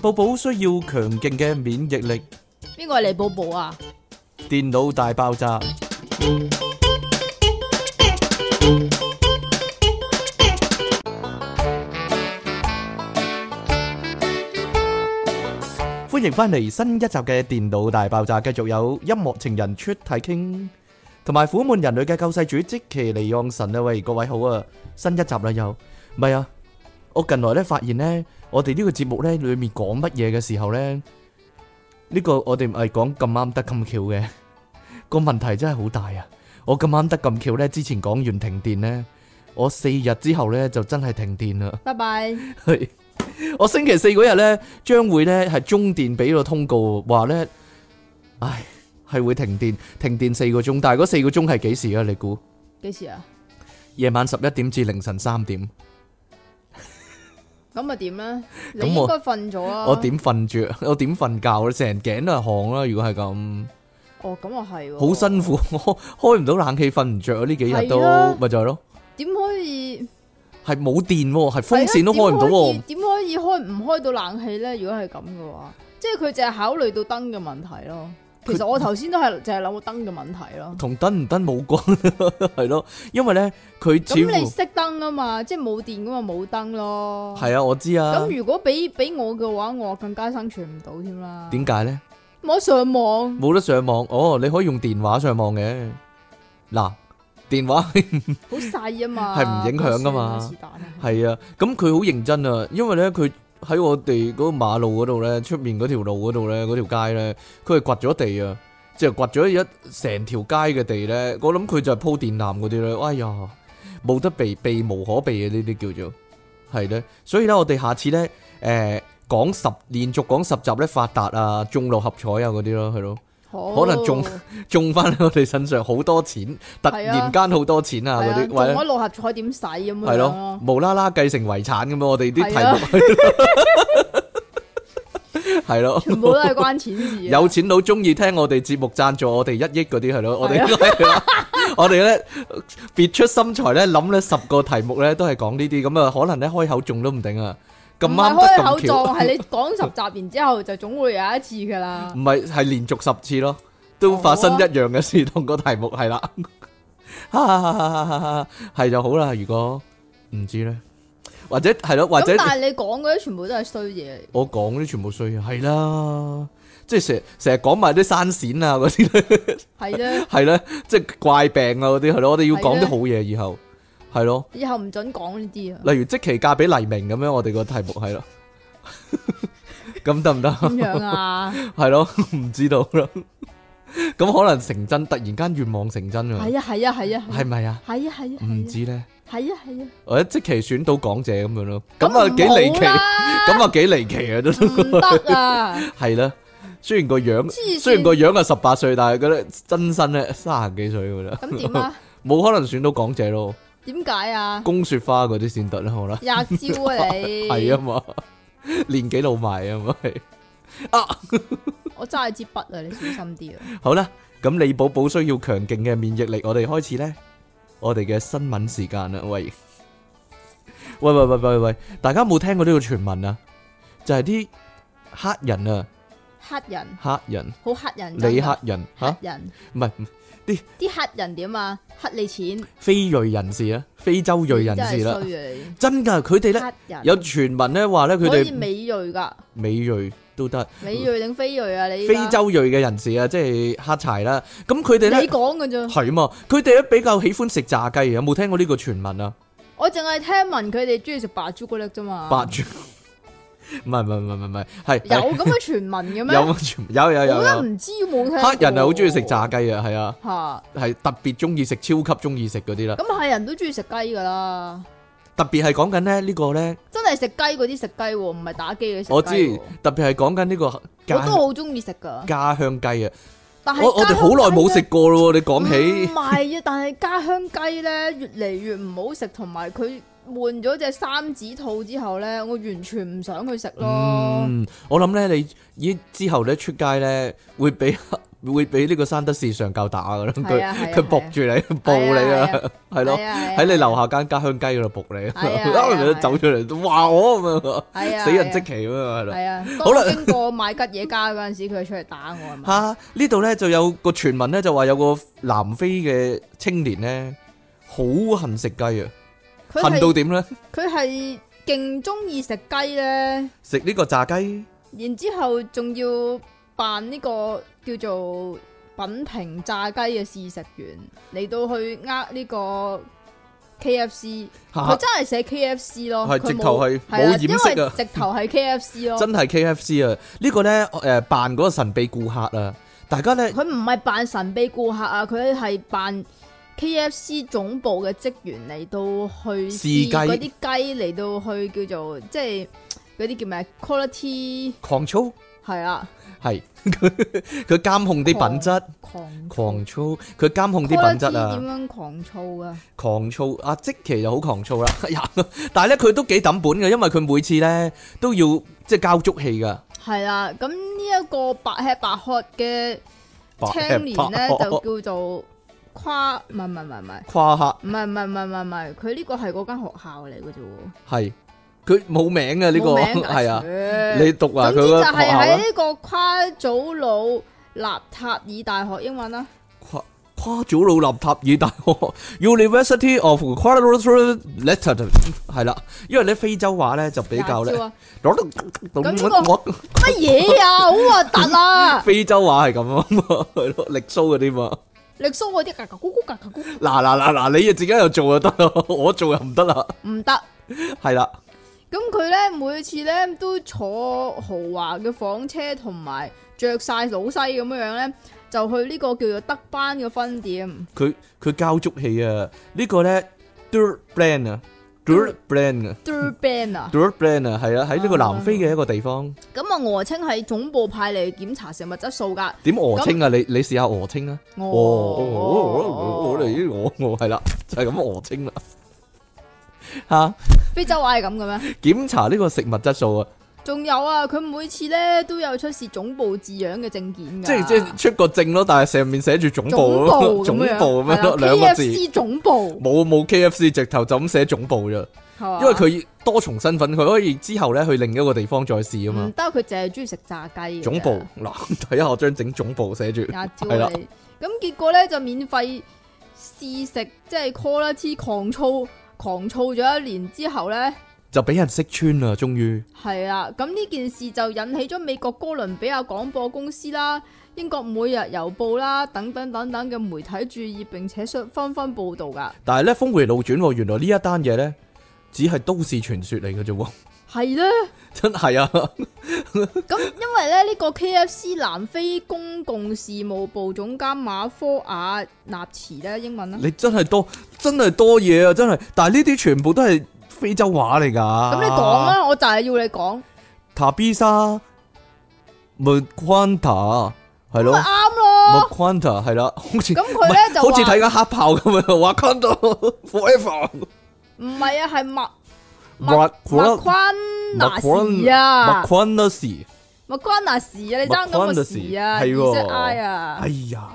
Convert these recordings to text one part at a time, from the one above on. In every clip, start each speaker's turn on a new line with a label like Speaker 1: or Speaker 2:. Speaker 1: 寶寶需要強勁嘅免疫力。
Speaker 2: 邊個係尼寶寶啊？
Speaker 1: 電腦大爆炸。歡迎翻嚟新一集嘅電腦大爆炸，繼續有音樂情人出體傾，同埋苦悶人類嘅救世主即其尼昂神啊！喂，各位好啊，新一集啦又，唔係啊，我近來咧發現咧，我哋呢個節目咧裏面講乜嘢嘅時候咧，呢個我哋唔係講咁啱得咁巧嘅，個問題真係好大啊！我咁啱得咁巧咧，之前講完停電咧，我四日之後咧就真係停電啦。
Speaker 2: 拜拜。
Speaker 1: 系我星期四嗰日咧，將會咧係中電俾個通告，話咧，唉，係會停電，停電四個鐘，但係嗰四個鐘係幾時啊？你估
Speaker 2: 幾時啊？
Speaker 1: 夜晚十一點至凌晨三點，
Speaker 2: 咁咪點咧？你
Speaker 1: 咁
Speaker 2: 應
Speaker 1: 我
Speaker 2: 該瞓咗啊。
Speaker 1: 我？點瞓住？ 我點瞓覺咧？成頸都係汗啦！如果係咁，
Speaker 2: 哦，咁啊係喎。
Speaker 1: 好辛苦， 我開唔到冷氣，瞓唔着啊！呢幾日都
Speaker 2: 係啊
Speaker 1: 咪就係咯，
Speaker 2: 點可以？
Speaker 1: 係冇電喎，係風扇都
Speaker 2: 係啊
Speaker 1: 開唔到喎
Speaker 2: 點可以。點可以開唔開到冷氣咧？如果係咁嘅話，即係佢淨係考慮到燈嘅問題咯。其實我頭先都係淨係諗到燈嘅問題咯。
Speaker 1: 同燈唔燈冇關， 係咯，因為咧佢
Speaker 2: 咁
Speaker 1: 似
Speaker 2: 你
Speaker 1: 乎
Speaker 2: 熄燈啊嘛，即係冇電咁嘛，冇燈咯。
Speaker 1: 係啊，我知啊，
Speaker 2: 咁如果俾俾我嘅話，我更加生存唔到添啦。
Speaker 1: 點解咧？
Speaker 2: 我上網
Speaker 1: 冇得上網，哦，你可以用電話上網嘅。嗱，電話
Speaker 2: 好細啊嘛，
Speaker 1: 係唔影響㗎嘛
Speaker 2: 算啦是但啦
Speaker 1: 係啊，咁佢好認真啊，因為咧佢喺我哋嗰個馬路嗰度咧，出面嗰條路嗰度咧，嗰條街咧，佢係掘咗地啊，即係掘咗一成條街嘅地咧。我諗佢就係鋪電纜嗰啲咧。哎呀，冇得避，避無可避啊嘅呢啲叫做係咧。所以咧，我哋下次咧，誒、講十連續講十集咧，發達啊，中六合彩啊嗰啲咯，係咯。
Speaker 2: 好
Speaker 1: 可能仲中翻喺我哋身上好多錢，突然間好多錢啊
Speaker 2: 係
Speaker 1: 嗰
Speaker 2: 啊
Speaker 1: 啲，或
Speaker 2: 中咗
Speaker 1: 者
Speaker 2: 六合彩點使咁樣
Speaker 1: 係咯
Speaker 2: 咯，，
Speaker 1: 無啦啦繼承遺產咁樣，我哋啲題
Speaker 2: 係啊
Speaker 1: 目係咯，
Speaker 2: 全部都係關錢事啊。
Speaker 1: 有錢佬中意聽我哋節目贊助我哋一億嗰啲係咯，我
Speaker 2: 啊
Speaker 1: 哋 我哋咧別出心裁咧諗咧十個題目咧都係講呢啲咁啊，可能咧開口中都唔定啊，咁
Speaker 2: 唔係
Speaker 1: 啱
Speaker 2: 開
Speaker 1: 得
Speaker 2: 口啊
Speaker 1: 咁巧。
Speaker 2: 撞，係你講十集，然之後就總會有一次噶啦
Speaker 1: 唔。係，係連續十次咯，
Speaker 2: 哦
Speaker 1: 都發生一樣嘅事，同個題目係啦， 係就好啦。如果唔知咧，或者係 咯，或
Speaker 2: 咁
Speaker 1: 者
Speaker 2: 但係你講嗰啲全部都係衰嘢 嚟。
Speaker 1: 我講嗰啲全部衰嘢，係啦，即係成成日講埋啲山閃啊嗰啲 咧，
Speaker 2: 係咧，
Speaker 1: 係咧，即係怪病啊嗰啲係咯，我哋要講
Speaker 2: 係
Speaker 1: 啲
Speaker 2: 咧
Speaker 1: 好嘢以後係咯，
Speaker 2: 以後唔准講呢啲 啊。
Speaker 1: 例如即期嫁俾黎明咁樣，我哋個題目係咯， 咁得唔得？
Speaker 2: 點樣啊？
Speaker 1: 係咯，唔知道啦。咁可能成真，突然間願望成真啊！
Speaker 2: 係啊係啊係啊係
Speaker 1: 系
Speaker 2: 啊
Speaker 1: 咪啊？
Speaker 2: 係啊係啊
Speaker 1: 唔知咧，
Speaker 2: 係啊係啊。
Speaker 1: 或者即期選到港姐咁樣咯，咁啊幾離
Speaker 2: 離
Speaker 1: 奇，
Speaker 2: 咁
Speaker 1: 咁啊幾離奇啊都
Speaker 2: 唔得啊！
Speaker 1: 係啦。雖然個樣，
Speaker 2: 黐
Speaker 1: 雖然個
Speaker 2: 線。
Speaker 1: 樣係十八歲，但係覺得真身咧三十幾歲噶啦，
Speaker 2: 咁點啊？
Speaker 1: 冇可能選到港姐咯，
Speaker 2: 點解啊？
Speaker 1: 公雪花嗰啲先得啦，好啦，
Speaker 2: 廿招啊你！
Speaker 1: 係啊！嘛，年紀老埋啊嘛，係
Speaker 2: 我揸你支筆啊！你小心啲啊！
Speaker 1: 好啦，咁李寶寶需要強勁嘅免疫力，我哋開始咧，我哋嘅新聞時間啦，喂，喂喂喂喂喂，大家有冇聽過呢個傳聞啊？就係、啲黑人啊，
Speaker 2: 黑人
Speaker 1: 黑人，
Speaker 2: 好黑人，
Speaker 1: 你黑人吓，
Speaker 2: 黑
Speaker 1: 唔
Speaker 2: 人，
Speaker 1: 係
Speaker 2: 啲黑人點啊？黑你錢，
Speaker 1: 非裔人士啊，非洲裔人士啦
Speaker 2: 真係，衰啊
Speaker 1: 真㗎，佢哋
Speaker 2: 你！
Speaker 1: 咧
Speaker 2: 黑人
Speaker 1: 有傳聞咧話咧佢
Speaker 2: 啊可以
Speaker 1: 哋
Speaker 2: 美裔噶，
Speaker 1: 美裔都得，
Speaker 2: 美裔定非裔啊？你
Speaker 1: 非洲裔嘅人士啊，即係黑柴啦，咁佢
Speaker 2: 你
Speaker 1: 哋咧
Speaker 2: 講嘅啫，
Speaker 1: 係嘛，佢哋咧比較喜歡食炸雞，有冇聽過呢個傳聞啊？
Speaker 2: 我淨係聽聞佢哋中意食白朱古力啫嘛。
Speaker 1: 白住， 唔係唔係唔係唔係唔係，係
Speaker 2: 有咁嘅傳聞嘅
Speaker 1: 係
Speaker 2: 咩？
Speaker 1: 有全部有有有
Speaker 2: 我都
Speaker 1: 有，
Speaker 2: 唔知冇聽過。
Speaker 1: 黑人係好中意食炸雞啊，係啊，
Speaker 2: 嚇，
Speaker 1: 係特別中意食，超級中意食嗰啲啦。
Speaker 2: 咁係人都中意食雞㗎啦，
Speaker 1: 特別係講緊咧呢個咧，
Speaker 2: 真係食雞嗰啲食雞喎，唔係打機嘅食雞喎。
Speaker 1: 我知特別係講緊呢個
Speaker 2: 我都
Speaker 1: 家
Speaker 2: 好中意食㗎，
Speaker 1: 家鄉雞啊。
Speaker 2: 但係
Speaker 1: 我我哋好耐冇食過咯喎，你講
Speaker 2: 唔
Speaker 1: 起
Speaker 2: 係啊，但係家鄉雞咧越嚟越唔好食，同埋佢換咗隻三趾兔之後咧，我完全唔想去食咯。
Speaker 1: 嗯嗯，我諗咧你依之後咧出街咧會俾黑 會俾呢個山德士上教打噶啦，
Speaker 2: 係
Speaker 1: 佢
Speaker 2: 啊係啊，
Speaker 1: 佢搏住 你，暴你啊，係咯，
Speaker 2: 係啊，係啊
Speaker 1: 喺你樓下間家鄉雞嗰度搏你，
Speaker 2: 係啊係啊係啊
Speaker 1: 走出嚟都話我咁啊，
Speaker 2: 係啊
Speaker 1: 死人即奇咁啊，係咯。
Speaker 2: 係啊，
Speaker 1: 好啦
Speaker 2: 當我經過買吉野家嗰陣時，佢就出嚟打我係啊咪？
Speaker 1: 吓呢度咧就有個傳聞咧，就話有個南非嘅青年咧，好恨食雞啊，
Speaker 2: 佢
Speaker 1: 恨到
Speaker 2: 係
Speaker 1: 點咧？
Speaker 2: 佢係勁中意食雞咧，
Speaker 1: 食呢個炸雞
Speaker 2: 然之後仲要扮呢個叫做品評炸雞嘅試食員嚟到去呃呢個 K F C，佢
Speaker 1: 吓，
Speaker 2: 真係寫 K F C 咯，
Speaker 1: 係
Speaker 2: 佢
Speaker 1: 直頭係
Speaker 2: 係啊
Speaker 1: 冇掩飾
Speaker 2: 因為
Speaker 1: 啊
Speaker 2: 直頭係 K F C 咯，
Speaker 1: 真係 K F C 啊！呢個咧诶扮嗰個神秘顧客啊，大家咧
Speaker 2: 佢唔係扮神秘顧客啊，佢係扮 K F C 總部嘅職員嚟到去
Speaker 1: 試雞
Speaker 2: 試嗰啲雞嚟到去叫做即係嗰啲叫咩啊 quality
Speaker 1: 狂操
Speaker 2: 係啊，
Speaker 1: 係 佢佢監控啲品質，
Speaker 2: 狂
Speaker 1: 狂操佢監控啲
Speaker 2: quality
Speaker 1: 品質啊
Speaker 2: 點。樣狂躁啊？
Speaker 1: 狂躁，阿即奇就好狂躁啦。 哎呀但係咧佢都幾抌本嘅，因為佢每次咧都要即係交足氣噶。
Speaker 2: 係啦，咁呢一個白吃白喝嘅
Speaker 1: 白
Speaker 2: 青年咧
Speaker 1: 白
Speaker 2: 就叫做跨唔係唔係唔係唔係
Speaker 1: 夸客
Speaker 2: 唔係唔係唔係唔係唔係，佢呢個係嗰間學校嚟嘅啫喎，
Speaker 1: 係佢冇名嘅呢個
Speaker 2: 冇名㗎
Speaker 1: 係啊，
Speaker 2: 切
Speaker 1: 你讀啊
Speaker 2: 總
Speaker 1: 佢
Speaker 2: 之就
Speaker 1: 個學
Speaker 2: 係
Speaker 1: 校
Speaker 2: 喺
Speaker 1: 啦。
Speaker 2: 呢個夸祖魯納塔爾大學英文啦，
Speaker 1: 跨跨祖魯納塔爾大學 University of Quadrilateral l e t t e r 係啦，因為咧非洲話咧就比較咧
Speaker 2: 廿招，啊
Speaker 1: 攞 到
Speaker 2: 咁呢乜嘢啊，好核突啊！
Speaker 1: 非洲話係咁啊嘛， 係咯，力蘇嗰啲嘛。
Speaker 2: 力蘇嗰啲格格咕咕格格咕，
Speaker 1: 嗱嗱嗱嗱，你自己又做就 得咯，我做又唔得啦，
Speaker 2: 唔得。
Speaker 1: 係啦。
Speaker 2: 咁佢咧每次咧都坐豪華嘅房車，同埋着晒老西咁樣樣咧，就去呢個叫做德班嘅分店。
Speaker 1: 佢佢交足氣啊！呢個咧 Dirt Brand 啊，Dirt Brand 啊
Speaker 2: d u r b a n 啊，
Speaker 1: ，Dirt Brand 啊，係啊，喺呢個南非嘅一個地方，
Speaker 2: 咁啊俄青係總部派嚟檢查食物質素㗎。
Speaker 1: 點鵝清啊？你你試下鵝清啊！
Speaker 2: 哦
Speaker 1: 哦哦，我哋呢我我係啦，就係咁鵝清啦。 吓，
Speaker 2: 非洲話係咁嘅咩？
Speaker 1: 檢查呢個食物質素啊，
Speaker 2: 仲有啊，佢每次咧都有出示總部字樣嘅證件㗎。
Speaker 1: 即係即係出個證咯，但係上面寫住總部咯，
Speaker 2: 部
Speaker 1: 總
Speaker 2: 總
Speaker 1: 部咁樣咯，
Speaker 2: 樣
Speaker 1: 兩個字。
Speaker 2: ，K.F.C. 總部
Speaker 1: 冇冇 K F C 直頭就咁寫總部咋，
Speaker 2: 係嘛？
Speaker 1: 因為佢多重身份，佢可以之後咧去另一個地方再試啊嘛
Speaker 2: 唔。得，佢淨係中意食炸雞嘅啫。
Speaker 1: 總部嗱， 睇下我將整總部寫住，
Speaker 2: 廿招
Speaker 1: 係啦
Speaker 2: 你。咁結果咧就免費試食，即係 quality 狂操，狂操咗一年之後咧，
Speaker 1: 就俾人識穿啦，終於
Speaker 2: 係啦。咁呢件事就引起咗美國哥倫比亞廣播公司啦、英國每日郵報啦等等等等嘅媒體注意，並且相紛紛報導㗎。
Speaker 1: 但係咧峰回路轉喎，原來呢一單嘢咧只係都市傳說嚟嘅啫喎，
Speaker 2: 係咧。
Speaker 1: 真係啊！
Speaker 2: 嗯咁因為咧呢、個 KFC 南非公共事務部總監馬科瓦納茨咧英文啦，
Speaker 1: 你真係多真係多嘢啊！真係，但係呢啲全部都係非洲話嚟㗎。
Speaker 2: 咁
Speaker 1: 咁
Speaker 2: 你講啦，我就係要你講，
Speaker 1: ，Tabisa m u q u a n t a 係
Speaker 2: 咁咪
Speaker 1: 咯
Speaker 2: 啱
Speaker 1: m
Speaker 2: 咯。
Speaker 1: u q u a n t a 係啦，好似
Speaker 2: 咁佢咧就
Speaker 1: 好似睇
Speaker 2: 話
Speaker 1: 緊黑豹咁樣 w a k a n d a forever。
Speaker 2: 唔係啊，係麥
Speaker 1: 麥
Speaker 2: 麥昆納士啊，
Speaker 1: Wakanda 時，
Speaker 2: 麥昆納士啊，你爭
Speaker 1: 麥昆
Speaker 2: 咁個
Speaker 1: 納士
Speaker 2: 時啊，
Speaker 1: 係喎
Speaker 2: I 啊
Speaker 1: 哎，呀！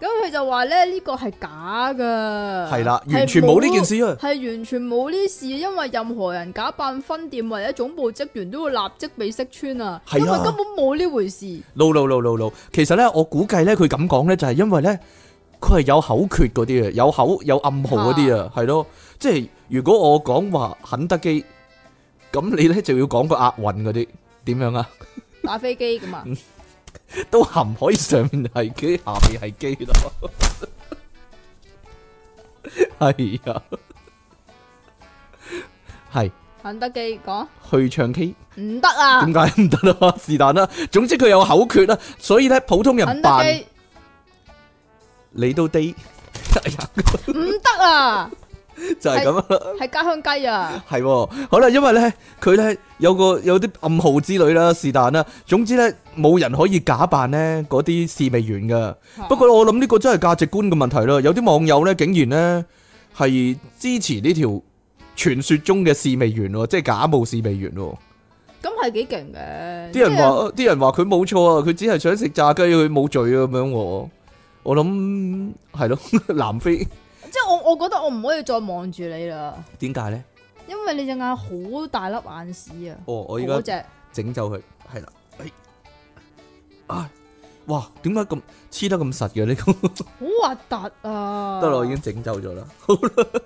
Speaker 2: 咁佢就話咧呢個係假噶，
Speaker 1: 係啦完全冇呢件事啊
Speaker 2: 係完全冇呢事，因為任何人假扮分店或者總部職員都會立即被識穿啊，
Speaker 1: 係啊
Speaker 2: 因為根本冇呢 回事。
Speaker 1: no no no no no，其實咧，我估計咧，佢咁講咧，就係因為咧，佢係有口訣嗰啲啊，有口有暗號嗰啲啊，係咯，即係如果我講話肯德基，咁你咧就要講個押韻嗰啲，點樣啊？
Speaker 2: 打飛機噶嘛，
Speaker 1: 都含可以上面係機，下面係機咯。 係啊，係
Speaker 2: 肯德基講
Speaker 1: 去唱 K，
Speaker 2: 唔得啊
Speaker 1: 點，解唔得啊？ 是但啦，總之佢有口訣啦，所以咧普通人
Speaker 2: 肯德
Speaker 1: 扮
Speaker 2: 基
Speaker 1: 你都 d 哎呀
Speaker 2: 唔得啊，
Speaker 1: 就係咁啦，
Speaker 2: 係家鄉雞啊。
Speaker 1: 係喎，好啦，因為咧佢咧有個有啲暗號之類啦，是但啦，總之咧冇人可以假扮咧嗰啲試味員噶。 不過我諗呢個真係價值觀嘅問題啦，有啲網友咧竟然咧係支持呢條傳說中嘅試味員喎，即係假冒試味員喎，
Speaker 2: 咁係幾勁
Speaker 1: 啲人
Speaker 2: 嘅。即係
Speaker 1: 話，啲人話佢冇錯啊，佢只係想食炸雞，佢冇罪啊咁樣喎。我諗係咯， 南非
Speaker 2: 即係我我覺得我唔可以再望住你啦，
Speaker 1: 點解咧？
Speaker 2: 因為你隻眼好大粒眼屎啊！
Speaker 1: 哦，我
Speaker 2: 嗰
Speaker 1: 而家
Speaker 2: 只
Speaker 1: 整走佢，係啦。哎啊！哇，點解咁黐得咁實嘅呢個？
Speaker 2: 好核突啊！
Speaker 1: 得啦，我已經整走咗啦。 好啦，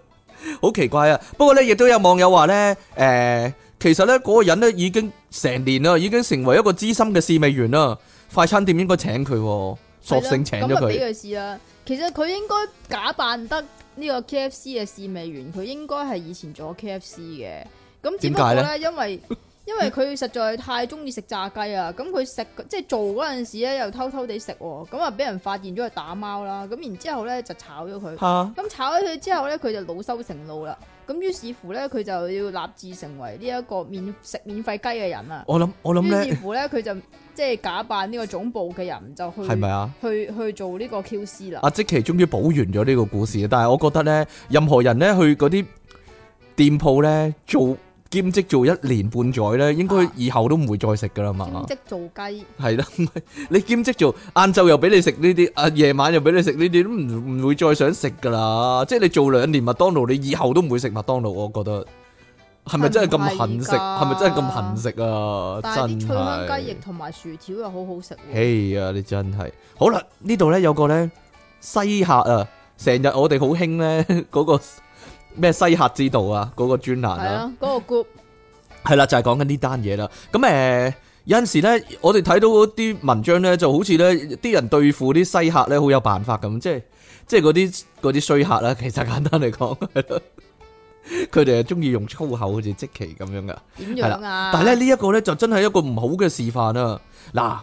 Speaker 1: 好奇怪啊！不過咧，亦都有網友話咧，誒、其實咧嗰、個人咧已經成年啦，已經成為一個資深嘅試味員啦。快餐店應該請佢、喎，索性請咗
Speaker 2: 係啦咁咪啊俾
Speaker 1: 佢。
Speaker 2: 佢試啦。其實佢應該假扮得呢個 K F C 嘅試味員，佢應該係以前做 K F C 嘅。咁只不過
Speaker 1: 點
Speaker 2: 咧，因為因為佢實在太中意食炸雞啊，咁佢食即係做嗰陣時咧，又偷偷地食喎，咁啊俾人發現咗佢打貓啦，咁然之後咧就炒咗佢。
Speaker 1: 嚇
Speaker 2: 咁炒咗佢之後咧，佢就惱羞成怒啦。咁於是乎咧，佢就要立志成為呢一個免食免費雞嘅人啊。
Speaker 1: 我諗我諗
Speaker 2: 於是
Speaker 1: 咧，
Speaker 2: 乎咧，佢就即係假扮呢個總部嘅人，就去
Speaker 1: 係咪啊？
Speaker 2: 去去做呢個 QC 啦。
Speaker 1: 阿即奇終於補完咗呢個故事，但係我覺得呢，任何人呢去嗰啲店鋪呢做兼職做一年半載呢，應該
Speaker 2: 啊
Speaker 1: 以後都唔會再食噶啦嘛。
Speaker 2: 兼職做雞，
Speaker 1: 係啦，你兼職做，晏晝又俾你食呢啲，啊夜晚又俾你食呢啲，都唔唔會再想食噶啦。即係你做兩年麥當勞，你以後都唔會食麥當勞，我覺得係咪真係咁恨食？
Speaker 2: 係唔係㗎
Speaker 1: 係咪真係咁恨食啊？
Speaker 2: 但係啲
Speaker 1: 真
Speaker 2: 脆香
Speaker 1: 係
Speaker 2: 雞翼。同埋薯條又好好食喎。
Speaker 1: 嘿呀，你真係好啦！呢度咧有個咧西客啊，成日我哋好興咧嗰個咩西客之道啊，嗰、個專欄
Speaker 2: 係
Speaker 1: 啊，
Speaker 2: 啊，嗰個 group
Speaker 1: 係啦，就係講緊呢單嘢啦。咁誒、呃有陣時咧，我哋睇到嗰啲文章咧，就好似咧啲人對付啲西客咧好有辦法咁，即係即係嗰啲嗰啲衰客啦。 其實簡單嚟講，係咯佢哋係中意用粗口，好似即奇咁樣噶。
Speaker 2: 點樣啊？
Speaker 1: 但係咧呢一個咧就真係一個唔好嘅示範啊！嗱，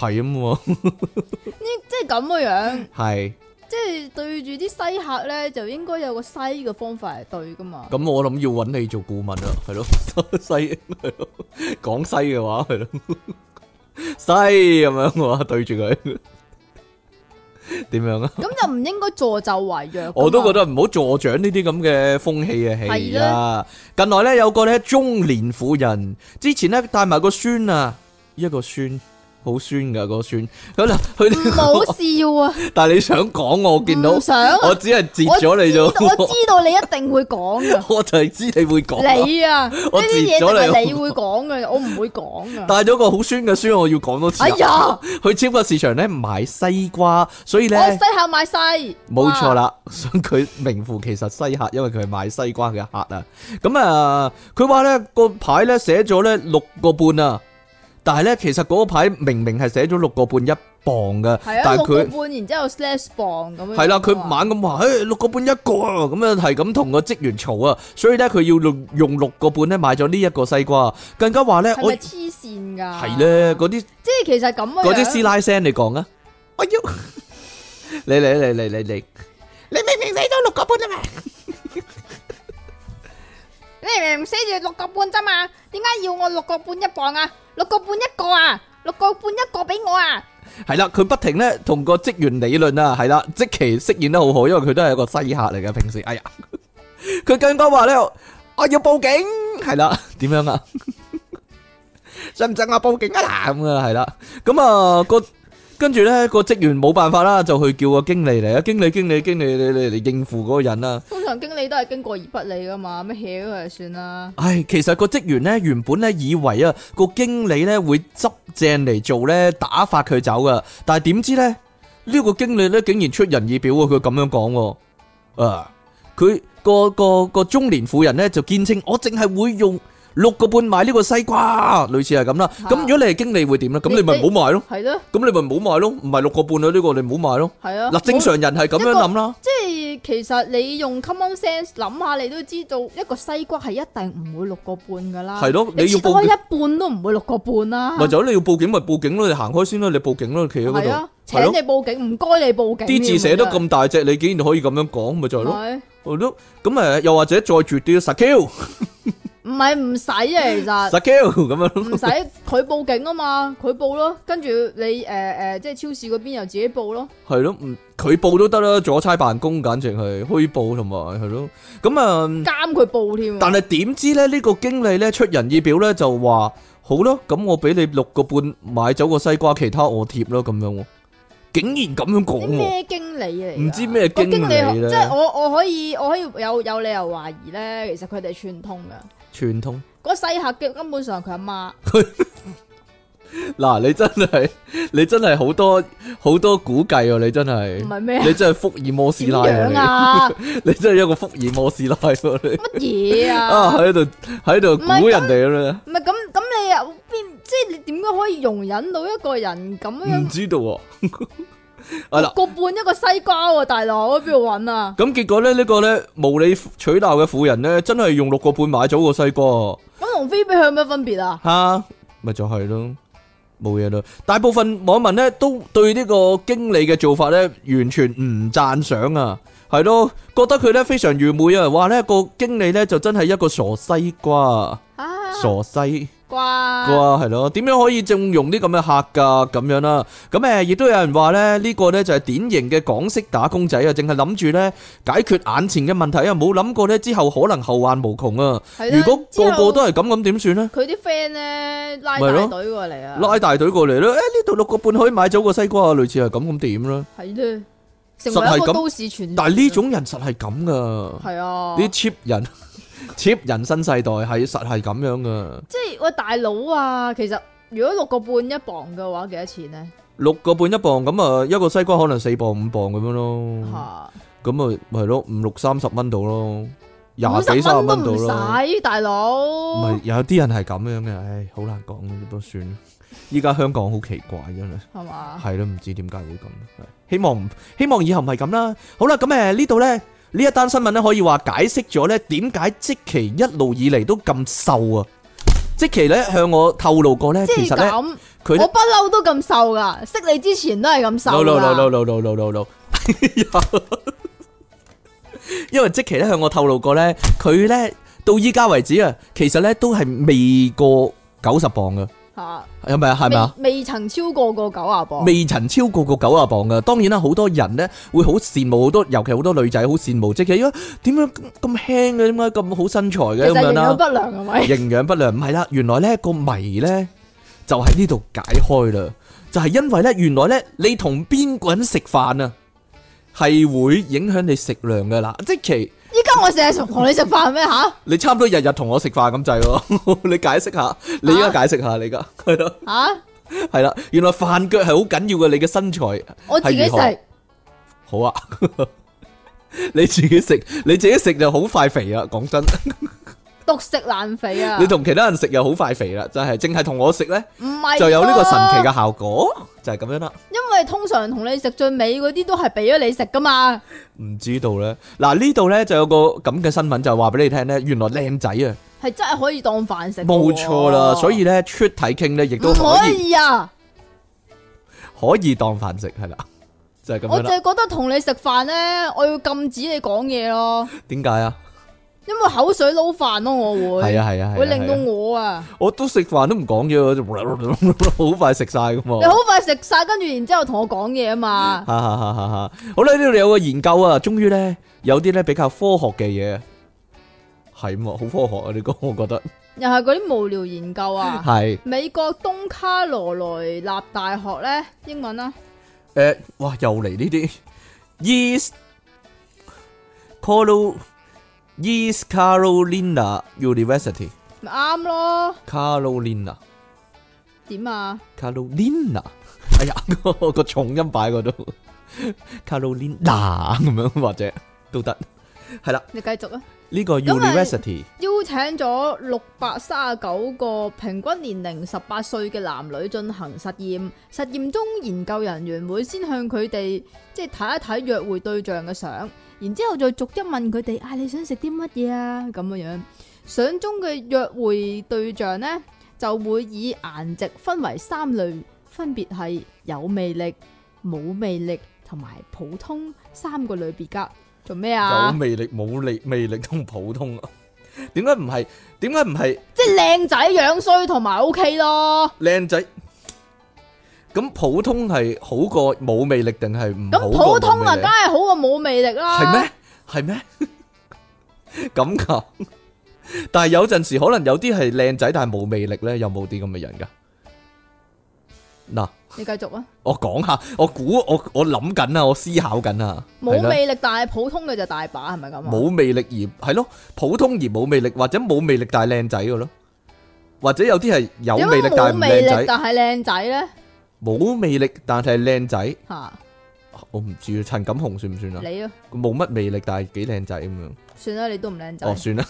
Speaker 1: 係咁喎。
Speaker 2: 即係咁嘅樣，
Speaker 1: 系，
Speaker 2: 即係對住啲西客咧，就應該有個西嘅方法嚟對噶嘛。
Speaker 1: 咁我諗要揾你做顧問啦，係咯， 西係咯，講西嘅話係咯， 西咁樣嘅話對住佢，點樣啊？
Speaker 2: 咁就唔應該助紂為虐㗎嘛。
Speaker 1: 我都覺得唔好助長呢啲咁嘅風氣嘅氣
Speaker 2: 係
Speaker 1: 啊！近來咧有個咧中年婦人，之前咧帶埋個孫啊，一個孫好孫噶個孫，好啦，佢呢
Speaker 2: 唔好笑啊！
Speaker 1: 個 但係你想講我我見到
Speaker 2: 唔，想啊
Speaker 1: 我只係截咗你
Speaker 2: 我知道
Speaker 1: 咗，
Speaker 2: 我知道你一定會講噶。
Speaker 1: 我就係知你會講啊。
Speaker 2: 你啊，呢
Speaker 1: 我
Speaker 2: 啲
Speaker 1: 截
Speaker 2: 嘢就
Speaker 1: 咗你
Speaker 2: 係你會講嘅，我唔會 講噶。
Speaker 1: 带咗個好酸嘅酸，我要講多次啊。
Speaker 2: 哎呀
Speaker 1: 去超級市場咧買西瓜，所以
Speaker 2: 我
Speaker 1: 咧
Speaker 2: 西客買西，
Speaker 1: 冇錯啦。 所以佢名副其實西客，因為佢係買西瓜嘅客啊。咁啊，佢話咧個牌咧寫咗咧六個半啊，但係咧其實嗰個牌明明係寫咗六個半一磅嘅，
Speaker 2: 哇。係啊，
Speaker 1: 但
Speaker 2: 六
Speaker 1: 係
Speaker 2: 個
Speaker 1: 佢。
Speaker 2: 半，然之後 slash 磅咁樣。啊
Speaker 1: 係啦，佢猛咁話，诶六個半一個啊，咁樣係咁同個職員嘈啊，所以咧佢要用用六個半咧買咗呢一個西瓜，更加話咧
Speaker 2: 係
Speaker 1: 我
Speaker 2: 咪啊黐線㗎？
Speaker 1: 係咧嗰啲
Speaker 2: 即係其實咁嘅樣
Speaker 1: 嗰啲師奶聲你講啊！哎呦，你嚟嚟嚟嚟嚟，你明明睇到六個半啊嘛！
Speaker 2: 你明明寫住六個半啫嘛，點解要我六個半一磅啊？六個半一個啊？六個半一個俾我啊？
Speaker 1: 係啦，佢不停咧同個職員理論啊，係啦，即其飾演得好好，因為佢都係一個西客嚟嘅平時。哎呀，佢更加話咧，我要報警，係啦，點樣啊？信唔信我報警啊？嗱咁啊，係啦，咁啊個。跟住咧，個職員冇辦法啦，就去叫個經理嚟啊！經理，經理，經理，你你嚟應付嗰個人啦。
Speaker 2: 通常經理都係經過而不理㗎嘛，咩 hea 佢就算啦。
Speaker 1: 唉，其實個職員咧原本咧以為啊個經理咧會執正嚟做咧打發佢走噶，但係點知咧呢、個經理咧竟然出人意表喎，佢咁樣講喎，啊，佢個個個中年婦人咧就堅稱我淨係會用六個半買呢個西瓜，類似係咁啦。咁、
Speaker 2: 啊
Speaker 1: 如果你係經理會點咧？咁
Speaker 2: 你
Speaker 1: 你咪唔好買咯，
Speaker 2: 係咯，
Speaker 1: 咁你咪唔好買咯，唔係六個半啦，呢、個你唔好買咯。
Speaker 2: 係啊。
Speaker 1: 嗱，正常人係咁樣諗啦。
Speaker 2: 即係其實你用 common sense 諗下，你都知道一個西瓜係一定唔會六個半噶啦。
Speaker 1: 係咯你要
Speaker 2: 切
Speaker 1: 報
Speaker 2: 開一半都唔會六個半啦。
Speaker 1: 咪就係你要報警咪報警咯，你行開先啦，你報警咯，企喺嗰
Speaker 2: 係
Speaker 1: 度
Speaker 2: 啊，。請
Speaker 1: 係咯。
Speaker 2: 你報警，唔該你報警。
Speaker 1: 啲字寫得咁大隻，你
Speaker 2: Ờ.
Speaker 1: ừ, 竟然可以咁樣講，咪就係咯，
Speaker 2: 係
Speaker 1: 係咯，咁誒又或者再絕啲實 Q，
Speaker 2: 唔係唔 使啊，其實
Speaker 1: Sakio 咁樣咯
Speaker 2: 唔使佢報警啊嘛，佢報咯，跟住你诶诶，即係超市嗰邊又自己報咯，
Speaker 1: 係咯，唔佢報都得啦，阻差辦公簡直係虛報同埋係咯，咁啊。嗯
Speaker 2: 監佢報添啊。
Speaker 1: 但係點知咧，呢、個經理咧出人意表咧，就話好咯，咁我俾你六個半買走個西瓜，其他我貼咯，咁樣喎，竟然咁樣講
Speaker 2: 啲
Speaker 1: 喎，
Speaker 2: 咩經理嚟㗎？
Speaker 1: 唔知咩
Speaker 2: 個
Speaker 1: 經理
Speaker 2: 經理，即
Speaker 1: 咧
Speaker 2: 係，我我可以我可以有有理由懷疑咧，其實佢哋係串通㗎。
Speaker 1: 串通
Speaker 2: 嗰西客基根本上係佢阿媽，
Speaker 1: 嗱，你真係你真係好多好多估計啊，你真
Speaker 2: 唔
Speaker 1: 係，
Speaker 2: 係咩？
Speaker 1: 你真係福爾摩斯
Speaker 2: 點
Speaker 1: 拉
Speaker 2: 樣
Speaker 1: 啊，
Speaker 2: 啊？
Speaker 1: 你你真係一個福爾摩斯拉喎，你
Speaker 2: 乜嘢
Speaker 1: 啊
Speaker 2: 啊？
Speaker 1: 喺度喺度
Speaker 2: 唔係
Speaker 1: 估人哋咁樣，
Speaker 2: 唔係咁咁，你又邊即係你點解可以容忍到一個人咁
Speaker 1: 唔
Speaker 2: 樣
Speaker 1: 知道喎， 係啦
Speaker 2: 六。個半一個西瓜喎，大佬邊度揾啊？
Speaker 1: 咁結果咧，呢個咧無理取鬧嘅婦人咧，真係用六個半買咗個西瓜。
Speaker 2: 咁同菲比佢有咩分別啊？
Speaker 1: 吓，咪就係咯，冇嘢啦。大部分網民咧都對呢個經理嘅做法咧完全唔讚賞啊，係咯，覺得佢咧非常愚昧啊，話呢個經理咧就真係一個傻西瓜，
Speaker 2: 啊，
Speaker 1: 傻西
Speaker 2: 瓜
Speaker 1: 瓜係咯，點樣可以縱容啲咁嘅客噶咁樣啦？咁誒，亦都有人話咧，呢個咧就係典型嘅港式打工仔啊，淨係諗住咧解決眼前嘅問題啊，冇諗過咧之後可能後患無窮啊！
Speaker 2: 係啦
Speaker 1: 如果
Speaker 2: 之後
Speaker 1: 個個都係咁，咁點算呢？
Speaker 2: 佢啲 friend 咧拉
Speaker 1: 咪
Speaker 2: 大
Speaker 1: 咯
Speaker 2: 隊過嚟啊，
Speaker 1: 拉大隊過嚟咧，誒呢度六個半可以買走個西瓜啊，類似係咁咁點啦。
Speaker 2: 係咧，成
Speaker 1: 實係
Speaker 2: 為一個
Speaker 1: 咁
Speaker 2: 都市傳說。
Speaker 1: 但係呢種人實係咁噶，
Speaker 2: 係啊，
Speaker 1: 啲 cheap 人 cheap 人新世代係實係咁樣噶。
Speaker 2: 即係喂大佬啊，其實如果六個半一磅嘅話，幾多錢咧？
Speaker 1: 六個半一磅咁啊，一個西瓜可能四磅五磅咁樣咯，
Speaker 2: 吓，
Speaker 1: 咁啊係咯，五六三十蚊到咯，廿
Speaker 2: 五
Speaker 1: 幾
Speaker 2: 十
Speaker 1: 三十
Speaker 2: 蚊都
Speaker 1: 蚊到
Speaker 2: 唔
Speaker 1: 咯。
Speaker 2: 使，大佬。
Speaker 1: 唔係有啲人係咁樣嘅，唉，好難講嘅都算啦。依家香港好奇怪真係。
Speaker 2: 係嘛？
Speaker 1: 系咯，唔知點解會咁，係希望唔希望以後唔係咁啦。好啦，咁誒呢度呢，呢一單新聞呢，可以話解釋咗呢點解即期一路以嚟都咁瘦啊！即期呢向我透露過呢，
Speaker 2: 即
Speaker 1: 其
Speaker 2: 係
Speaker 1: 實呢，
Speaker 2: 咁，
Speaker 1: 佢
Speaker 2: 我
Speaker 1: 呢
Speaker 2: 不嬲都咁瘦噶，識你之前都係咁
Speaker 1: no
Speaker 2: 瘦
Speaker 1: no no no
Speaker 2: 噶。
Speaker 1: no no no no no，因為即期呢向我透露過呢，佢呢到依家為止啊，其實呢都係未過九十磅嘅，
Speaker 2: 吓，
Speaker 1: 係咪啊？係咪啊？
Speaker 2: 未未曾超過過九啊磅。
Speaker 1: 未曾超過個九啊磅嘅。當然啦，好多人呢會好羨慕，好多尤其好多女仔好羨慕，即係因為點樣咁輕嘅，點解咁好身材
Speaker 2: 其
Speaker 1: 嘅
Speaker 2: 實
Speaker 1: 咁樣
Speaker 2: 營養
Speaker 1: 啦？
Speaker 2: 不良係咪？
Speaker 1: 營養不良唔係啦，原來呢個謎呢就喺呢度解開啦，就係、因為呢，原來呢，你同邊個人食飯啊，係會影響你食量嘅啦，即其。
Speaker 2: 依家我成日同你食飯咩吓
Speaker 1: 你差唔多日日同我食飯咁滯喎， 你解釋下，你而家解釋下，你而家係咯，
Speaker 2: 吓？
Speaker 1: 係啦，原來飯腳係好緊要嘅，你嘅身材
Speaker 2: 我自己
Speaker 1: 係如何
Speaker 2: 食。
Speaker 1: 好啊， 你自己食，你自己食就好快肥啊！講真，
Speaker 2: 獨食難肥啊！
Speaker 1: 你同其他人食又好快肥啦，就係淨係同我食呢，
Speaker 2: 唔係
Speaker 1: 就有呢個神奇
Speaker 2: 㗎，
Speaker 1: 嘅效果，就係咁樣啦。
Speaker 2: 因為通常同你食最尾嗰啲都係俾咗你食噶嘛。
Speaker 1: 唔知道呢，嗱呢度呢就有個咁嘅新聞就話俾你聽呢，原來靚仔啊，
Speaker 2: 係真係可以當飯食㗎喎。
Speaker 1: 冇錯啦，所以呢，出體傾呢亦
Speaker 2: 唔
Speaker 1: 都可
Speaker 2: 可
Speaker 1: 以
Speaker 2: 以啊！
Speaker 1: 可以當飯食，係啦， 就係咁
Speaker 2: 我
Speaker 1: 樣
Speaker 2: 就
Speaker 1: 啦。
Speaker 2: 係覺得同你食飯咧，我要禁止你講嘢咯，
Speaker 1: 點解啊？
Speaker 2: 因為口水撈飯咯，我會
Speaker 1: 係啊係啊係啊，
Speaker 2: 會令到
Speaker 1: 係啊
Speaker 2: 我啊，
Speaker 1: 我都食飯都唔講嘢，我就 好快食晒噶嘛
Speaker 2: 你。好快食晒，跟住然之後同我講嘢 啊嘛。
Speaker 1: 哈哈哈！哈哈，好啦，呢度有個研究啊，終於咧有啲咧比較科學嘅嘢，係嘛，好科學啊！呢個我覺得
Speaker 2: 又係嗰啲無聊研究啊。
Speaker 1: 係
Speaker 2: 美國東卡羅來納大學咧，英文啊啦、
Speaker 1: 誒，哇，又嚟呢啲 East Colo East Carolina University
Speaker 2: 咪啱咯？
Speaker 1: Carolina
Speaker 2: 點啊？
Speaker 1: Carolina，哎呀， 個個重音擺嗰度 Carolina 咁樣或者都得，係啦，
Speaker 2: 你繼續啊！
Speaker 1: 呢個
Speaker 2: 咁咪
Speaker 1: University
Speaker 2: 邀請咗六百三十九個平均年齡十八歲嘅男女進行實驗。實驗中，研究人員會先向佢哋即係睇一睇約會對象嘅相，然之後再逐一問佢哋啊，你想食啲乜嘢啊咁樣樣。相中嘅約會對象呢，就會以顏值分為三類，分別係有魅力、冇魅力同埋普通三個類別㗎。做咩
Speaker 1: 有
Speaker 2: 啊？
Speaker 1: 魅力冇力魅力同普通啊，點解唔係？點解唔係
Speaker 2: 即系靓仔樣衰同埋 O K 咯。
Speaker 1: 靚仔？咁普通係好過冇魅力定係唔
Speaker 2: 咁
Speaker 1: 好
Speaker 2: 普
Speaker 1: 過
Speaker 2: 通
Speaker 1: 冇
Speaker 2: 啊，
Speaker 1: 魅
Speaker 2: 梗
Speaker 1: 力？
Speaker 2: 係好過冇魅力啦。
Speaker 1: 係？咩？係 咩？咁噶？但係有陣時可能有啲係靚仔但係冇魅力咧，有冇啲咁嘅人噶？嗱，
Speaker 2: 你繼續啊，
Speaker 1: 我講下，我估我我諗緊啊，我思考緊啊，
Speaker 2: 冇
Speaker 1: 係啦
Speaker 2: 魅力但係普通嘅就大把，係咪咁啊？
Speaker 1: 冇魅力而係咯，普通而冇魅力，或者冇魅力但係靚仔嘅咯，或者有啲係有
Speaker 2: 點
Speaker 1: 魅
Speaker 2: 解
Speaker 1: 力但係唔靚仔，
Speaker 2: 冇魅力但係靚仔咧？
Speaker 1: 冇魅力但係靚仔，
Speaker 2: 吓，
Speaker 1: 我唔知啊陳錦鴻算唔算啊？
Speaker 2: 你啊，
Speaker 1: 冇乜魅力但係幾靚仔咁樣，
Speaker 2: 算啦，你都唔靚仔
Speaker 1: 哦。算啦，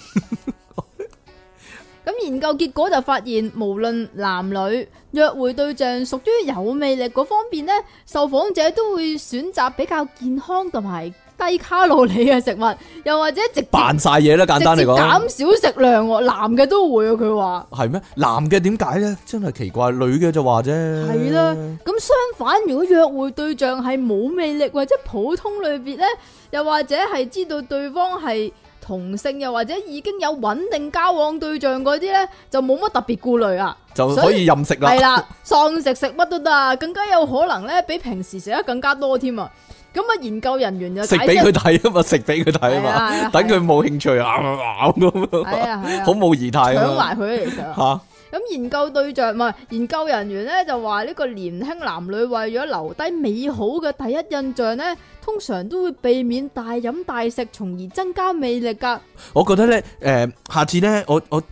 Speaker 2: 咁研究結果就發現，無論男女約會對象屬於有魅力嗰方面呢，受訪者都會選擇比較健康同埋低卡路里嘅食物，又或者直接
Speaker 1: 扮晒嘢啦，簡單嚟
Speaker 2: 直接
Speaker 1: 講
Speaker 2: 減少食量喎。男嘅都會啊，佢話。
Speaker 1: 係咩？男嘅點解咧？真係奇怪，女嘅就話啫，
Speaker 2: 係啦咁相反，如果約會對象係冇魅力或者普通類別呢，又或者係知道對方係同性，又或者已經有穩定交往對象嗰啲呢，就冇乜特別顧慮啦。
Speaker 1: 就
Speaker 2: 所
Speaker 1: 可
Speaker 2: 以
Speaker 1: 以任食啦
Speaker 2: 係，啦，喪食食乜都得啊，更加有可能呢，比平時食得更加多添啊。咁啊，研究人員就
Speaker 1: 食
Speaker 2: 解
Speaker 1: 俾佢，
Speaker 2: 釋
Speaker 1: 睇啊嘛，食俾佢睇啊
Speaker 2: 係啊係
Speaker 1: 嘛
Speaker 2: 啊，
Speaker 1: 等佢冇興趣啊，咁
Speaker 2: 係
Speaker 1: 啊，
Speaker 2: 啊係啊，
Speaker 1: 好冇儀態
Speaker 2: 搶
Speaker 1: 啊
Speaker 2: 埋佢嚟食啊！
Speaker 1: 嘛，
Speaker 2: 咁研究對象唔係研究人員咧，就話呢個年輕男女為咗留低美好嘅第一印象咧，通常都會避免大飲大食，從而增加魅力噶。
Speaker 1: 我覺得咧，誒、下次咧，我我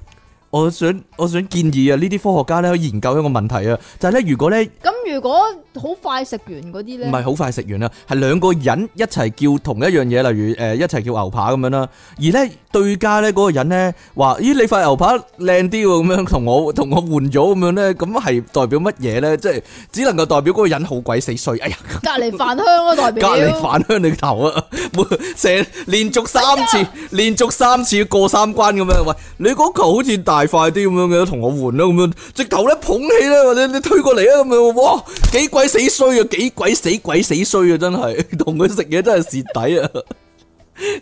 Speaker 1: 我想我想建議啊，呢啲科學家咧可以研究一個問題啊，就係、呢：咧，如果咧
Speaker 2: 咁如果好快食完嗰啲咧，
Speaker 1: 唔係好快食完啦，係兩個人一齊叫同一樣嘢，例如誒、呃一齊叫牛扒咁樣啦，而咧對家咧嗰、個人咧話：咦，你塊牛扒靚啲喎，咁樣同我同我換咗咁樣咧，咁係代表乜嘢咧？即係只能夠代表嗰個人好鬼死衰，哎呀！
Speaker 2: 隔離飯香咯，代
Speaker 1: 隔
Speaker 2: 表
Speaker 1: 離反向你頭啊！每成連續三次，連續三次過三關咁樣。喂，你嗰球好似大塊啲咁樣嘅，同我換啦咁樣。直頭咧捧起咧，或者你推過嚟啊咁樣。哇，幾鬼死衰啊！幾鬼死鬼死衰啊！真係 同佢食嘢真係蝕底啊！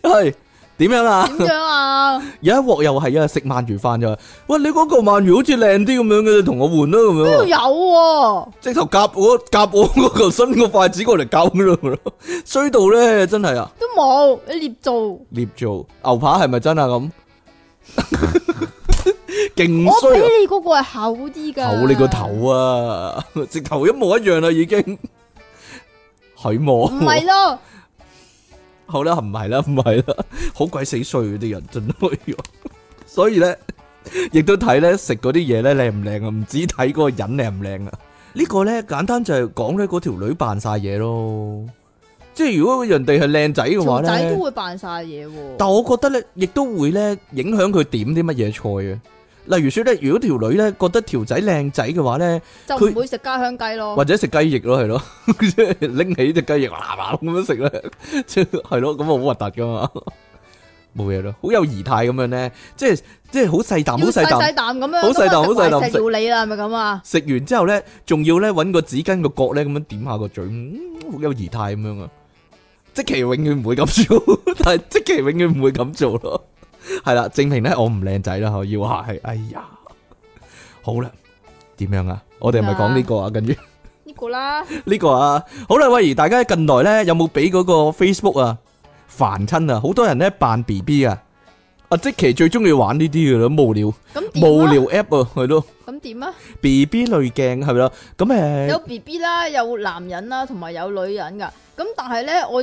Speaker 1: 係點樣啊？
Speaker 2: 點樣啊？
Speaker 1: 有一鑊又係啊，食鰻魚飯就係喂，你嗰嚿鰻魚好似靚啲咁樣嘅，同我換啦咁樣
Speaker 2: 邊
Speaker 1: 啊
Speaker 2: 度。有喎？
Speaker 1: 直頭夾我夾我嗰嚿新個筷子過嚟教佢咯，衰到咧真係啊！
Speaker 2: 都冇，你捏造。
Speaker 1: 捏造牛扒係咪真啊 咁？勁
Speaker 2: 我俾
Speaker 1: 衰啊！
Speaker 2: 你嗰個係厚啲㗎。
Speaker 1: 厚你個！頭啊！直頭一模一樣啦，已經係
Speaker 2: 唔係
Speaker 1: 冇。
Speaker 2: 咯，
Speaker 1: 好啦，唔係啦，唔係啦，好鬼死衰嗰啲人真係。所以咧，亦都睇咧食嗰啲嘢咧靚唔靚啊，唔止睇嗰個人靚唔靚啊。呢個咧簡單就係講咧嗰條女扮晒嘢咯。即係如果人哋係靚仔嘅話
Speaker 2: 條仔
Speaker 1: 咧
Speaker 2: 都。會扮晒嘢喎。
Speaker 1: 但我覺得咧，亦都會咧影響佢點啲乜嘢菜嘅。例如說咧，如果條女咧覺得條仔靚仔嘅話咧，
Speaker 2: 就
Speaker 1: 佢
Speaker 2: 唔會食家鄉雞咯
Speaker 1: 或。者食雞翼咯，係 咯，即係拎起只雞翼嗱嗱咁樣食咧，即係 係咯，咁啊好核突噶嘛，冇嘢咯，好有儀態咁樣咧，即係即係好細
Speaker 2: 要
Speaker 1: 啖，好細啖，
Speaker 2: 細啖咁樣，
Speaker 1: 好細啖
Speaker 2: 咁啊
Speaker 1: 好細啖
Speaker 2: 食
Speaker 1: 食
Speaker 2: 料理啦，係咪咁啊？
Speaker 1: 食完之後咧，仲要咧揾個紙巾個角咧咁樣點下個嘴，嗯好有儀態咁樣啊！即其永遠唔會咁做， 但係即其永遠唔會咁做咯。係啦，證明咧我唔靚仔啦，我要話係，哎呀，好啦，點樣啊？我哋係咪講呢個啊？ 跟住
Speaker 2: 呢個啦，
Speaker 1: 呢個啊，好啦，喂，而大家近來咧有冇俾嗰個 Facebook 啊煩親啊？好多人咧扮 B B 啊！啊，即其最中意玩呢啲嘅啦，無聊
Speaker 2: 咁點啊
Speaker 1: 無聊 app 啊，係咯
Speaker 2: 咁點啊？
Speaker 1: B B 濾鏡係咪咯？咁誒
Speaker 2: 有 B B 啦，有男人啦，同埋有女人噶。咁但係咧，我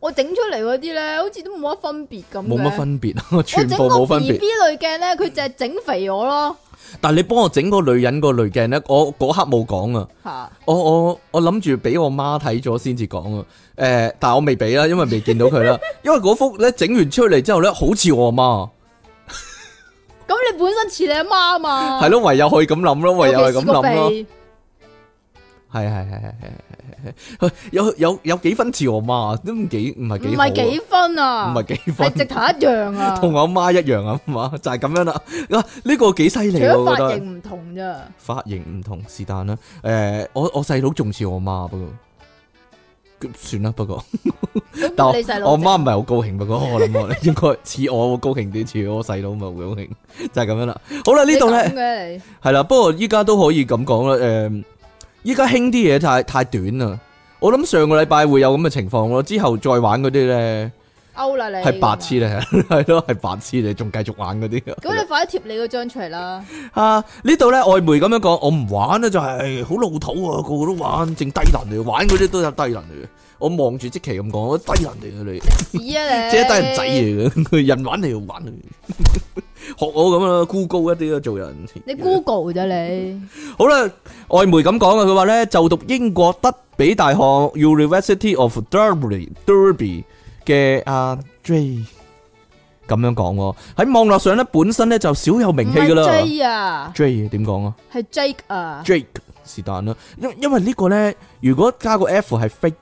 Speaker 2: 我整出嚟嗰啲咧，好似都冇乜分別咁嘅。
Speaker 1: 冇乜分別 啊，
Speaker 2: 我
Speaker 1: 全
Speaker 2: 整
Speaker 1: 部冇
Speaker 2: 個
Speaker 1: 分
Speaker 2: B
Speaker 1: 別。
Speaker 2: B 類鏡咧，佢就係整肥我咯，
Speaker 1: 但係你幫我整個女人個濾鏡咧，我嗰刻冇講啊。
Speaker 2: 吓
Speaker 1: 我我我諗住俾我媽睇咗先至講啊。誒、但係我未俾啦，因為未見到佢啦。 因為嗰幅咧整完出嚟之後咧，好似我阿媽，
Speaker 2: 咁你本身似你阿媽啊嘛，
Speaker 1: 係咯、唯有可以咁諗咯，唯有係
Speaker 2: 尤其
Speaker 1: 咁
Speaker 2: 是個
Speaker 1: 諗咯。
Speaker 2: 鼻
Speaker 1: 係係係係係係係，有有有幾分似我媽，都唔幾唔係
Speaker 2: 唔
Speaker 1: 幾好啊
Speaker 2: 係幾分啊，
Speaker 1: 唔係幾
Speaker 2: 係直
Speaker 1: 分，
Speaker 2: 頭一樣 啊，
Speaker 1: 同我阿媽一樣啊嘛，就係咁樣啦。啊，呢、個幾犀
Speaker 2: 除
Speaker 1: 利啊
Speaker 2: 咗
Speaker 1: 我覺
Speaker 2: 髮
Speaker 1: 得。
Speaker 2: 型唔同咋，
Speaker 1: 髮型唔同是但啦。誒、我我細佬仲似我媽不過，算啦，不 過。但
Speaker 2: 咁
Speaker 1: 我
Speaker 2: 你細佬
Speaker 1: 我
Speaker 2: 仔
Speaker 1: 媽唔係好高興，不過我諗我 應該似我會高興啲，似我細佬咪會高興， 就係咁樣啦。好啦，呢度
Speaker 2: 你咁
Speaker 1: 咧
Speaker 2: 嘅你
Speaker 1: 係啦，不過依家都可以咁講啦。诶、依家興啲嘢太太短啦。我諗上個禮拜會有咁嘅情況咯，之後再玩嗰啲咧
Speaker 2: 勾啦你
Speaker 1: 係白痴咧，係咯係白痴，你仲繼續玩嗰啲。
Speaker 2: 咁你快啲貼你嗰張出 嚟啦！
Speaker 1: 啊！呢度咧外媒咁樣講，我唔玩啦，就係、好老土啊，個個都玩，淨低能嚟嘅，玩嗰啲都有低能嚟嘅。我望住即期咁講，我低能嚟嘅你，
Speaker 2: 屎啊你！
Speaker 1: 即係低人仔嚟嘅，佢人玩你就玩佢， 學我咁啦，孤高一啲咯，做人。
Speaker 2: 你 Google 咋 你？
Speaker 1: 好啦，外媒咁講啊，佢話咧就讀英國德比大學 University of Derby Derby 嘅阿 J 咁樣講喎，喺網絡上咧本身咧就少有名氣噶
Speaker 2: 唔係
Speaker 1: 啦。
Speaker 2: J 啊，
Speaker 1: J 點講啊？
Speaker 2: 係 Jake 啊，
Speaker 1: Jake 是但啦，因因為呢個咧，如果加個 F 係 fake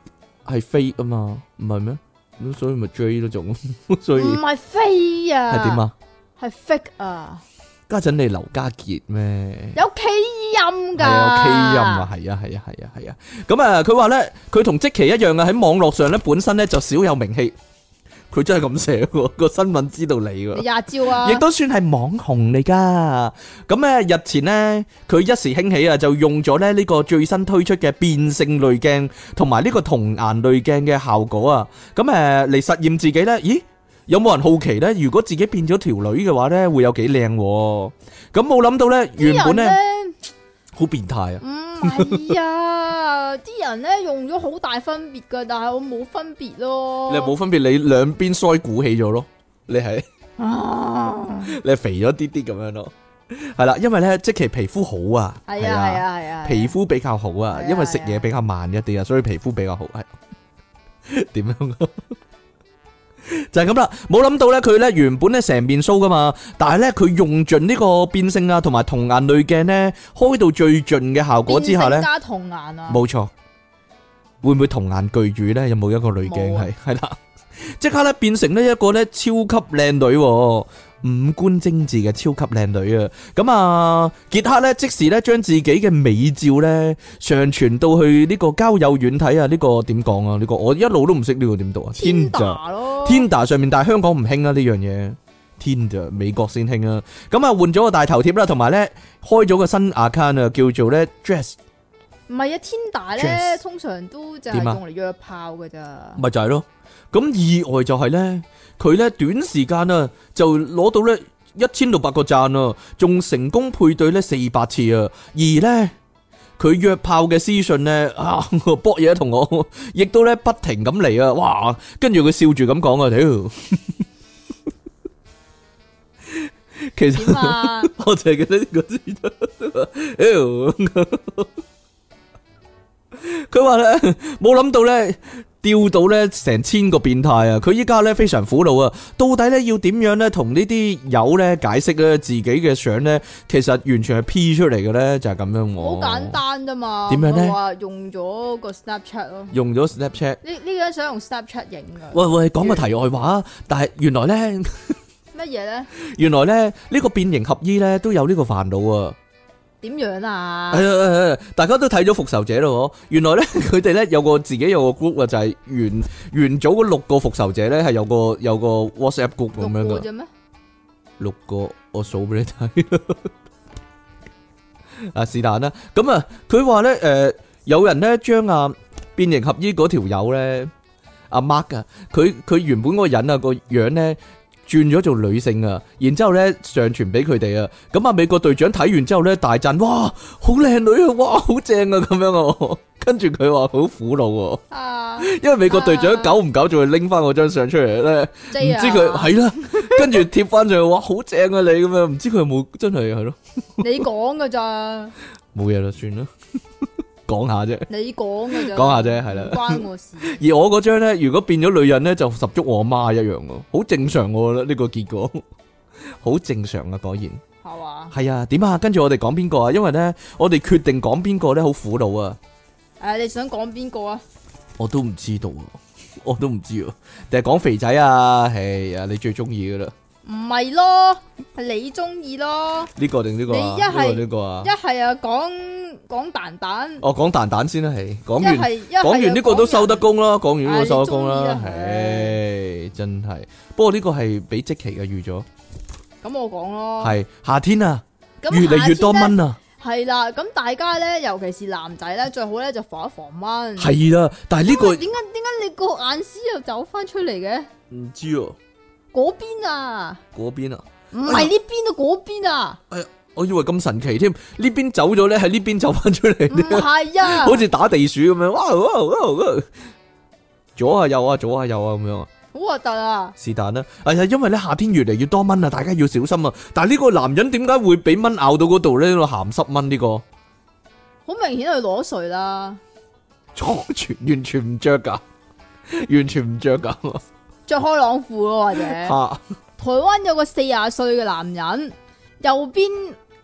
Speaker 1: 係 fake 啊嘛，唔係咩？咁所以咪 J 咯，仲 所以
Speaker 2: 唔係飛嗯啊，
Speaker 1: 係點？啊？
Speaker 2: 係 fake 啊，
Speaker 1: 家陣你劉家傑咩？
Speaker 2: 有 K E 音㗎，
Speaker 1: 係啊，K 音啊，，係啊，係啊，係啊，係啊。咁啊，佢話咧，佢同即奇一樣啊，喺網絡上咧本身咧就少有名氣，佢真係咁寫喎，個新聞知道你喎
Speaker 2: 你。廿招啊，
Speaker 1: 亦都算係網紅嚟噶。咁咧日前呢，佢一時興起啊，就用咗咧呢個最新推出嘅變性濾鏡同埋呢個童顏濾鏡嘅效果啊。咁誒嚟實驗自己呢，咦？有冇人好奇呢？如果自己變咗條女嘅話呢，會有幾靚喎？咁冇諗到呢，原
Speaker 2: 啲
Speaker 1: 本
Speaker 2: 人
Speaker 1: 呢，
Speaker 2: 咧。
Speaker 1: 好變態啊！
Speaker 2: 唔係啊，啲人咧用咗好大分別噶，但係我冇分別咯。
Speaker 1: 你冇分別，你兩邊腮鼓起咗咯，你係。
Speaker 2: 啊？
Speaker 1: 你肥咗啲啲咁樣咯，係啦，因為咧即其皮膚好啊，
Speaker 2: 係啊係啊係啊，
Speaker 1: 皮膚比較好啊
Speaker 2: 係啊，
Speaker 1: 因為食嘢比較慢一啲啊，所以皮膚比較好係 點樣啊？ 就係咁啦，冇諗到咧，佢咧原本咧成面須噶嘛，但係咧佢用盡呢個變性啊，同埋童顏濾鏡咧開到最盡嘅效果之下
Speaker 2: 變
Speaker 1: 咧
Speaker 2: 性，加童顏啊，
Speaker 1: 冇錯，會唔會童顏巨乳咧？有冇一個濾鏡
Speaker 2: 冇啊
Speaker 1: 係係啦？即刻咧變成呢一個咧超級靚女喎、五官精緻嘅超級靚女啊！咁啊，傑克咧即時咧將自己嘅美照咧上傳到去呢個交友軟體啊！呢、個點講啊？呢、個我一路都唔識呢個點讀啊 Tinder
Speaker 2: 達咯，
Speaker 1: Tinder 上面，但係香港唔興啊呢樣嘢。Tinder 美國先興啊，咁啊換咗個大頭貼啦，同埋咧開咗個新 account 啊，叫做咧 Dress
Speaker 2: 唔係啊天達
Speaker 1: Dress
Speaker 2: 咧，通常都就係
Speaker 1: 點啊
Speaker 2: 用嚟約炮 噶咋。
Speaker 1: 咪就係咯。咁意外就係咧，佢咧短時間啊就攞到咧一千六百個讚啊，仲成功配對咧四百次啊，而咧。佢約炮嘅私信咧， 啊，搏嘢同我，亦都咧不停咁嚟啊！哇，跟住佢笑住咁講啊，屌， 其實
Speaker 2: 點啊？
Speaker 1: 我就係記得呢個字 啫。佢話咧，冇諗到咧，釣到咧成千個變態啊！佢依家咧非常苦惱啊！到底咧要點樣咧同呢啲友咧解釋咧自己嘅相咧，其實完全係 P 出嚟嘅咧，就係、咁樣喎。
Speaker 2: 好簡，單啫嘛。
Speaker 1: 點樣呢
Speaker 2: 我話用咗個 Snapchat 咯，
Speaker 1: 用咗 Snapchat。
Speaker 2: 呢呢張相用 Snapchat 影噶。
Speaker 1: 喂喂，講個題外話啊，但係原來咧，
Speaker 2: 乜嘢咧？
Speaker 1: 原來咧呢、呢個變形合衣咧都有呢個煩惱啊！
Speaker 2: 點樣啊？
Speaker 1: 係啊係啊係啊大家都睇咗復仇者咯，原來咧 佢哋咧有個自己有個 group 啊，就係元元祖嗰六個復仇者咧係有個有個 WhatsApp group 咁樣
Speaker 2: 用過
Speaker 1: 噶，
Speaker 2: 啫咩？
Speaker 1: 六個我數俾你睇。 啊是但啦，咁啊佢話咧誒有人咧將啊變形合衣嗰條友咧阿 Mark 啊，佢佢原本嗰個人啊個樣咧。轉咗做女性啊，然之後咧上傳俾佢哋啊，咁啊美國隊長睇完之後咧大讚，哇，好靚女啊，哇，好正啊，咁樣啊， 跟住佢話好苦惱
Speaker 2: 啊
Speaker 1: 喎，因為美國隊長
Speaker 2: 啊
Speaker 1: 久唔久就會拎翻嗰張相出嚟咧， 唔
Speaker 2: ，J 啊，
Speaker 1: 知佢係啦，跟住貼翻上去，哇，好正啊你咁樣，唔知佢有冇真係係咯，
Speaker 2: 你講噶咋？
Speaker 1: 冇嘢啦，算啦， 講下啫，
Speaker 2: 你講噶咋？
Speaker 1: 講下啫，係啦。
Speaker 2: 關我 事。
Speaker 1: 而我嗰張咧，如果變咗女人咧，就十足我媽一樣喎，好正常我覺得呢個結果， 好正常啊，果然。
Speaker 2: 係嘛？
Speaker 1: 系啊，点啊？跟住我哋講邊個啊？因為呢，我哋決定講邊個呢，好苦惱啊！
Speaker 2: 誒、你想講邊個啊？
Speaker 1: 我都唔知道啊，我都唔知啊。定係講肥仔啊？唉呀，你最中意噶啦，
Speaker 2: 唔唔係咯，係你中意咯，
Speaker 1: 呢個定呢個啊？
Speaker 2: 你一係
Speaker 1: 呢個呢個啊
Speaker 2: 一？係啊講講蛋蛋，
Speaker 1: 哦，講蛋蛋先啦，係講
Speaker 2: 一
Speaker 1: 完。
Speaker 2: 係一係
Speaker 1: 講完呢個都收得工啦，講完呢個收得工啦，
Speaker 2: 唉
Speaker 1: 唉，真係。不過呢個係俾即期嘅預咗，
Speaker 2: 講，咁我講咯，
Speaker 1: 係夏天啊，
Speaker 2: 咁
Speaker 1: 越嚟越多
Speaker 2: 夏天呢
Speaker 1: 蚊啊，
Speaker 2: 係啦，咁大家咧，尤其是男仔咧，最好咧就防一防蚊。
Speaker 1: 係啦。但係呢
Speaker 2: 喂
Speaker 1: 個
Speaker 2: 點解點解你個眼屎又走翻出嚟嘅？
Speaker 1: 唔知哦，
Speaker 2: 嗰邊啊，
Speaker 1: 嗰邊啊，
Speaker 2: 唔係呢邊啊，嗰 邊啊，
Speaker 1: 我以為咁神奇添，呢邊走咗咧，喺呢邊走翻出
Speaker 2: 唔
Speaker 1: 嚟，
Speaker 2: 係啊，
Speaker 1: 好似打地鼠咁樣，哇哇哇哇，左下右啊，左下右啊咁樣啊。
Speaker 2: 好核突啊！
Speaker 1: 是但啦，哎呀，因為咧夏天越嚟越多蚊啊，大家要小心啊！但係呢個男人點解會俾蚊咬到嗰度咧？呢個鹹濕蚊呢、個，
Speaker 2: 好明顯係裸睡啦，
Speaker 1: 完全 完全唔着噶，完全唔着啊噶，
Speaker 2: 着開朗褲咯，或者台
Speaker 1: 吓
Speaker 2: 灣有個四廿歲嘅男人，右邊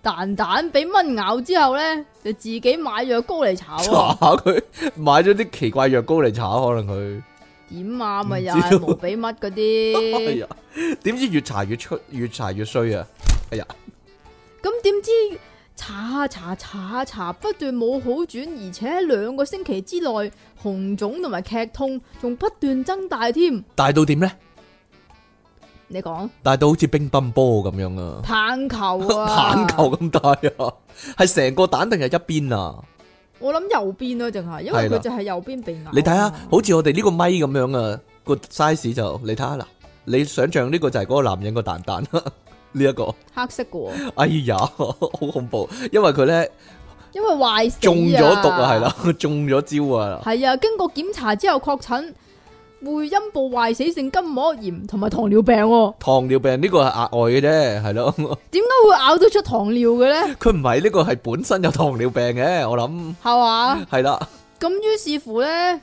Speaker 2: 蛋蛋俾蚊咬之後咧，就自己買藥膏嚟 搽
Speaker 1: 查
Speaker 2: 喎。
Speaker 1: 下佢，買咗啲奇怪藥膏嚟搽，可能
Speaker 2: 點啊？咪
Speaker 1: 唔
Speaker 2: 又
Speaker 1: 知
Speaker 2: 係
Speaker 1: 道
Speaker 2: 無比乜嗰
Speaker 1: 佢， 哎
Speaker 2: 啲。
Speaker 1: 呀，點知越搽越出，越搽越衰啊！
Speaker 2: 咁點知查下查查下查，不斷冇好轉，而且喺兩個星期之內，紅腫同埋劇痛仲不斷增大添。
Speaker 1: 大到點咧？
Speaker 2: 你講
Speaker 1: 大到好似乒乓波咁樣啊！
Speaker 2: 棒球啊，
Speaker 1: 棒球，咁大啊！係成個蛋定係一邊啊？
Speaker 2: 我諗右邊咯，淨係，因為
Speaker 1: 係啦
Speaker 2: 佢就係右邊被咬。啊
Speaker 1: 你睇下，好似我哋呢個咪咁樣啊，個 size 就你睇下嗱，你想象呢個就係嗰個男人個蛋蛋啊呢一個，
Speaker 2: 黑色嘅喎，
Speaker 1: 哎呀，好恐怖，因為佢咧
Speaker 2: 因為壞死啊
Speaker 1: 中咗毒啊，係，啦， 中咗招啊，
Speaker 2: 係啊，經過檢查之後確診會陰部壞死性筋膜炎同埋糖尿病喎、
Speaker 1: 糖尿病呢個係額外嘅啫，係咯，
Speaker 2: 點解會咬到出糖尿嘅咧？
Speaker 1: 佢唔係呢個係本身有糖尿病嘅，我諗
Speaker 2: 係嘛？
Speaker 1: 係啦，
Speaker 2: 咁於是乎咧，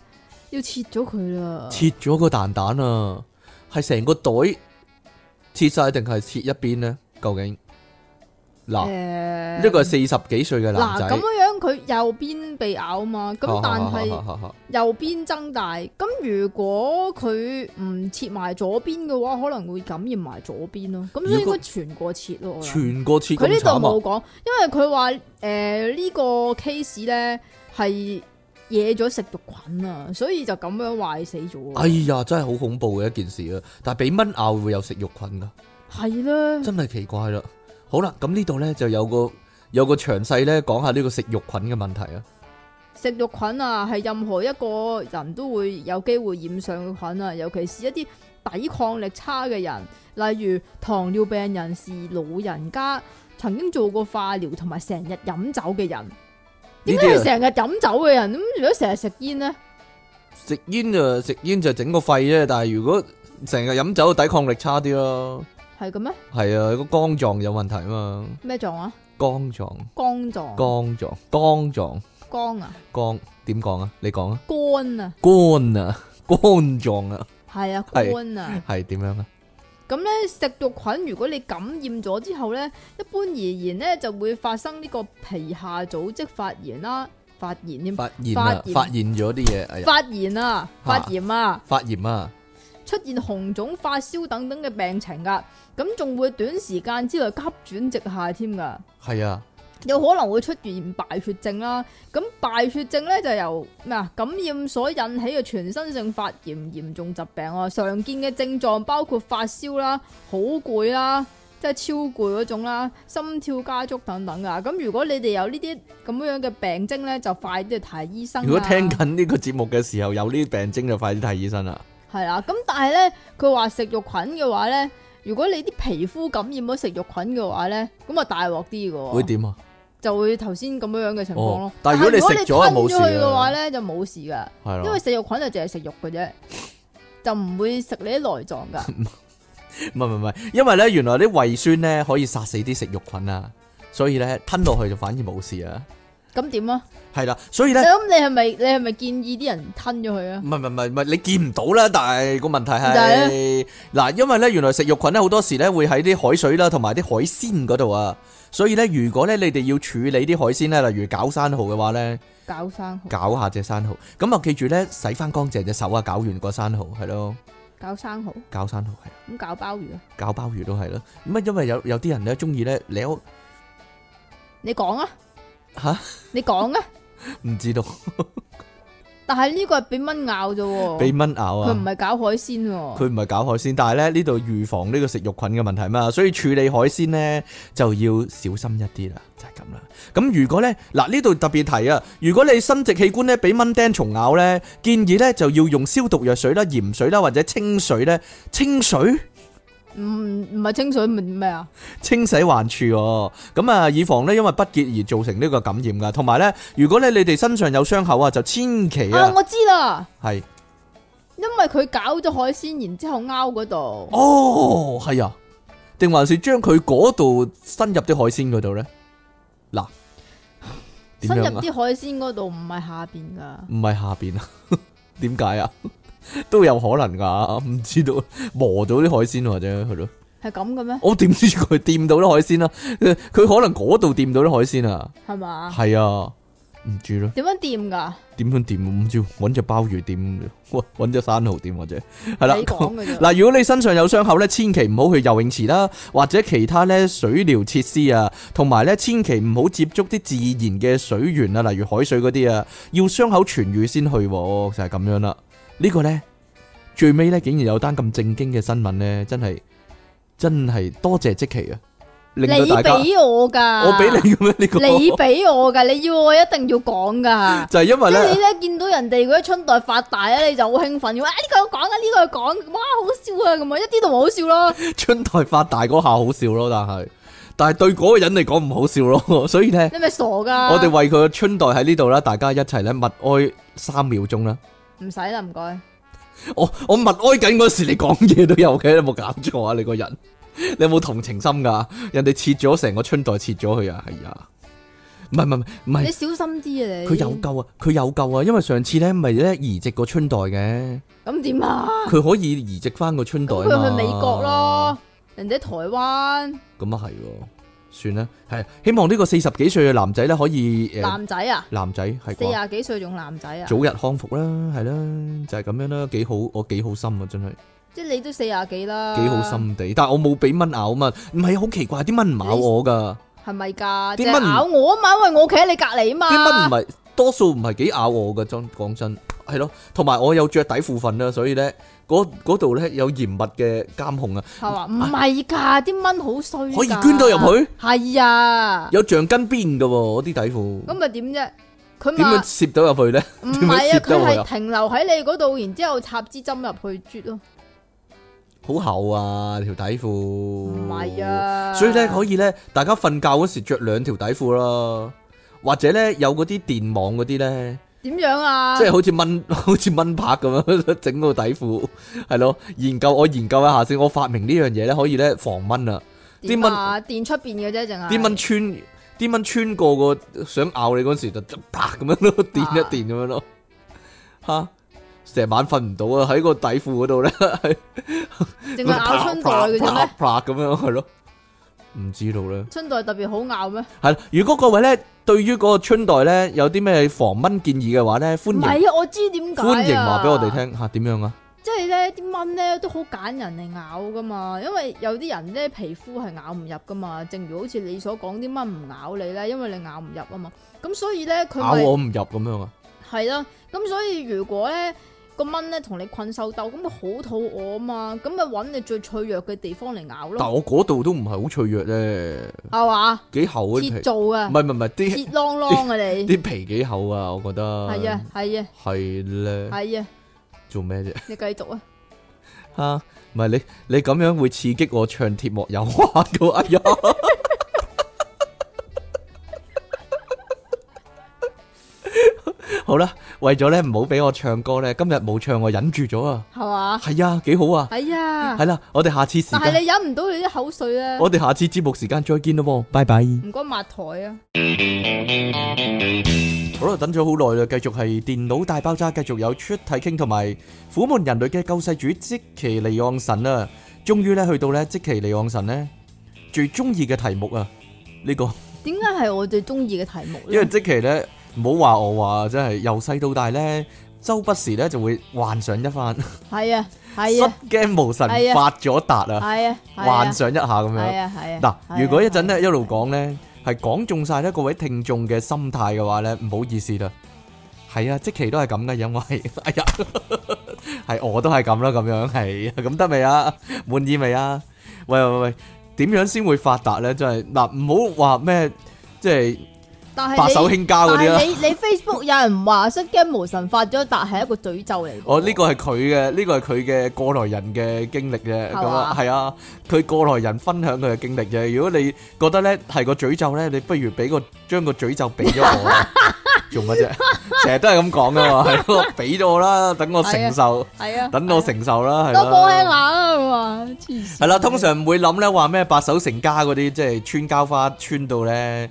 Speaker 2: 要切咗佢啦。
Speaker 1: 切咗個蛋蛋啊，係成個袋切晒定係切一邊呢？究竟嗱，
Speaker 2: 誒
Speaker 1: 啊呢個係四十幾歲嘅男
Speaker 2: 嗱
Speaker 1: 仔哦
Speaker 2: 咁。樣樣，佢右邊被咬嘛，咁但係右邊增大，咁如果佢唔切埋左邊嘅話，可能會感染埋左邊咯，咁所以
Speaker 1: 如
Speaker 2: 應
Speaker 1: 果
Speaker 2: 該全過切咯。我諗
Speaker 1: 全個切
Speaker 2: 佢呢
Speaker 1: 咁
Speaker 2: 度
Speaker 1: 慘
Speaker 2: 冇
Speaker 1: 啊！
Speaker 2: 講，因為佢話誒呢個 case 咧係惹咗食毒菌啊，所以就咁樣壞死咗
Speaker 1: 哎
Speaker 2: 啊。
Speaker 1: 呀，真係好恐怖嘅一件事啊！但係俾蚊咬會有食肉菌噶，
Speaker 2: 係啦，
Speaker 1: 真係奇怪啦。好啦，咁呢度咧就有個有個詳細咧講下呢個食肉菌嘅問題啊。
Speaker 2: 食肉菌啊，係任何一個人都會有機會染上嘅菌啊，尤其是一啲抵抗力差嘅人，例如糖尿病人士、老人家、曾經做過化療同埋成日飲酒嘅人。
Speaker 1: 呢
Speaker 2: 點解係
Speaker 1: 啲啊
Speaker 2: 成日飲酒嘅人？咁如果成日食煙呢？
Speaker 1: 食煙啊，食煙就整個肺啫，但係如果成日飲酒，抵抗力差啲咯。
Speaker 2: 係嘅咩？
Speaker 1: 係啊，個肝臟有問題啊嘛，
Speaker 2: 咩狀啊？
Speaker 1: 肝臟、
Speaker 2: 肝臟、
Speaker 1: 肝臟、肝臟、
Speaker 2: 肝啊、
Speaker 1: 肝點講啊？你講啊，
Speaker 2: 肝啊，
Speaker 1: 肝啊，肝臟啊，
Speaker 2: 係啊，
Speaker 1: 係
Speaker 2: 肝啊。
Speaker 1: 係點樣啊？
Speaker 2: 咁咧食肉菌，如果你感染咗之後咧，一般而言咧就會發生呢個皮下組織發炎啦，發炎添，
Speaker 1: 發炎啊
Speaker 2: 發，炎
Speaker 1: 發現咗啲嘢，哎呀，
Speaker 2: 發炎啊，發炎啊，
Speaker 1: 發炎啊！
Speaker 2: 出現紅腫、發燒等等嘅病情噶，咁仲會短時間之內急轉直下添噶，
Speaker 1: 系啊，
Speaker 2: 有可能會出現敗血症啦。咁敗血症咧就由咩啊感染所引起嘅全身性發炎嚴重疾病啊，常見嘅症狀包括發燒啦、好攰啦。即係超攰嗰種啦，心跳加速等等噶。咁如果你哋有呢啲咁樣嘅病徵咧，就快啲去睇醫生啦。啊
Speaker 1: 如果聽緊呢個節目嘅時候有呢啲病徵，就快啲睇醫生啦。
Speaker 2: 系啦，咁但系咧，佢話食肉菌嘅話咧，如果你啲皮膚感染咗食肉菌嘅話咧，咁啊大鑊啲嘅喎，
Speaker 1: 會點啊？
Speaker 2: 就會頭先咁樣樣嘅情況咯。
Speaker 1: 哦但係如果你
Speaker 2: 係
Speaker 1: 食咗就冇事
Speaker 2: 吞咗
Speaker 1: 啦
Speaker 2: 佢嘅話咧，就冇事噶，
Speaker 1: 係
Speaker 2: 因
Speaker 1: 咯
Speaker 2: 為，食肉菌就淨係食肉嘅啫，就唔會食你啲 內臟噶。
Speaker 1: 唔係唔係唔係，因為咧原來啲胃酸咧可以殺死啲食肉菌啊，所以咧吞落去就反而冇事啊。
Speaker 2: 咁點啊？
Speaker 1: 係啦，所以咧
Speaker 2: 咁你係咪你係咪建議啲人吞咗佢啊
Speaker 1: 唔？係唔係唔係唔係，你見唔到啦。但係個問題
Speaker 2: 就係
Speaker 1: 係嗱，因為咧原來食肉菌咧好多時咧會喺啲海水啦同埋啲海鮮嗰度啊，所以咧如果咧你哋要處理啲海鮮咧，例如搞生蠔嘅話咧。
Speaker 2: 搞生蠔，
Speaker 1: 搞下隻生蠔，咁啊記住咧洗翻乾淨隻手啊，搞完個生蠔係咯，
Speaker 2: 搞生蚝，
Speaker 1: 搞生蚝係，
Speaker 2: 咁搞鲍鱼啊？
Speaker 1: 搞鮑魚都係啦。咁啊，因為有有啲人咧中意咧撩
Speaker 2: 你讲啊，
Speaker 1: 吓，
Speaker 2: 你讲啊！
Speaker 1: 唔知道
Speaker 2: 但系呢个系俾蚊咬啫喎，
Speaker 1: 俾蚊咬
Speaker 2: 佢唔
Speaker 1: 啊。
Speaker 2: 系搞海鲜喎。
Speaker 1: 佢唔係搞海鮮，但係咧呢度預防呢個食肉菌嘅問題嘛，所以處理海鮮呢就要小心一啲啦，就係咁啦。咁如果呢，嗱呢度特別提啊，如果你生殖器官呢俾蚊叮蟲咬呢，建議呢就要用消毒藥水啦、鹽水啦或者清水呢。清水。
Speaker 2: 唔唔系清水咪咩啊？
Speaker 1: 清洗患處喎，咁啊，以防咧因為不潔而造成呢個感染噶。同埋咧，如果咧你哋身上有傷口啊，就千祈
Speaker 2: 啊
Speaker 1: 啊，，
Speaker 2: 我知啦，
Speaker 1: 係
Speaker 2: 因为佢搞咗海鲜，然之后拗嗰度，
Speaker 1: 哦，係啊，定還是將佢嗰度伸入啲海鮮嗰度咧？ 嗱，點
Speaker 2: 伸入
Speaker 1: 樣啊？
Speaker 2: 啲海鲜嗰度唔系下边噶，
Speaker 1: 唔係下邊啊？點解啊？ 都有可能㗎，唔知道磨到啲海鮮或者係咯。
Speaker 2: 系咁嘅咩？
Speaker 1: 我點知佢掂到啲海鮮啊？ 佢佢可能嗰度掂到啲海鮮啊？
Speaker 2: 系嘛？
Speaker 1: 係啊，唔知啦。
Speaker 2: 点样掂噶？
Speaker 1: 點樣掂唔知，揾只鮑魚掂，揾揾只生蠔掂或者係啦
Speaker 2: 你。讲嘅 啫。
Speaker 1: 嗱，如果你身上有傷口咧，千祈唔好去游泳池啦，或者其他咧水療設施啊，同埋咧千祈唔好接觸啲自然嘅水源啊，例如海水嗰啲啊，要傷口痊愈先去喎，就係、咁樣啦。呢、個呢，最尾呢，竟然有單咁正經嘅新聞呢，真係真係多謝即奇啊，令
Speaker 2: 你
Speaker 1: 到大家
Speaker 2: 俾我噶，
Speaker 1: 我俾你嘅咩呢個？。
Speaker 2: 你俾我噶，你要我一定要講噶
Speaker 1: 就係因為
Speaker 2: 即
Speaker 1: 呢。
Speaker 2: 係你咧見到人哋嗰啲春代發大咧，你就好興奮嘅，哇！呢、個個講啊，呢、個個講，哇！好笑啊，咁啊，一啲都唔好笑咯。
Speaker 1: 春台發大嗰下好笑咯，但係但係對嗰個人嚟講唔好笑咯，所以咧，
Speaker 2: 你咪傻噶。
Speaker 1: 我哋為佢嘅春代喺呢度啦，大家一齊咧默哀三秒鐘啦。
Speaker 2: 唔使啦，唔該。
Speaker 1: 我我默哀緊嗰時，你講嘢都有嘅，你有冇搞錯啊？你個人，你有冇同情心㗎？人哋切咗成個春代切咗佢啊，係啊，唔係唔係唔
Speaker 2: 你
Speaker 1: 係，
Speaker 2: 小心啲啊，你。
Speaker 1: 佢有救啊，佢有救啊，因為上次咧咪咧移植個春代嘅，
Speaker 2: 咁點啊？
Speaker 1: 佢可以移植翻個春代
Speaker 2: 咁
Speaker 1: 啊嘛
Speaker 2: 佢去美國咯，人哋喺台灣
Speaker 1: 咁啊係喎，算啦，係希望呢個四十幾歲嘅男仔咧可以誒、
Speaker 2: 男仔啊，
Speaker 1: 男仔係
Speaker 2: 四
Speaker 1: 啩
Speaker 2: 廿幾歲仲男仔啊，
Speaker 1: 早日康復啦，係啦，就係、咁樣啦，幾好，我幾好心啊，真係
Speaker 2: 即係你都四廿幾啦。
Speaker 1: 幾好，心地，但係我冇俾蚊咬啊嘛，唔係好奇怪，啲蚊唔咬我㗎，
Speaker 2: 係咪㗎？
Speaker 1: 啲
Speaker 2: 淨
Speaker 1: 蚊唔
Speaker 2: 係咬我啊嘛，因為我企喺你隔離啊嘛。
Speaker 1: 啲蚊唔係多數唔係幾咬我㗎，真講真係咯，同埋我有着底褲瞓啦，所以咧嗰嗰度咧有嚴密嘅監控啊，
Speaker 2: 系嘛？唔係㗎，啲蚊好衰㗎。
Speaker 1: 可以捐到入去
Speaker 2: 係啊，
Speaker 1: 有橡筋邊㗎喎，我啲底褲
Speaker 2: 咁咪啊點啫？佢
Speaker 1: 點樣
Speaker 2: 咪
Speaker 1: 攝到入去咧？
Speaker 2: 唔
Speaker 1: 點
Speaker 2: 係
Speaker 1: 樣
Speaker 2: 啊？
Speaker 1: 攝得
Speaker 2: 佢
Speaker 1: 我入
Speaker 2: 係停留喺你嗰度，然之后插支針入去啜咯。
Speaker 1: 好厚啊條底褲，唔
Speaker 2: 唔係，啊，
Speaker 1: 所以咧可以咧，大家瞓覺嗰時着兩條底褲啦，或者咧有嗰啲電網嗰啲咧，
Speaker 2: 點樣啊？
Speaker 1: 即係好似蚊 好似蚊拍咁樣 整個底褲，係咯。研究我研究一下先，我發明呢樣嘢咧可以咧防蚊啊！
Speaker 2: 點
Speaker 1: 啲蚊
Speaker 2: 啊電出邊嘅啫，淨係
Speaker 1: 啲蚊穿啲蚊穿過個想咬你嗰時就啪咁樣
Speaker 2: 啊
Speaker 1: 咯，電一電咁樣咯，吓！成晚瞓唔到啊！喺個底褲嗰度咧，係
Speaker 2: 淨係咬春袋嘅 啫
Speaker 1: 啪
Speaker 2: 咩？
Speaker 1: 啪咁樣係咯，唔知道咧。
Speaker 2: 春袋特別好咬咩？
Speaker 1: 系啦，如果各位咧對於嗰個春代咧有啲咩防蚊建議嘅話咧，歡
Speaker 2: 唔
Speaker 1: 迎
Speaker 2: 係啊，我知點解啊
Speaker 1: 歡迎話俾我哋。聽吓點樣啊？
Speaker 2: 即係咧，啲蚊咧都好揀人嚟咬噶嘛，因為有啲人咧皮膚係咬唔入噶嘛。正如好似你所講，啲蚊唔咬你咧，因為你咬唔入啊嘛。咁所以咧，佢
Speaker 1: 咬
Speaker 2: 咪
Speaker 1: 我唔入咁樣啊？
Speaker 2: 係啦，咁所以如果咧個蚊咧同你困獸鬥，咁佢好肚餓啊嘛，咁咪揾你最脆弱嘅地方嚟咬
Speaker 1: 但
Speaker 2: 咯，
Speaker 1: 我嗰度都唔係好脆弱咧，
Speaker 2: 係嘛？
Speaker 1: 幾厚嗰啲
Speaker 2: 鐵
Speaker 1: 皮，
Speaker 2: 做啊
Speaker 1: 唔，係唔係唔係啲
Speaker 2: 鐵啷啷啊 你，
Speaker 1: 啲皮幾厚啊？我覺得
Speaker 2: 係啊， 係啊
Speaker 1: 係咧，
Speaker 2: 係啊，
Speaker 1: 做咩啫？
Speaker 2: 你繼續啊，
Speaker 1: 吓，唔係你你咁樣會刺激我唱鐵幕有話噶，哎呀！ 好啦，為咗咧唔好俾我唱歌咧，今日冇唱我忍住咗啊！
Speaker 2: 係嘛？
Speaker 1: 係啊，幾好啊！
Speaker 2: 係啊
Speaker 1: 係，啦，我哋下次時
Speaker 2: 但係
Speaker 1: 間，
Speaker 2: 你忍唔到你啲口水咧，
Speaker 1: 我哋下次節目時間再見咯喎，拜拜。
Speaker 2: 唔該抹台啊。
Speaker 1: 好啦，等咗好耐啦，繼續係電腦大爆炸，繼續有出體傾同埋苦悶人類嘅救世主即其利昂神啊！終於咧去到咧即其利昂神咧最中意嘅題目啊！呢、 個
Speaker 2: 點解係我最中意嘅題目
Speaker 1: 因為
Speaker 2: 咧？
Speaker 1: 即其咧唔好話我話，真係由細到大咧周不時咧就會幻想一番，
Speaker 2: 系啊，系
Speaker 1: 失
Speaker 2: 啊，
Speaker 1: 驚無神
Speaker 2: 係啊
Speaker 1: 發咗達啊，
Speaker 2: 系啊，
Speaker 1: 幻想一下咁
Speaker 2: 系
Speaker 1: 樣。
Speaker 2: 啊，系啊。
Speaker 1: 嗱，
Speaker 2: 係啊
Speaker 1: 如果一陣
Speaker 2: 係啊
Speaker 1: 咧一路講咧，係講中晒咧各位聽眾嘅心態嘅話咧，唔好意思啦。係啊，即期都係咁嘅，因為 哎呀，係我都係咁啦，咁樣係咁得未啊？滿意未啊？喂喂喂，點樣先會發達咧？真係嗱，唔好話咩，即係
Speaker 2: 但係
Speaker 1: 白手
Speaker 2: 你
Speaker 1: 興家嗰
Speaker 2: 但
Speaker 1: 啲啦
Speaker 2: 係。你你 Facebook 有人話失驚無神發咗達係一個詛咒嚟㗎喎。
Speaker 1: 我哦呢個係佢嘅，呢個係佢嘅過來人嘅經歷啫。
Speaker 2: 係
Speaker 1: 咁啊，
Speaker 2: 嘛
Speaker 1: 係啊，佢過來人分享佢嘅經歷啫。如果你覺得咧係個詛咒咧，你不如俾個將個詛咒俾咗 我啊，做乜啫？成日都係咁講噶嘛，係咯，俾咗我啦，等我承受，
Speaker 2: 係啊，
Speaker 1: 等我
Speaker 2: 係啊
Speaker 1: 承受啦，係
Speaker 2: 多波
Speaker 1: 啦。
Speaker 2: 輕啦，佢話黐線。
Speaker 1: 係啦，通常唔會諗咧話咩白手成家嗰啲，即係穿膠花穿到咧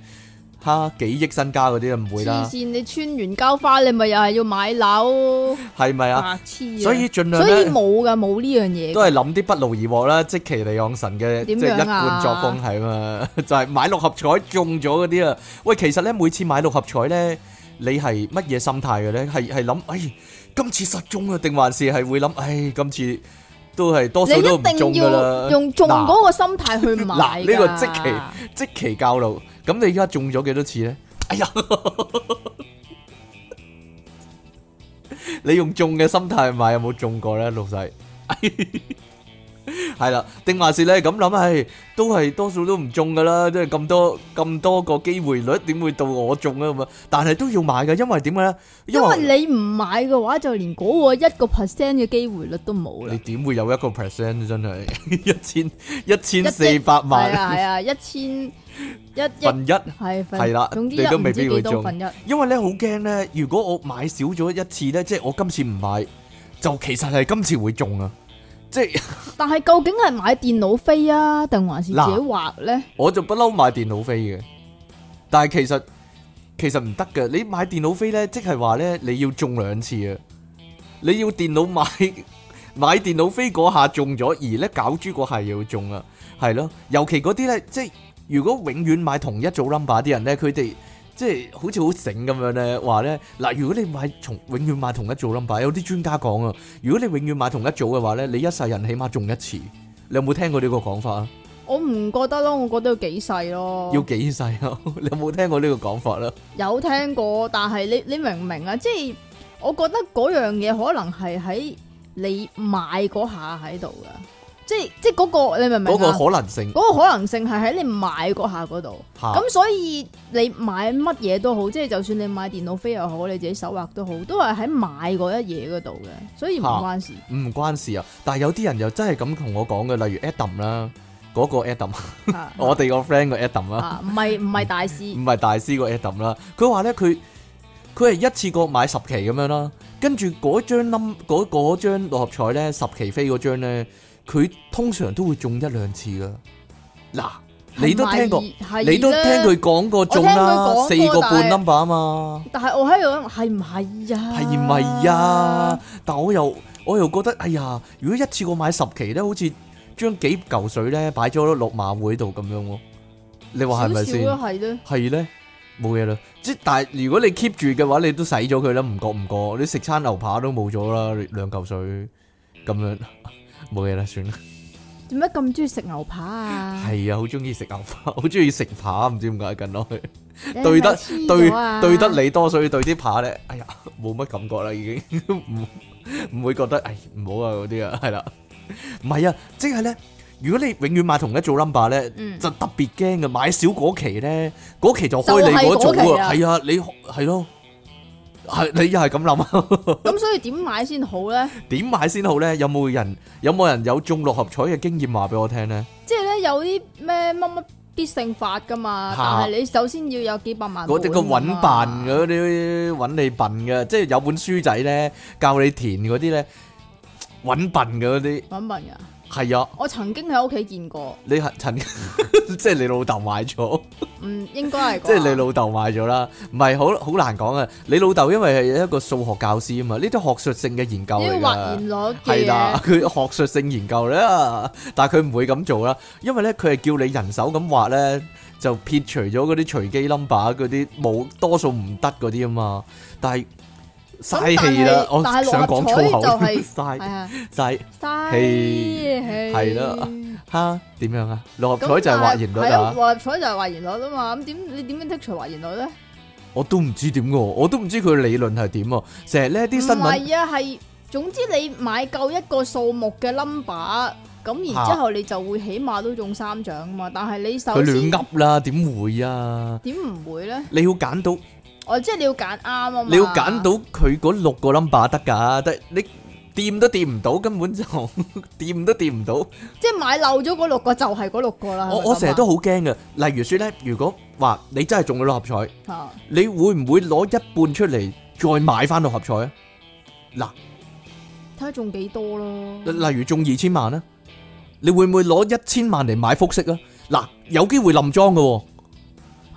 Speaker 1: 嚇幾億身家嗰啲就唔會
Speaker 2: 黐
Speaker 1: 啦，
Speaker 2: 線，你穿完膠花，你咪又係要買樓，
Speaker 1: 係咪啊？
Speaker 2: 白痴啊！
Speaker 1: 所以盡量
Speaker 2: 所以
Speaker 1: 咧。
Speaker 2: 冇噶，冇呢樣嘢㗎。
Speaker 1: 都係諗啲不勞而獲啦，即其利昂神嘅即
Speaker 2: 點
Speaker 1: 係一
Speaker 2: 樣
Speaker 1: 貫
Speaker 2: 啊
Speaker 1: 作風係嘛， 就係買六合彩中咗嗰啲啊！喂，其實咧每次買六合彩咧，你係乜嘢心態嘅咧？係係諗，哎，今次實中啊，定還是係會諗，唉，今次都係多
Speaker 2: 你
Speaker 1: 數都唔
Speaker 2: 一定
Speaker 1: 中噶啦
Speaker 2: 要。用中嗰個心態去買
Speaker 1: 嗱
Speaker 2: 㗎
Speaker 1: 呢個即即其教路，咁你而家中咗幾多次咧？哎呀，你用中嘅心態買有冇中過咧，老細？係啦，定還是咧咁諗，係都係多數都唔中噶啦，即係咁多咁多個機會率，點會到我中啊咁啊？但係都要買嘅，因為點解咧？
Speaker 2: 因為你唔買嘅話，就連嗰個一個 percent 嘅機會率都冇啦
Speaker 1: 你。點會有一個 percent 真係 一千一千四百
Speaker 2: 係啊
Speaker 1: 萬
Speaker 2: 係啊，一千一一
Speaker 1: 分一？
Speaker 2: 係分
Speaker 1: 係啦
Speaker 2: 總之
Speaker 1: 你都
Speaker 2: 一唔
Speaker 1: 未
Speaker 2: 知
Speaker 1: 必會
Speaker 2: 幾
Speaker 1: 中
Speaker 2: 多分一。
Speaker 1: 因為咧好驚咧，如果我買少咗一次咧，即係我今次唔買，就其實係今次會中啊！即係
Speaker 2: 但係究竟係買電腦飛啊，定還是自己畫咧？
Speaker 1: 我就不嬲買電腦飛嘅，但係其實其實唔得嘅。你買電腦飛咧，即係話咧你要中兩次啊！你要電腦買 買電腦飛嗰下中咗，而咧搞豬嗰下又要中啊，係咯。尤其嗰啲咧，即係如果永遠買同一組 number 啲人咧，佢哋。即係好似好醒咁樣咧，話咧嗱，如果你買從永遠買同一組 number，有啲專家講啊，如果你永遠買同一組嘅話咧，你一世人起碼中一次。你有冇聽過呢個講法啊？
Speaker 2: 我唔覺得咯，我覺得要幾細咯。
Speaker 1: 要幾世啊？ 你有冇聽過呢個講法啦？
Speaker 2: 有聽過，但係你你明唔明啊？即係我覺得嗰樣嘢可能係喺你買嗰下喺度噶，即係即係嗰個你明唔明
Speaker 1: 嗰個
Speaker 2: 啊？
Speaker 1: 可能性
Speaker 2: 嗰個可能性係喺你買嗰下嗰度，
Speaker 1: 嚇，
Speaker 2: 咁所以你買乜嘢都好，即係就算你買電腦飛又好，你自己手畫都好，都係喺買嗰一嘢嗰度嘅，所以唔
Speaker 1: 嚇
Speaker 2: 關 事。
Speaker 1: 唔關事啊。但係有啲人又真係咁同我講嘅，例如 Adam 啦，嗰個 Adam，
Speaker 2: 啊
Speaker 1: 我哋個 friend 個 Adam 啦，
Speaker 2: 啊，唔係唔係大師
Speaker 1: 唔係大師個 Adam 啦。佢話咧，佢佢係一次過買十期咁樣啦，跟住嗰張 num 嗰嗰張六合彩咧，十期飛嗰張咧，佢通常都會中一兩次噶。嗱， 你都聽過，
Speaker 2: 過
Speaker 1: 你都聽佢講過中啦，
Speaker 2: 我
Speaker 1: 四
Speaker 2: 聽佢
Speaker 1: 個
Speaker 2: 講過
Speaker 1: 半
Speaker 2: 但係
Speaker 1: number 啊嘛。
Speaker 2: 但係我喺度諗係唔係呀？
Speaker 1: 係咪呀？？但我又我又覺得，哎呀，如果一次過買十期咧，好似將幾嚿水咧擺咗落馬會度咁樣喎。你話係咪
Speaker 2: 少少啊
Speaker 1: 先？
Speaker 2: 咯，係咧。
Speaker 1: 係咧，冇嘢啦。即但係如果你 keep 住嘅話，你都使咗佢啦，唔覺唔覺，你食餐牛扒都冇咗啦，兩嚿水咁樣，冇嘢啦，算啦。
Speaker 2: 點解咁中意食牛扒啊？
Speaker 1: 係啊，好中意食牛扒，好中意食扒，唔知點解近來
Speaker 2: 你係咪
Speaker 1: 對得
Speaker 2: 黐
Speaker 1: 對
Speaker 2: 咗啊
Speaker 1: 對得你多，所以對啲扒咧，哎呀，冇乜感覺啦，已經 唔唔會覺得，哎，唔好啊嗰啲啊，係啦，唔係啊，即係咧，如果你永遠買同一組 number 咧，
Speaker 2: 嗯
Speaker 1: 就特別驚嘅，買少嗰期咧，嗰期就開你
Speaker 2: 就係
Speaker 1: 嗰
Speaker 2: 嗰
Speaker 1: 組
Speaker 2: 期
Speaker 1: 啊，
Speaker 2: 啊
Speaker 1: 係啊，你係咯，係你又係咁諗啊？
Speaker 2: 咁，所以點買先好咧？
Speaker 1: 點買先好咧？有冇人有冇人有中六合彩嘅經驗話俾我聽咧？
Speaker 2: 即係咧有啲咩乜乜必勝法噶嘛，
Speaker 1: 嚇
Speaker 2: 但係你首先要有幾百萬
Speaker 1: 嗰啲
Speaker 2: 本
Speaker 1: 個
Speaker 2: 㗎嘛
Speaker 1: 揾笨嗰啲揾你笨嘅，即係有本書仔咧教你填嗰啲咧揾笨嘅嗰啲，
Speaker 2: 揾笨噶。
Speaker 1: 係啊，
Speaker 2: 我曾經喺屋企見過，
Speaker 1: 你係陳 即係你老豆買咗，
Speaker 2: 嗯，應該係啩
Speaker 1: 即係你老豆買咗啦，唔係好好難講啊！你老豆因為係一個數學教師啊嘛，呢啲學術性嘅研究
Speaker 2: 你要
Speaker 1: 嚟
Speaker 2: 畫
Speaker 1: 㗎。
Speaker 2: 現攞
Speaker 1: 係
Speaker 2: 嘅
Speaker 1: 啦
Speaker 2: 嘢，，
Speaker 1: 佢學術性研究啦，但係佢唔會咁做啦，因為咧佢係叫你人手咁畫咧，就撇除咗嗰啲隨機 number 嗰啲冇多數唔得嗰啲啊嘛。但係嘥氣啦，我
Speaker 2: 但係
Speaker 1: 想講粗口，
Speaker 2: 但係六合係
Speaker 1: 嘥
Speaker 2: 啊，
Speaker 1: 嘥
Speaker 2: 嘥
Speaker 1: 氣
Speaker 2: 氣
Speaker 1: 係啦哈點樣啊？六合
Speaker 2: 咁
Speaker 1: 彩就係
Speaker 2: 但
Speaker 1: 畫言率
Speaker 2: 係啊
Speaker 1: 啊！
Speaker 2: 六合彩就係話言率啊嘛，咁點你點樣剔除話言率咧？
Speaker 1: 我都唔知點喎，我都唔知佢理論係點喎。成日呢啲
Speaker 2: 唔
Speaker 1: 新聞
Speaker 2: 係啊，係總之你買夠一個數目嘅 number，咁然
Speaker 1: 啊
Speaker 2: 之後你就會起碼都中三獎啊嘛。但係你
Speaker 1: 佢
Speaker 2: 首
Speaker 1: 亂
Speaker 2: 先
Speaker 1: 噏啦，點會啊？
Speaker 2: 點唔會咧？
Speaker 1: 你要揀到，
Speaker 2: 哦，即係你要揀啱啊嘛。
Speaker 1: 你要揀到佢嗰六個 number 得㗎，但你掂都掂唔到，根本就 掂都掂唔到。
Speaker 2: 即係買漏咗嗰六個就係嗰六個啦。係咪
Speaker 1: 我我
Speaker 2: 咁啊
Speaker 1: 成日都好驚嘅，例如説呢，如果話你真係中咗六合彩。
Speaker 2: 啊
Speaker 1: 你會唔會攞一半出嚟再買翻六合彩啊？
Speaker 2: 睇下中幾多咯。
Speaker 1: 例如中二千萬啊，你會唔會攞一千萬嚟買複式啊？嗱，有機會冧莊嘅喎，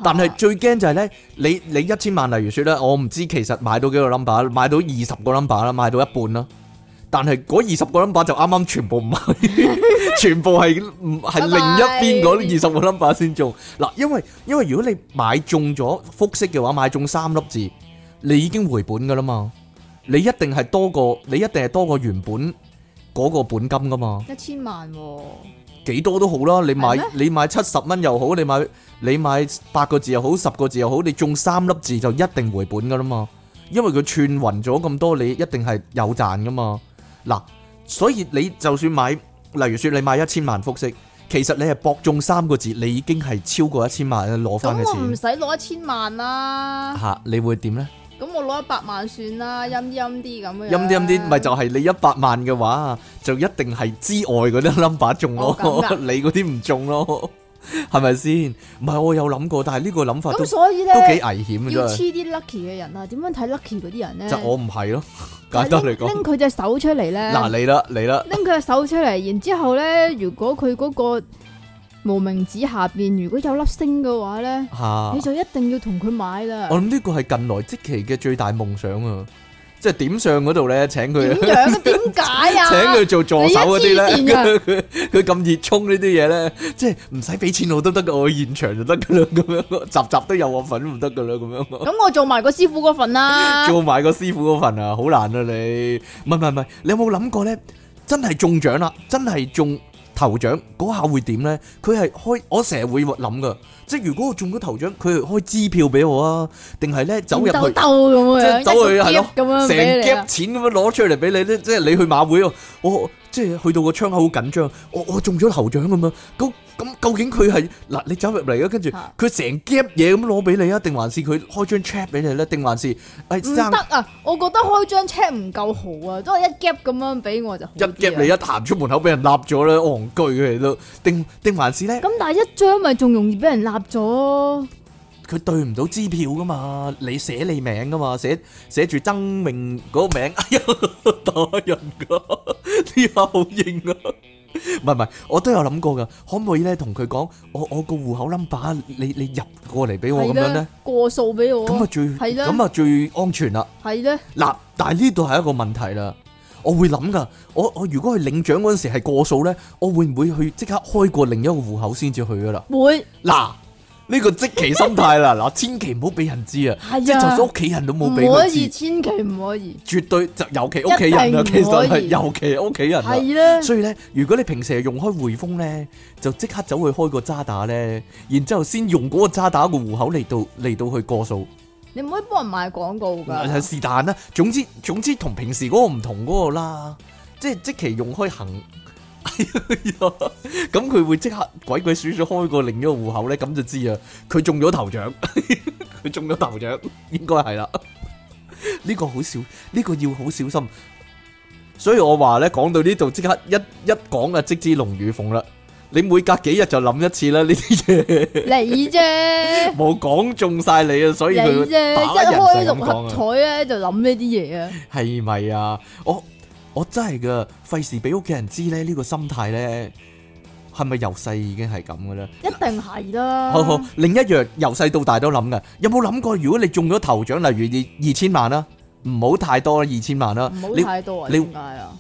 Speaker 1: 但係
Speaker 2: 啊
Speaker 1: 最驚就係呢，你你一千萬，例如説咧，我唔知其實買到幾個 number，買到二十個 number 啦，買到一半啦，但係嗰二十個 number 就啱啱全部唔 係，全部係唔係
Speaker 2: 拜拜
Speaker 1: 另一邊嗰二十個 number 先中。嗱，因為因為如果你買中咗複式嘅話，買中三粒字，你已經回本噶啦嘛，你一定係多過你一定係多過原本嗰個本金噶嘛。
Speaker 2: 一千萬喎，
Speaker 1: 幾多都好啦，你買
Speaker 2: 係
Speaker 1: 你買七十蚊又好，你買你買八個字又好，十個字又好，你中三粒字就一定回本噶啦嘛，因為佢串暈咗咁多，你一定係有賺噶嘛。嗱，所以你就算買，例如說你買一千萬複式，其實你係博中三個字，你已經係超過一千萬攞翻
Speaker 2: 咁
Speaker 1: 嘅
Speaker 2: 我
Speaker 1: 錢
Speaker 2: 唔使攞一千萬啦
Speaker 1: 嚇、，你會點呢？
Speaker 2: 咁我攞一百萬算啦，陰啲陰啲咁樣。
Speaker 1: 陰啲陰
Speaker 2: à.
Speaker 1: 啲，咪就係你一百萬嘅話，就一定係之外嗰啲 number 中咯，
Speaker 2: 哦咁㗎
Speaker 1: 你嗰啲唔中咯，係咪先？唔係我有諗過，但係呢個諗法都
Speaker 2: 咁，所以咧
Speaker 1: 都幾危險嘅
Speaker 2: 要
Speaker 1: 真
Speaker 2: 黐
Speaker 1: 係。
Speaker 2: 啲 lucky 嘅人啊，點樣睇 lucky 嗰啲人咧？
Speaker 1: 就我唔係咯，
Speaker 2: 就係
Speaker 1: 簡單嚟
Speaker 2: 拎拎
Speaker 1: 講，
Speaker 2: 佢隻手出嚟咧，
Speaker 1: 嗱你啦，你啦，
Speaker 2: 拎佢隻手出嚟，然之後咧，如果佢嗰個無名指下邊如果有粒星嘅話咧，
Speaker 1: 嚇！
Speaker 2: 你就一定要同佢買啦
Speaker 1: 啊我。諗呢個係近來即期嘅最大夢想啊！即係點上嗰度咧，請
Speaker 2: 點
Speaker 1: 佢。
Speaker 2: 樣？點 解啊？
Speaker 1: 請佢做助手嗰啲
Speaker 2: 你一
Speaker 1: 咧，
Speaker 2: 黐線㗎
Speaker 1: 佢佢咁熱衷呢啲嘢咧，即係唔使俾錢我都得噶，我去現場就得噶啦，咁樣集集都有我份唔得噶啦，咁樣
Speaker 2: 咁我做埋個師傅嗰份啦。
Speaker 1: 做埋個師傅嗰份啊，好難啊你，唔係唔係唔係，你有冇諗過咧？真係中獎啦，真係中頭獎嗰下會點咧？佢係開，我成日會諗噶，即係如果我中咗頭獎，佢係開支票俾我啊，定係咧走入
Speaker 2: 兜
Speaker 1: 去。
Speaker 2: 兜咁
Speaker 1: 即
Speaker 2: 樣，
Speaker 1: 係走去
Speaker 2: 一個
Speaker 1: 係咯
Speaker 2: gift 咁樣
Speaker 1: 成
Speaker 2: 俾你
Speaker 1: 夾
Speaker 2: 啊。
Speaker 1: 錢咁樣攞出嚟俾你咧，即係你去馬會，我即係去到個窗口好緊張，我我中咗頭獎咁樣，咁咁究竟佢係嗱你走入嚟啊，跟住
Speaker 2: 啊
Speaker 1: 佢成夾嘢咁攞俾你啊，定還是佢開張 check 俾你咧，定還是
Speaker 2: 唔
Speaker 1: 誒生
Speaker 2: 得啊！我覺得開張 check 唔夠好啊，都係一 gap 咁樣俾我就好
Speaker 1: 一
Speaker 2: 啲啊
Speaker 1: 夾你一行出門口俾人立咗咧，戇居嘅都，定定還是咧
Speaker 2: 咁但係一張咪仲容易俾人立咗，
Speaker 1: 佢對唔到支票噶嘛，你寫你名噶嘛，寫寫住曾明嗰個名，哎呀 打人噶， 呢下好型啊！唔係唔係，我都有諗過噶，可唔可以咧同佢講，我我個戶口 number 你你入過嚟俾啊我咁
Speaker 2: 係
Speaker 1: 樣
Speaker 2: 咧
Speaker 1: 咧，
Speaker 2: 過數俾我
Speaker 1: 咁
Speaker 2: 啊
Speaker 1: 啊，最
Speaker 2: 係啦
Speaker 1: 咁啊最安全啦。
Speaker 2: 係咧，
Speaker 1: 嗱，但係呢度係一個問題啦，我會諗噶，我我如果去領獎嗰陣時係過數咧，我會唔會去即刻開過另一個戶口先至去噶啦？
Speaker 2: 會
Speaker 1: 嗱，呢個即期心態 啦，嗱，千祈唔好俾人知啊，
Speaker 2: 係啊
Speaker 1: 即係就算屋企人都
Speaker 2: 唔
Speaker 1: 冇俾
Speaker 2: 可
Speaker 1: 佢
Speaker 2: 以，
Speaker 1: 知，
Speaker 2: 千祈唔可以，
Speaker 1: 絕對就尤其屋企人啊，
Speaker 2: 一
Speaker 1: 其
Speaker 2: 定唔可
Speaker 1: 實
Speaker 2: 以
Speaker 1: 係尤其屋企人啊。
Speaker 2: 係咧，
Speaker 1: 所以咧，如果你平時係用開匯豐咧，就即刻走去開個渣打咧，然之後先用嗰個渣打個戶口嚟到嚟到去過數，
Speaker 2: 你唔可以幫人賣廣告
Speaker 1: 係
Speaker 2: 㗎，
Speaker 1: 是但啦。總之總之同平時嗰個唔同嗰個啦，即係即期用開行， 哎呀咁佢會即刻鬼鬼祟祟開過另一個戶口咧，咁就知啊，佢中咗頭獎。 佢中咗頭獎，應該係啦。呢個好少，呢個要好小心。所以我話咧，講到呢度即刻一一講啊，即知龍與鳳啦。你每隔幾日就諗一次啦，呢啲嘢
Speaker 2: 你啫。
Speaker 1: 冇講中晒你啊， 所
Speaker 2: 你
Speaker 1: 以佢
Speaker 2: 啫，
Speaker 1: 打
Speaker 2: 一
Speaker 1: 開
Speaker 2: 開
Speaker 1: 人
Speaker 2: 六
Speaker 1: 就係咁講
Speaker 2: 合
Speaker 1: 啊，
Speaker 2: 彩咧就諗呢啲嘢啊，
Speaker 1: 係咪啊？我我真係噶，費事俾屋企人知咧，呢個心態咧係咪由細已經係咁嘅咧？
Speaker 2: 一定係啦。
Speaker 1: 好好，另一樣由細到大都諗嘅，有冇諗過如果你中咗頭獎，例如二二千啊萬啦，唔好太多啦，二千萬啦
Speaker 2: 唔好，
Speaker 1: 你
Speaker 2: 太多啊，
Speaker 1: 你
Speaker 2: 點解啊？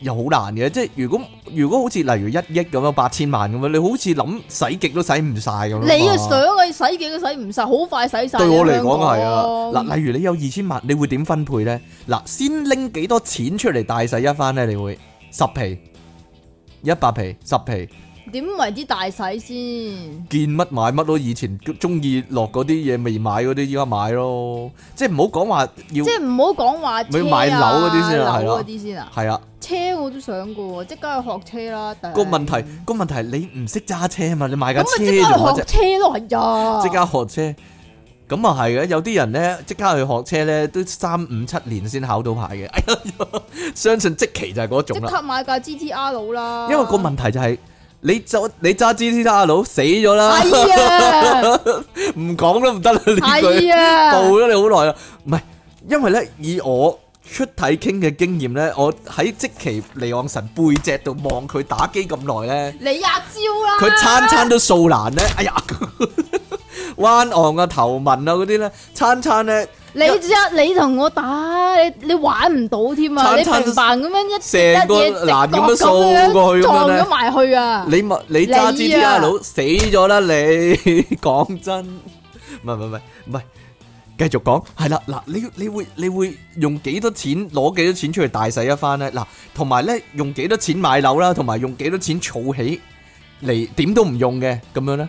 Speaker 1: 又好難嘅，即係如果如果好似例如一億咁樣八千萬咁樣，你好似諗使極都使唔晒咁樣。
Speaker 2: 你啊想啊，洗幾都洗唔晒，好快洗晒。
Speaker 1: 對我嚟講係
Speaker 2: 係
Speaker 1: 啊，嗱，例如你有二千萬，你會點分配咧？嗱，先拎幾多錢出嚟大洗一番咧？你會十皮、一百皮、十皮，
Speaker 2: 點為之大洗先？
Speaker 1: 見乜買乜咯。以前中意落嗰啲嘢未買嗰啲，依家買咯。即係唔好講話要
Speaker 2: 即係唔好講話
Speaker 1: 咪買
Speaker 2: 車啊
Speaker 1: 樓嗰啲先啊係
Speaker 2: 樓
Speaker 1: 啦
Speaker 2: 嗰啲先啊。
Speaker 1: 係啊。
Speaker 2: 車我都想過喎，即刻去學車啦。但係
Speaker 1: 個問題個問題係你唔識揸車啊嘛，你買架
Speaker 2: 咁
Speaker 1: 車
Speaker 2: 咪
Speaker 1: 仲
Speaker 2: 即
Speaker 1: 可
Speaker 2: 刻
Speaker 1: 啫
Speaker 2: 去。學車咯，係呀。
Speaker 1: 即刻學車。咁啊係嘅，有啲人咧即刻去學車咧，都三五七年先考到牌嘅。哎呀，相信即期就係嗰
Speaker 2: 即
Speaker 1: 種啦。
Speaker 2: 刻買架 GTR 佬啦。
Speaker 1: 因為個問題就係、你就你揸 G T R 佬死咗 啦，
Speaker 2: 係啊，
Speaker 1: 唔講都唔得啦呢句，
Speaker 2: 係啊
Speaker 1: 到，咗你好耐啦。唔係，因為咧以我出體傾嘅經驗咧，我喺即期離岸神背脊度望佢打機咁耐咧。
Speaker 2: 你阿招啦。
Speaker 1: 佢餐餐都掃爛咧，哎呀， 彎昂啊、頭紋啊嗰啲咧，餐餐咧
Speaker 2: 你知啊，你同我打，你你玩唔到添啊！
Speaker 1: 餐
Speaker 2: 你
Speaker 1: 餐
Speaker 2: 平凡咁樣一
Speaker 1: 成個
Speaker 2: 一嘢直
Speaker 1: 欄咁樣
Speaker 2: 角
Speaker 1: 掃過去咁樣
Speaker 2: 撞
Speaker 1: 咧
Speaker 2: 咗埋去啊！
Speaker 1: 你咪你揸
Speaker 2: 你啊
Speaker 1: GTR 佬死咗啦！ 你講真，唔係唔係唔係唔係，繼續講係啦嗱，你你會你會用幾多錢攞幾多錢出去大洗一番咧嗱，同埋咧用幾多錢買樓啦，同埋用幾多錢儲起嚟點都唔用嘅咁樣咧，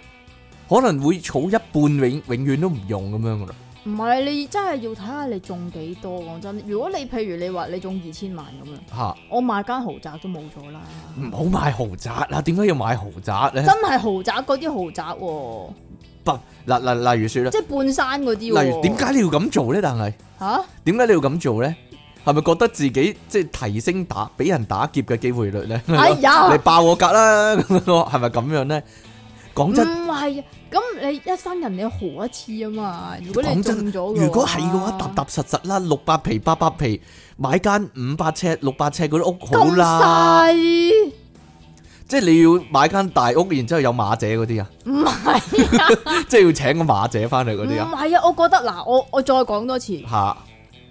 Speaker 1: 可能會儲一半永永遠都唔用咁樣噶啦，
Speaker 2: 唔係你真係要睇下你中幾多，講真。如果你譬如你話你中二千萬咁樣，
Speaker 1: 嚇、
Speaker 2: 我買間豪宅都冇咗啦。
Speaker 1: 唔好買豪宅啦，點解要買豪宅咧
Speaker 2: 真？係豪宅嗰啲豪宅喎，
Speaker 1: 不，嗱嗱，例如説啦，
Speaker 2: 即係半山嗰啲喎。
Speaker 1: 例如點解你要咁做咧？但係
Speaker 2: 吓？
Speaker 1: 點解你要咁做咧？係咪覺得自己即係提升打俾人打劫嘅機會率咧？
Speaker 2: 哎
Speaker 1: 你
Speaker 2: 呀，
Speaker 1: 爆我格啦，咁樣咯係咪咁樣咧？
Speaker 2: 唔
Speaker 1: 講真，
Speaker 2: 係啊！咁你一生人你豪一次啊嘛。如果你
Speaker 1: 講
Speaker 2: 中
Speaker 1: 真，
Speaker 2: 咗，
Speaker 1: 如果係嘅話，踏踏實實啦，六百皮八百皮買間五百尺六百尺嗰啲屋好
Speaker 2: 咁
Speaker 1: 啦，
Speaker 2: 細。
Speaker 1: 即係你要買間大屋，然之後有馬姐嗰啲啊，
Speaker 2: 唔係啊，
Speaker 1: 即係要請個馬姐翻嚟嗰啲
Speaker 2: 唔
Speaker 1: 啊，
Speaker 2: 係啊，我覺得嗱，我我再講多次，
Speaker 1: 嚇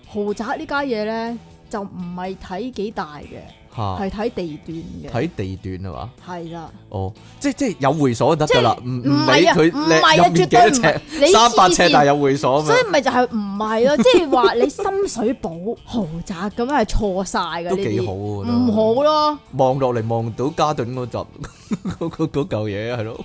Speaker 2: 豪宅呢家嘢咧就唔係睇幾大嘅，
Speaker 1: 嚇
Speaker 2: 係睇地段嘅，
Speaker 1: 睇地啊段係嘛？
Speaker 2: 係啦，
Speaker 1: 哦，即即有會所就得噶啦，唔唔
Speaker 2: 唔
Speaker 1: 理
Speaker 2: 係啊，
Speaker 1: 佢
Speaker 2: 唔係
Speaker 1: 靚
Speaker 2: 啊，
Speaker 1: 入面
Speaker 2: 絕
Speaker 1: 幾多
Speaker 2: 對唔係
Speaker 1: 尺，，
Speaker 2: 你
Speaker 1: 三百
Speaker 2: 黐
Speaker 1: 尺
Speaker 2: 線
Speaker 1: 但係有會所啊咁
Speaker 2: 所
Speaker 1: 樣，
Speaker 2: 以咪就係唔係咯，即係話你深水埗豪宅咁樣係錯晒嘅呢
Speaker 1: 都幾好
Speaker 2: 啲，
Speaker 1: 喎。都
Speaker 2: 唔好咯，
Speaker 1: 望落嚟望到嘉頓嗰集 嗰嗰嗰嚿嘢係咯，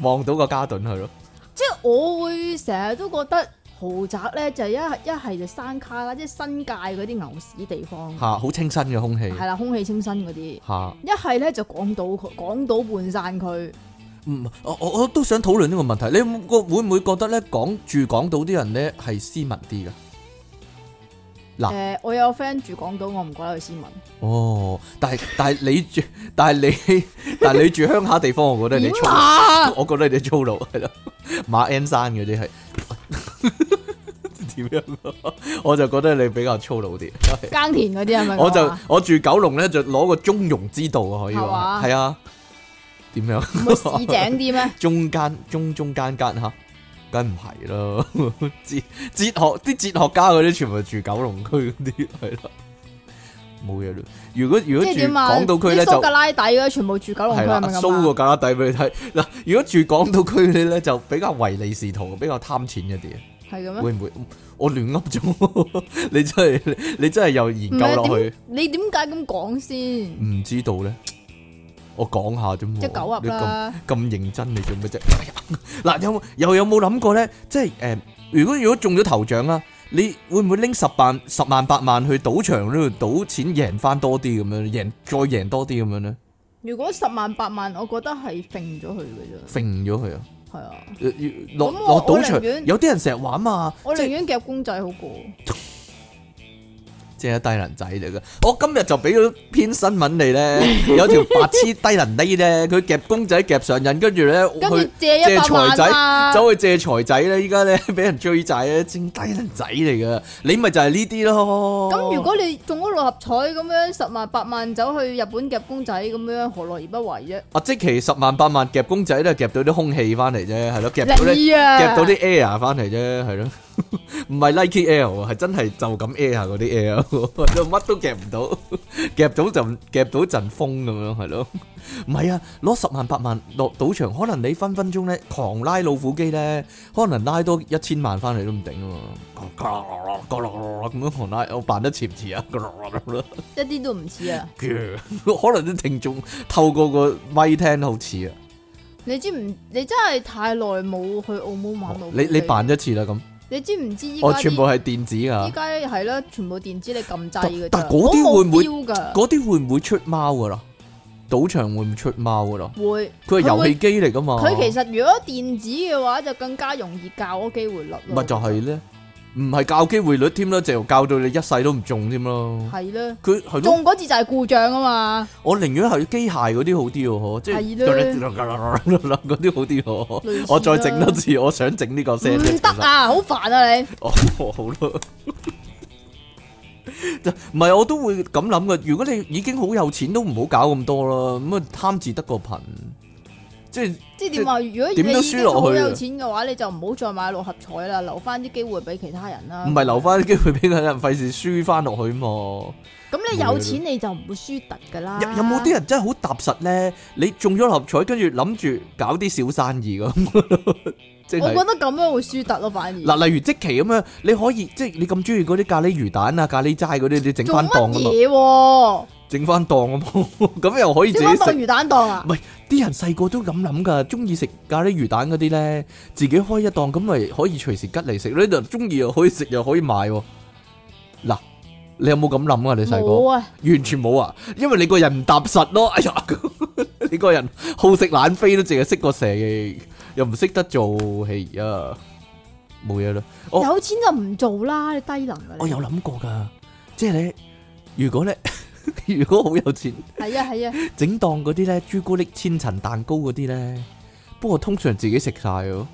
Speaker 1: 望到個嘉頓係咯，
Speaker 2: 即係我會成日都覺得。豪宅咧就一一係就山卡啦，即係新界嗰啲牛屎地方，
Speaker 1: 嚇好清新嘅空氣
Speaker 2: 係啦，空氣清新嗰啲。
Speaker 1: 嚇。
Speaker 2: 一係咧就港島區，港島半山區，
Speaker 1: 唔，嗯我我我都想討論呢個問題。你有冇覺會唔會覺得咧，港住港島啲人咧係斯文啲㗎？嗱
Speaker 2: 诶、我有 friend 住港島，我唔怪得佢斯文。
Speaker 1: 哦，但係但係你住，但係你但係你住鄉下地方，我覺得你
Speaker 2: 點
Speaker 1: 粗魯
Speaker 2: 啊？
Speaker 1: 我覺得你哋粗魯係咯，馬鞍山嗰啲係 點樣啊？我就覺得你比較粗魯啲。係
Speaker 2: 耕田嗰啲係咪咁啊？
Speaker 1: 我就我住九龍咧，就攞個中庸之道啊，可以
Speaker 2: 係
Speaker 1: 話
Speaker 2: 嘛
Speaker 1: 係啊。點
Speaker 2: 唔會市井
Speaker 1: 樣？
Speaker 2: 啲咩？
Speaker 1: 中間中中間間嚇，梗唔係咯。 哲哲學啲哲學家嗰啲全部住九龍區嗰啲係啦，冇嘢啦。如果如
Speaker 2: 即
Speaker 1: 果
Speaker 2: 係
Speaker 1: 住
Speaker 2: 點啊？
Speaker 1: 港島區咧
Speaker 2: 啲蘇
Speaker 1: 就
Speaker 2: 格。拉底嗰啲全部住九龍區
Speaker 1: 係
Speaker 2: 係
Speaker 1: 啦
Speaker 2: 咪，
Speaker 1: 蘇個
Speaker 2: 咁啊？
Speaker 1: 架底俾你睇。嗱，如果住港島區嗰啲咧，就比較唯利是圖，比較貪錢一啲，啊
Speaker 2: 係啊嘅咩？
Speaker 1: 會唔會？嗯我亂噏咗， 你真係你真係又研
Speaker 2: 唔
Speaker 1: 究落
Speaker 2: 係
Speaker 1: 去
Speaker 2: 點，？你點解咁講先？
Speaker 1: 唔知道咧。我講下啫嘛，
Speaker 2: 即係狗
Speaker 1: 你
Speaker 2: 噏
Speaker 1: 咁
Speaker 2: 啦，
Speaker 1: 咁認真，你做乜啫？ 哎呀嗱，有冇又有冇諗過咧？即係誒、如果如果中咗頭獎啦，你會唔會拎十萬、十萬、八萬去賭場呢度賭錢贏翻多啲咁樣，贏再贏多啲咁樣咧，
Speaker 2: 如果十萬八萬，我覺得係揈咗佢嘅啫，
Speaker 1: 揈咗佢啊！
Speaker 2: 係啊。
Speaker 1: 呃要落
Speaker 2: 咁我
Speaker 1: 落賭
Speaker 2: 我寧
Speaker 1: 場，
Speaker 2: 願
Speaker 1: 有啲人成日玩嘛，
Speaker 2: 我
Speaker 1: 即
Speaker 2: 寧
Speaker 1: 係
Speaker 2: 願夾公仔好過，
Speaker 1: 即係低能仔嚟嘅。我今日就俾咗篇新聞你 咧，有條白痴低能呢咧，佢夾公仔夾上癮，跟住咧
Speaker 2: 跟住
Speaker 1: 去
Speaker 2: 借一
Speaker 1: 借
Speaker 2: 百
Speaker 1: 財
Speaker 2: 萬
Speaker 1: 仔
Speaker 2: 啊，
Speaker 1: 走去借財仔咧，依家咧 俾人追債咧，正低能仔嚟嘅。你咪就係呢啲咯。
Speaker 2: 咁如果你中咗六合彩咁樣十萬八萬走去日本夾公仔咁樣，何樂而不為啫？
Speaker 1: 啊阿即其十萬八萬夾公仔都係夾到啲空氣翻嚟啫，係咯，夾到啲
Speaker 2: 你啊，
Speaker 1: 夾到啲 air 翻嚟啫，係咯，唔係 Nike Air 啊，係真係就咁 Air 嗰啲 Air，就乜都夾唔到，夾到就夾到陣風咁樣係咯。唔係啊，攞十萬八萬落賭場，可能你分分鐘咧狂拉老虎機咧，可能拉多一千萬翻嚟都唔頂啊嘛。咁樣狂拉，我扮得似唔似啊？
Speaker 2: 一啲都唔似啊！
Speaker 1: 可能啲聽眾透過個咪聽好似啊。
Speaker 2: 你知唔？你真係太耐冇去澳門玩老虎
Speaker 1: 哦你你
Speaker 2: 機
Speaker 1: 扮一次啦咁，
Speaker 2: 你知唔知依家
Speaker 1: 我
Speaker 2: 啲
Speaker 1: 全部係電子
Speaker 2: 依
Speaker 1: 㗎。
Speaker 2: 家係啦，全部電子你撳掣嘅啫。
Speaker 1: 啊但但嗰啲會唔會
Speaker 2: 會㗎？
Speaker 1: 嗰啲會唔會出貓噶啦？賭場會唔會出貓噶啦？
Speaker 2: 會
Speaker 1: 佢係遊
Speaker 2: 會
Speaker 1: 戲機嚟噶嘛？
Speaker 2: 佢其實如果電子嘅話，就更加容易教嗰機會率咯。
Speaker 1: 咪就係咧，唔係教機會率添啦，就教到你一世都唔中添咯。
Speaker 2: 係啦，
Speaker 1: 佢係咯，
Speaker 2: 中嗰字就係故障啊嘛，
Speaker 1: 我寧願係機械嗰啲好啲喎，嗬即係
Speaker 2: 係
Speaker 1: 嗰啲好啲喎。
Speaker 2: 類似啦
Speaker 1: 我再整多次，我想整呢個聲。
Speaker 2: 唔得啊，好煩啊你。
Speaker 1: 哦，好咯。 唔係，我都會咁諗嘅。如果你已經好有錢，都唔好搞咁多啦。咁啊，貪字得個貧，即係
Speaker 2: 即係點話？如果
Speaker 1: 點都
Speaker 2: 你已
Speaker 1: 輸
Speaker 2: 經
Speaker 1: 落去
Speaker 2: 好
Speaker 1: 啊
Speaker 2: 有錢嘅話，你就唔好再買六合彩啦，留翻啲機會俾其他人啦。
Speaker 1: 唔係留翻啲機會俾佢人，費事輸翻落去嘛。
Speaker 2: 咁你有錢你就唔會輸突噶啦。
Speaker 1: 有有冇啲人真係好踏實咧？你中咗六合彩，跟住諗住搞啲小生意咁， 即
Speaker 2: 我覺
Speaker 1: 係
Speaker 2: 得咁樣會輸突咯，反而。
Speaker 1: 嗱，例如即期咁樣，你可以即係你咁中意嗰啲咖喱魚蛋啊、咖喱齋嗰啲，你整
Speaker 2: 做
Speaker 1: 翻檔
Speaker 2: 乜
Speaker 1: 啊嘛，
Speaker 2: 嘢喎？
Speaker 1: 整翻檔啊嘛，咁 又可以
Speaker 2: 你
Speaker 1: 自
Speaker 2: 講
Speaker 1: 己
Speaker 2: 當
Speaker 1: 食。
Speaker 2: 魚蛋檔啊？
Speaker 1: 啲人細個都咁諗噶，中意食咖喱魚蛋嗰啲咧，自己開一檔咁咪可以隨時吉嚟食。呢度中意又可以食又可以買喎。嗱，你有冇咁諗啊？你細個？
Speaker 2: 冇啊！
Speaker 1: 完全冇啊，因為你個人唔踏實咯。 哎呀，你個人好食懶飛都淨係識個射，又唔識得做戲啊，冇嘢啦。我
Speaker 2: 有錢就唔做啦，你低能啊！
Speaker 1: 我有諗過噶，即係你如果咧， 如果好有錢，
Speaker 2: 係啊 係啊，
Speaker 1: 整檔嗰啲咧朱古力千層蛋糕嗰啲咧，不過通常自己食晒咯，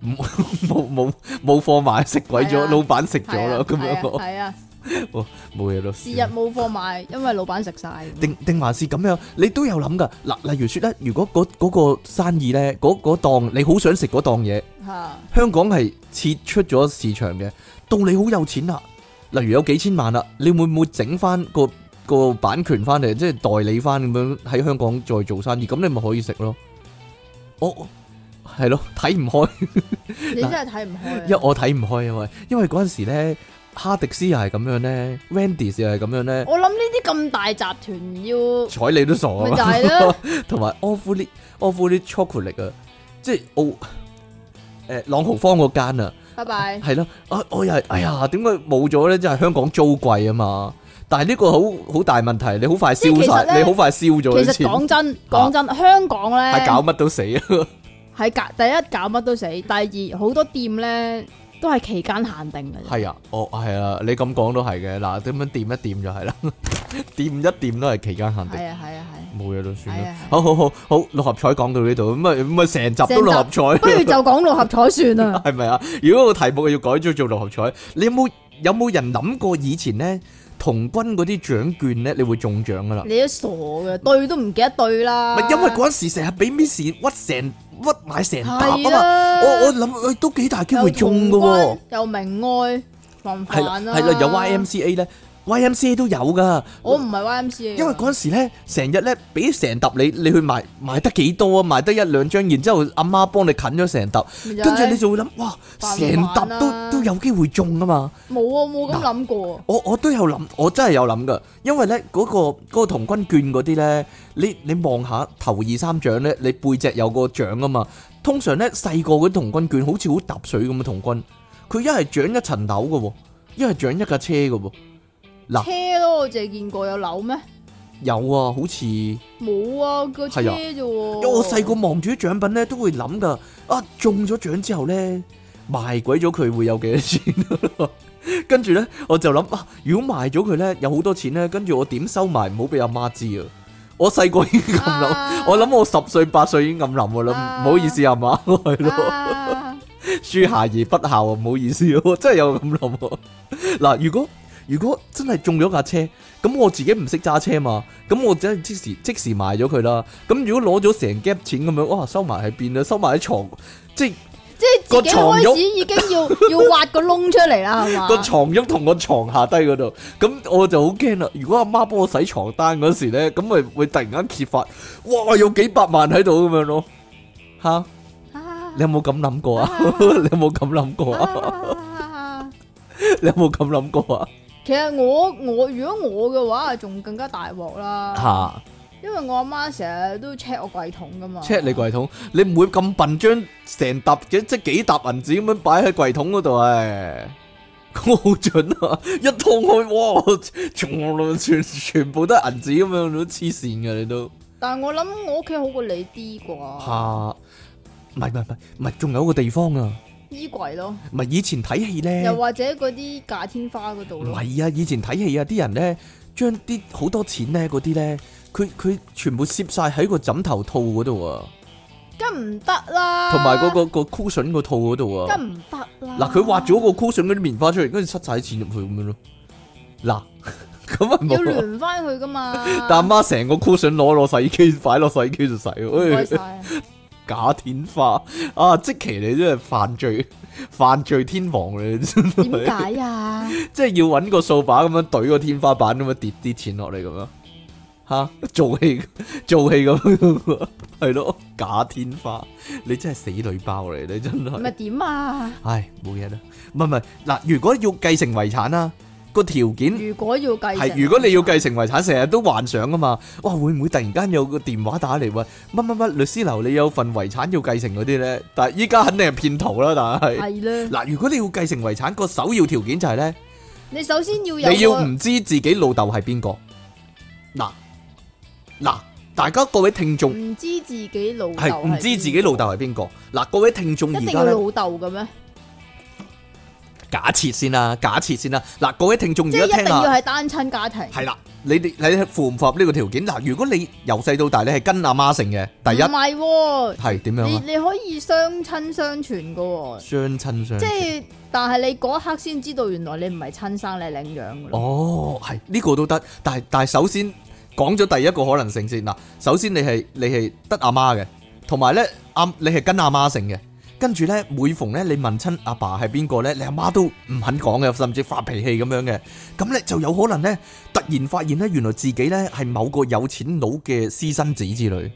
Speaker 1: 唔 冇冇冇貨賣，食鬼咗，
Speaker 2: 係啊
Speaker 1: 老闆食咗啦，咁
Speaker 2: 係啊
Speaker 1: 樣我
Speaker 2: 係啊，
Speaker 1: 冇嘢咯。
Speaker 2: 是日冇貨賣，因為老闆食晒。
Speaker 1: 定定還是咁樣，你都有諗噶。嗱，例如説咧，如果嗰嗰、個生意咧，嗰嗰檔你好想食嗰檔嘢，
Speaker 2: 吓，
Speaker 1: 香港係撤出咗市場嘅，到你好有錢啦，例如有幾千萬啦，你會唔會整翻個個版權翻嚟，即係代理翻咁樣喺香港再做生意？咁你咪可以食咯。我我係咯，睇唔開，
Speaker 2: 你真係睇唔
Speaker 1: 因為
Speaker 2: 開啊！
Speaker 1: 我睇唔開因為因為嗰陣時咧，哈迪斯又係咁樣咧，Wendy 又係咁樣咧，
Speaker 2: 我諗呢啲咁大集團 要
Speaker 1: 睬你都傻啊
Speaker 2: 咪！就係咯，
Speaker 1: 同埋安芙烈安芙烈巧克力啊，即係澳誒朗豪坊嗰間啊，
Speaker 2: 拜拜。
Speaker 1: 係咯，啊我又係，哎呀，點解冇咗咧？就係香港租貴啊嘛，但係呢個好好大問題，你好快
Speaker 2: 即係
Speaker 1: 燒
Speaker 2: 其實
Speaker 1: 晒，
Speaker 2: 呢
Speaker 1: 你好快燒
Speaker 2: 其
Speaker 1: 咗啲
Speaker 2: 實
Speaker 1: 錢，
Speaker 2: 講真，講真，香港咧
Speaker 1: 係搞乜都死啊！
Speaker 2: 係搞第一搞乜都死，第二好多店咧都係期間限定嘅啫。
Speaker 1: 係啊，哦係啊，你咁講都係嘅，嗱點樣掂一掂就係啦， 掂一掂都係期間限定。
Speaker 2: 係啊係啊係啊，
Speaker 1: 冇嘢都算
Speaker 2: 係
Speaker 1: 啦
Speaker 2: 啊係啊，
Speaker 1: 好好好好，六合彩講到呢度，咁啊咁啊成集都六合
Speaker 2: 成集
Speaker 1: 彩，
Speaker 2: 不如就講六合 彩算啦。
Speaker 1: 系咪啊？如果個題目要改咗做六合彩，你有冇有冇人諗過以前咧童軍嗰啲獎券咧，你會中獎噶啦？
Speaker 2: 你都傻嘅，對都唔記得對啦。
Speaker 1: 咪因為嗰陣時成日俾 Miss 屈成屈買成沓啊
Speaker 2: 係
Speaker 1: 嘛，
Speaker 2: 啦，
Speaker 1: 我我諗誒都幾大機會中噶喎
Speaker 2: 又童軍，又明愛，啊
Speaker 1: 係
Speaker 2: 煩煩
Speaker 1: 啦
Speaker 2: 啦，
Speaker 1: 係啦，有 YMCA 咧，YMCA 都有噶，
Speaker 2: 我唔係 YMCA，
Speaker 1: 因為嗰陣時咧成日咧俾成沓你，你去買買得幾多啊？買得一兩張，然之後阿媽幫你啃咗成沓，
Speaker 2: 咪就係
Speaker 1: 跟住你就會諗哇，
Speaker 2: 煩
Speaker 1: 成沓
Speaker 2: 煩
Speaker 1: 都
Speaker 2: 啦
Speaker 1: 都有機會中啊嘛！
Speaker 2: 冇啊，冇咁諗過，
Speaker 1: 我我都有諗，我真係有諗噶，因為咧嗰、個嗰、個童軍券嗰啲咧，你你望下頭二三獎咧，你背脊有個獎啊嘛。通常咧細個嗰啲童軍券好似好揼水咁嘅童軍，佢一係獎一層樓嘅喎，一係獎一架車嘅喎。嗱
Speaker 2: 車咯，我淨係見過有樓咩？
Speaker 1: 有啊，好似因
Speaker 2: 冇啊，個車
Speaker 1: 係啊
Speaker 2: 啫喎。
Speaker 1: 為我細個望住啲獎品咧，都會諗噶。啊，中咗獎之後咧，賣鬼咗佢會有幾多錢啊 跟住咧，我就諗啊，如果賣咗佢咧，有好多錢咧，跟住我點收埋，唔好俾阿媽知啊！我細個已經咁諗，
Speaker 2: 啊
Speaker 1: 我諗我十歲八歲已經咁諗噶啦，
Speaker 2: 啊
Speaker 1: 唔、好意思阿媽，係咯，
Speaker 2: 啊
Speaker 1: 輸下而不孝啊，唔好意思啊，我真係有咁諗啊！嗱，如果如果真係中咗架車，咁我自己唔識揸車嘛，咁我真係即時即時賣咗佢啦。咁如果攞咗成 gap 錢咁樣，哇，收埋喺邊啊？收埋喺床，即係
Speaker 2: 即系自己
Speaker 1: 個床褥
Speaker 2: 開始已經要 要挖個窿出嚟啦，係嘛？
Speaker 1: 個床褥同個床下低嗰度，咁我就好驚啦。如果阿媽幫我洗床單嗰時咧，咁咪會突然間揭發，哇，有幾百萬喺度咁樣咯。吓，
Speaker 2: 啊
Speaker 1: 你有冇咁諗過啊？
Speaker 2: 啊
Speaker 1: 你有冇咁諗過啊？
Speaker 2: 啊
Speaker 1: 你有冇咁諗過啊？
Speaker 2: 其實我我如果我嘅話，仲更加大鑊啦，
Speaker 1: 吓
Speaker 2: 因為我阿媽成日都 check 我櫃桶噶嘛
Speaker 1: ，check 你櫃桶，你唔會咁笨，將成沓嘅即係幾沓銀紙咁樣擺喺櫃桶嗰度唉， 我好準啊！一趟開，哇，全全全部都係銀紙咁樣，都黐線嘅你都。
Speaker 2: 但係我諗我屋企好過你啲啩，
Speaker 1: 吓，唔係唔係唔係唔係，仲有個地方啊，
Speaker 2: 衣櫃咯，
Speaker 1: 唔係以前睇戲咧，
Speaker 2: 又
Speaker 1: 唔
Speaker 2: 或者嗰啲假天花嗰度
Speaker 1: 嗯
Speaker 2: 咯，
Speaker 1: 係啊，以前睇戲啊，啲人咧將啲好多錢咧嗰啲咧，佢佢全部攝晒喺個枕頭套嗰度啊，
Speaker 2: 梗唔得啦，
Speaker 1: 同埋嗰個個 cushion 個套嗰度啊，
Speaker 2: 梗唔得啦。
Speaker 1: 嗱佢畫咗個 cushion 嗰啲棉花出嚟，跟住塞晒啲錢入去咁樣咯，嗱 咁咪
Speaker 2: 要
Speaker 1: 冇啊。
Speaker 2: 聯翻佢噶嘛，
Speaker 1: 但阿媽成個 cushion 攞落洗衣機，擺落洗衣機度洗喎，
Speaker 2: 唔該
Speaker 1: 哎
Speaker 2: 晒。
Speaker 1: 假天花啊！即其你真係犯罪 犯罪天王你真係
Speaker 2: 點解啊？
Speaker 1: 即係要揾個掃把咁樣懟個天花板咁樣跌啲錢落嚟咁樣，吓做戲 做戲咁樣， 係咯假天花，你真係死女包嚟，你真
Speaker 2: 咪
Speaker 1: 係，
Speaker 2: 點啊？
Speaker 1: 唉冇嘢啦，唔係唔係嗱，如果要繼承遺產啦，個條件。
Speaker 2: 如果要繼
Speaker 1: 係，如果你要繼承遺產，成日都幻想噶嘛，哇，會唔會突然間有個電話打嚟話乜乜乜律師樓，你有份遺產要繼承嗰啲咧？但係依家肯定係騙徒啦，但係
Speaker 2: 係咧，
Speaker 1: 嗱，如果你要繼承遺產，個首要條件就係咧。
Speaker 2: 你首先要有
Speaker 1: 你要
Speaker 2: 個
Speaker 1: 唔知自己老豆係邊個？嗱嗱，大家各位聽眾
Speaker 2: 唔知自己嗯老豆啊
Speaker 1: 係唔
Speaker 2: 係
Speaker 1: 知自己老豆係邊個？嗱，各位聽眾
Speaker 2: 邊個
Speaker 1: 而
Speaker 2: 一定
Speaker 1: 家
Speaker 2: 要
Speaker 1: 咧，
Speaker 2: 老豆嘅咩？
Speaker 1: 假設先啦，假設先啦。嗱，各位聽眾
Speaker 2: 即
Speaker 1: 而
Speaker 2: 係
Speaker 1: 家
Speaker 2: 一定
Speaker 1: 聽
Speaker 2: 要
Speaker 1: 下，
Speaker 2: 係單親家庭。
Speaker 1: 係啦，你哋你係符唔符合呢個條件？嗱，如果你由細到大你係跟阿媽姓嘅，第一
Speaker 2: 唔係喎，
Speaker 1: 係點樣
Speaker 2: 你
Speaker 1: 啊？
Speaker 2: 你可以相親相傳嘅喎，
Speaker 1: 相親相
Speaker 2: 即係但係你嗰一刻先知道原來你唔係親生，你係領養嘅咯。
Speaker 1: 哦，係呢個都得，但係但係首先講咗第一個可能性先嗱，首先你係你係得阿媽嘅，同埋咧阿你係跟阿媽姓嘅，跟住咧每逢咧你問親阿爸係邊個咧，你阿媽都唔肯講嘅，甚至發脾氣咁樣嘅，咁咧就有可能咧突然發現咧原來自己咧係某個有錢佬嘅私生子之類，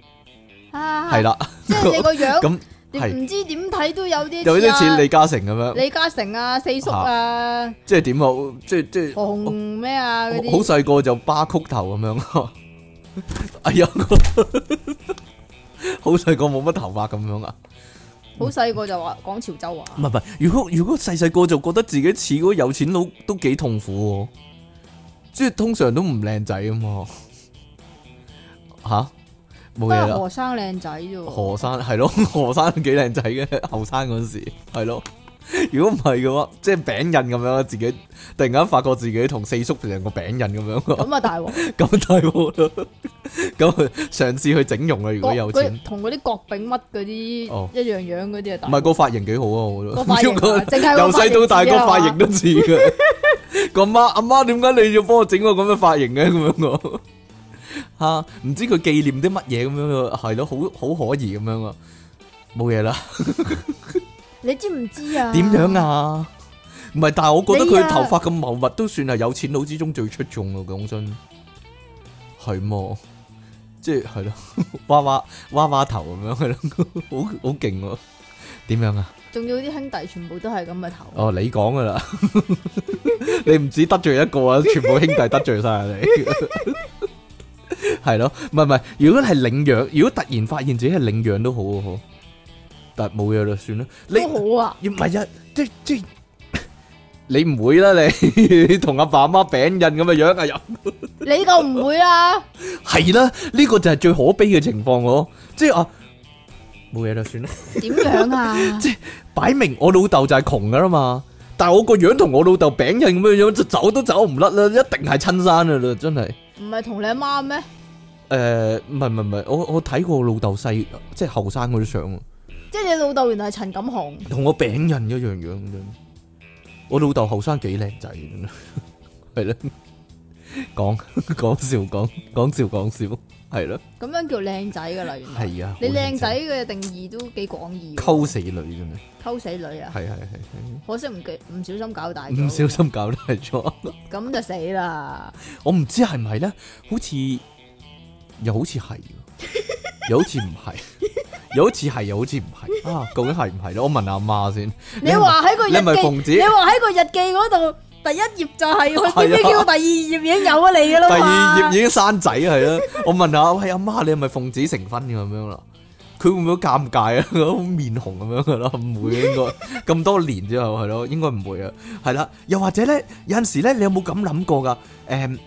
Speaker 2: 啊，
Speaker 1: 係啦，
Speaker 2: 即係你個 樣，
Speaker 1: 咁
Speaker 2: 你
Speaker 1: 係
Speaker 2: 唔知點睇都有啲
Speaker 1: 有啲
Speaker 2: 啊
Speaker 1: 似李嘉誠咁樣，
Speaker 2: 李嘉誠啊、四叔啊、
Speaker 1: 即係點啊？即係即係。
Speaker 2: 何鴻咩啊嗰
Speaker 1: 好
Speaker 2: 啲，
Speaker 1: 細個就巴曲頭咁樣 咯。哎呀， 好細個冇乜頭髮咁樣啊！
Speaker 2: 好細個就話講潮州
Speaker 1: 唔
Speaker 2: 話，
Speaker 1: 係唔係，如果如果細細個就覺得自己似嗰個有錢佬，都幾痛苦喎。即係通常都唔靚仔啊嘛。吓，冇
Speaker 2: 不
Speaker 1: 嘢啊
Speaker 2: 過
Speaker 1: 啦。
Speaker 2: 何生靚仔啫喎。
Speaker 1: 何生係咯， 何生幾靚仔嘅，後生嗰陣時係咯。如果唔係嘅話，即係餅印咁樣，自己突然間發覺自己同四叔成個餅印咁樣。
Speaker 2: 咁啊大鑊！
Speaker 1: 咁大鑊啦！咁佢嘗試去整容啦，啊如果有
Speaker 2: 郭
Speaker 1: 錢
Speaker 2: 哦佢，同嗰啲郭炳乜嗰啲一
Speaker 1: 哦
Speaker 2: 樣樣嗰啲啊大
Speaker 1: 唔係
Speaker 2: 鑊。
Speaker 1: 個髮型幾好啊，我覺
Speaker 2: 個
Speaker 1: 得。
Speaker 2: 髮型啊啊
Speaker 1: 個
Speaker 2: 淨係個
Speaker 1: 由細到大
Speaker 2: 髮
Speaker 1: 個
Speaker 2: 型
Speaker 1: 髮型都似嘅。 個媽阿媽點解你要幫我整個咁嘅髮型嘅咁樣我 吓？唔知佢紀念啲乜嘢咁樣啊？係咯，好好可疑咁樣啊！冇嘢啦，
Speaker 2: 你知唔知啊？
Speaker 1: 點樣？啊？唔係，但係我覺得
Speaker 2: 你
Speaker 1: 佢
Speaker 2: 啊
Speaker 1: 頭髮咁茂密，都算係有錢佬之中最出眾啊！講真，係麼？即係係咯， 娃娃娃娃頭咁樣係咯，好好勁喎！點樣 啊？
Speaker 2: 仲要啲兄弟全部都係咁嘅頭。
Speaker 1: 哦，你講噶啦， 你唔止得罪一個啊，全部兄弟得罪晒你。 係咯，唔係唔係，如果係領養，如果突然發現自己係領養都好啊，好，但係冇嘢啦，算啦。你
Speaker 2: 都好啊！
Speaker 1: 唔係啊，即即你唔會啦， 你同阿爸阿媽餅印咁嘅樣啊，又
Speaker 2: 你就 唔會啦，
Speaker 1: 係啦，呢、個就係最可悲嘅情況喎，即係啊，冇嘢就算啦，
Speaker 2: 點樣啊？
Speaker 1: 擺明我老豆就係窮噶啦嘛，但係我個樣同我老豆餅印咁嘅樣，就走都走唔甩啦，一定係親生噶啦，真係。
Speaker 2: 唔係同你阿媽咩？
Speaker 1: 誒唔係唔係唔係，我我睇過我老豆細即係後生嗰啲相啊，
Speaker 2: 即係你老豆原來係陳錦鴻，
Speaker 1: 同我餅印一樣樣咁樣。我老豆後生幾靚仔真係，係咯。講講笑講講笑講笑，系咯，
Speaker 2: 咁樣叫靚仔噶啦，原來
Speaker 1: 系啊，
Speaker 2: 你
Speaker 1: 好
Speaker 2: 靚仔嘅定義都幾廣義喎，
Speaker 1: 溝死女真系，
Speaker 2: 溝死女啊！
Speaker 1: 系系
Speaker 2: 可惜唔記唔小心搞大
Speaker 1: 系，
Speaker 2: 咗，
Speaker 1: 唔小心搞大咗。
Speaker 2: 咁就死啦！
Speaker 1: 我唔知係咪咧，好似又好似係喎，又好似唔係，又好似係又好似唔係啊！究竟係唔係咧？我問阿媽先。
Speaker 2: 你話喺個
Speaker 1: 你係咪
Speaker 2: 日
Speaker 1: 奉旨
Speaker 2: 記，你話喺個日記嗰度第一頁就
Speaker 1: 係
Speaker 2: 係
Speaker 1: 啊
Speaker 2: 佢點知叫第二頁已經有咗你噶啦
Speaker 1: 第二頁
Speaker 2: 嘛
Speaker 1: 已？經生仔啊係啦，我問下喂阿媽，你係咪奉子成婚咁樣啦？佢會唔會好尷尬啊？好面紅咁樣噶啦，唔會應該咁多年之後係咯，應該唔會啊，係啦。又或者咧，有陣時咧，你有冇咁諗過噶？誒、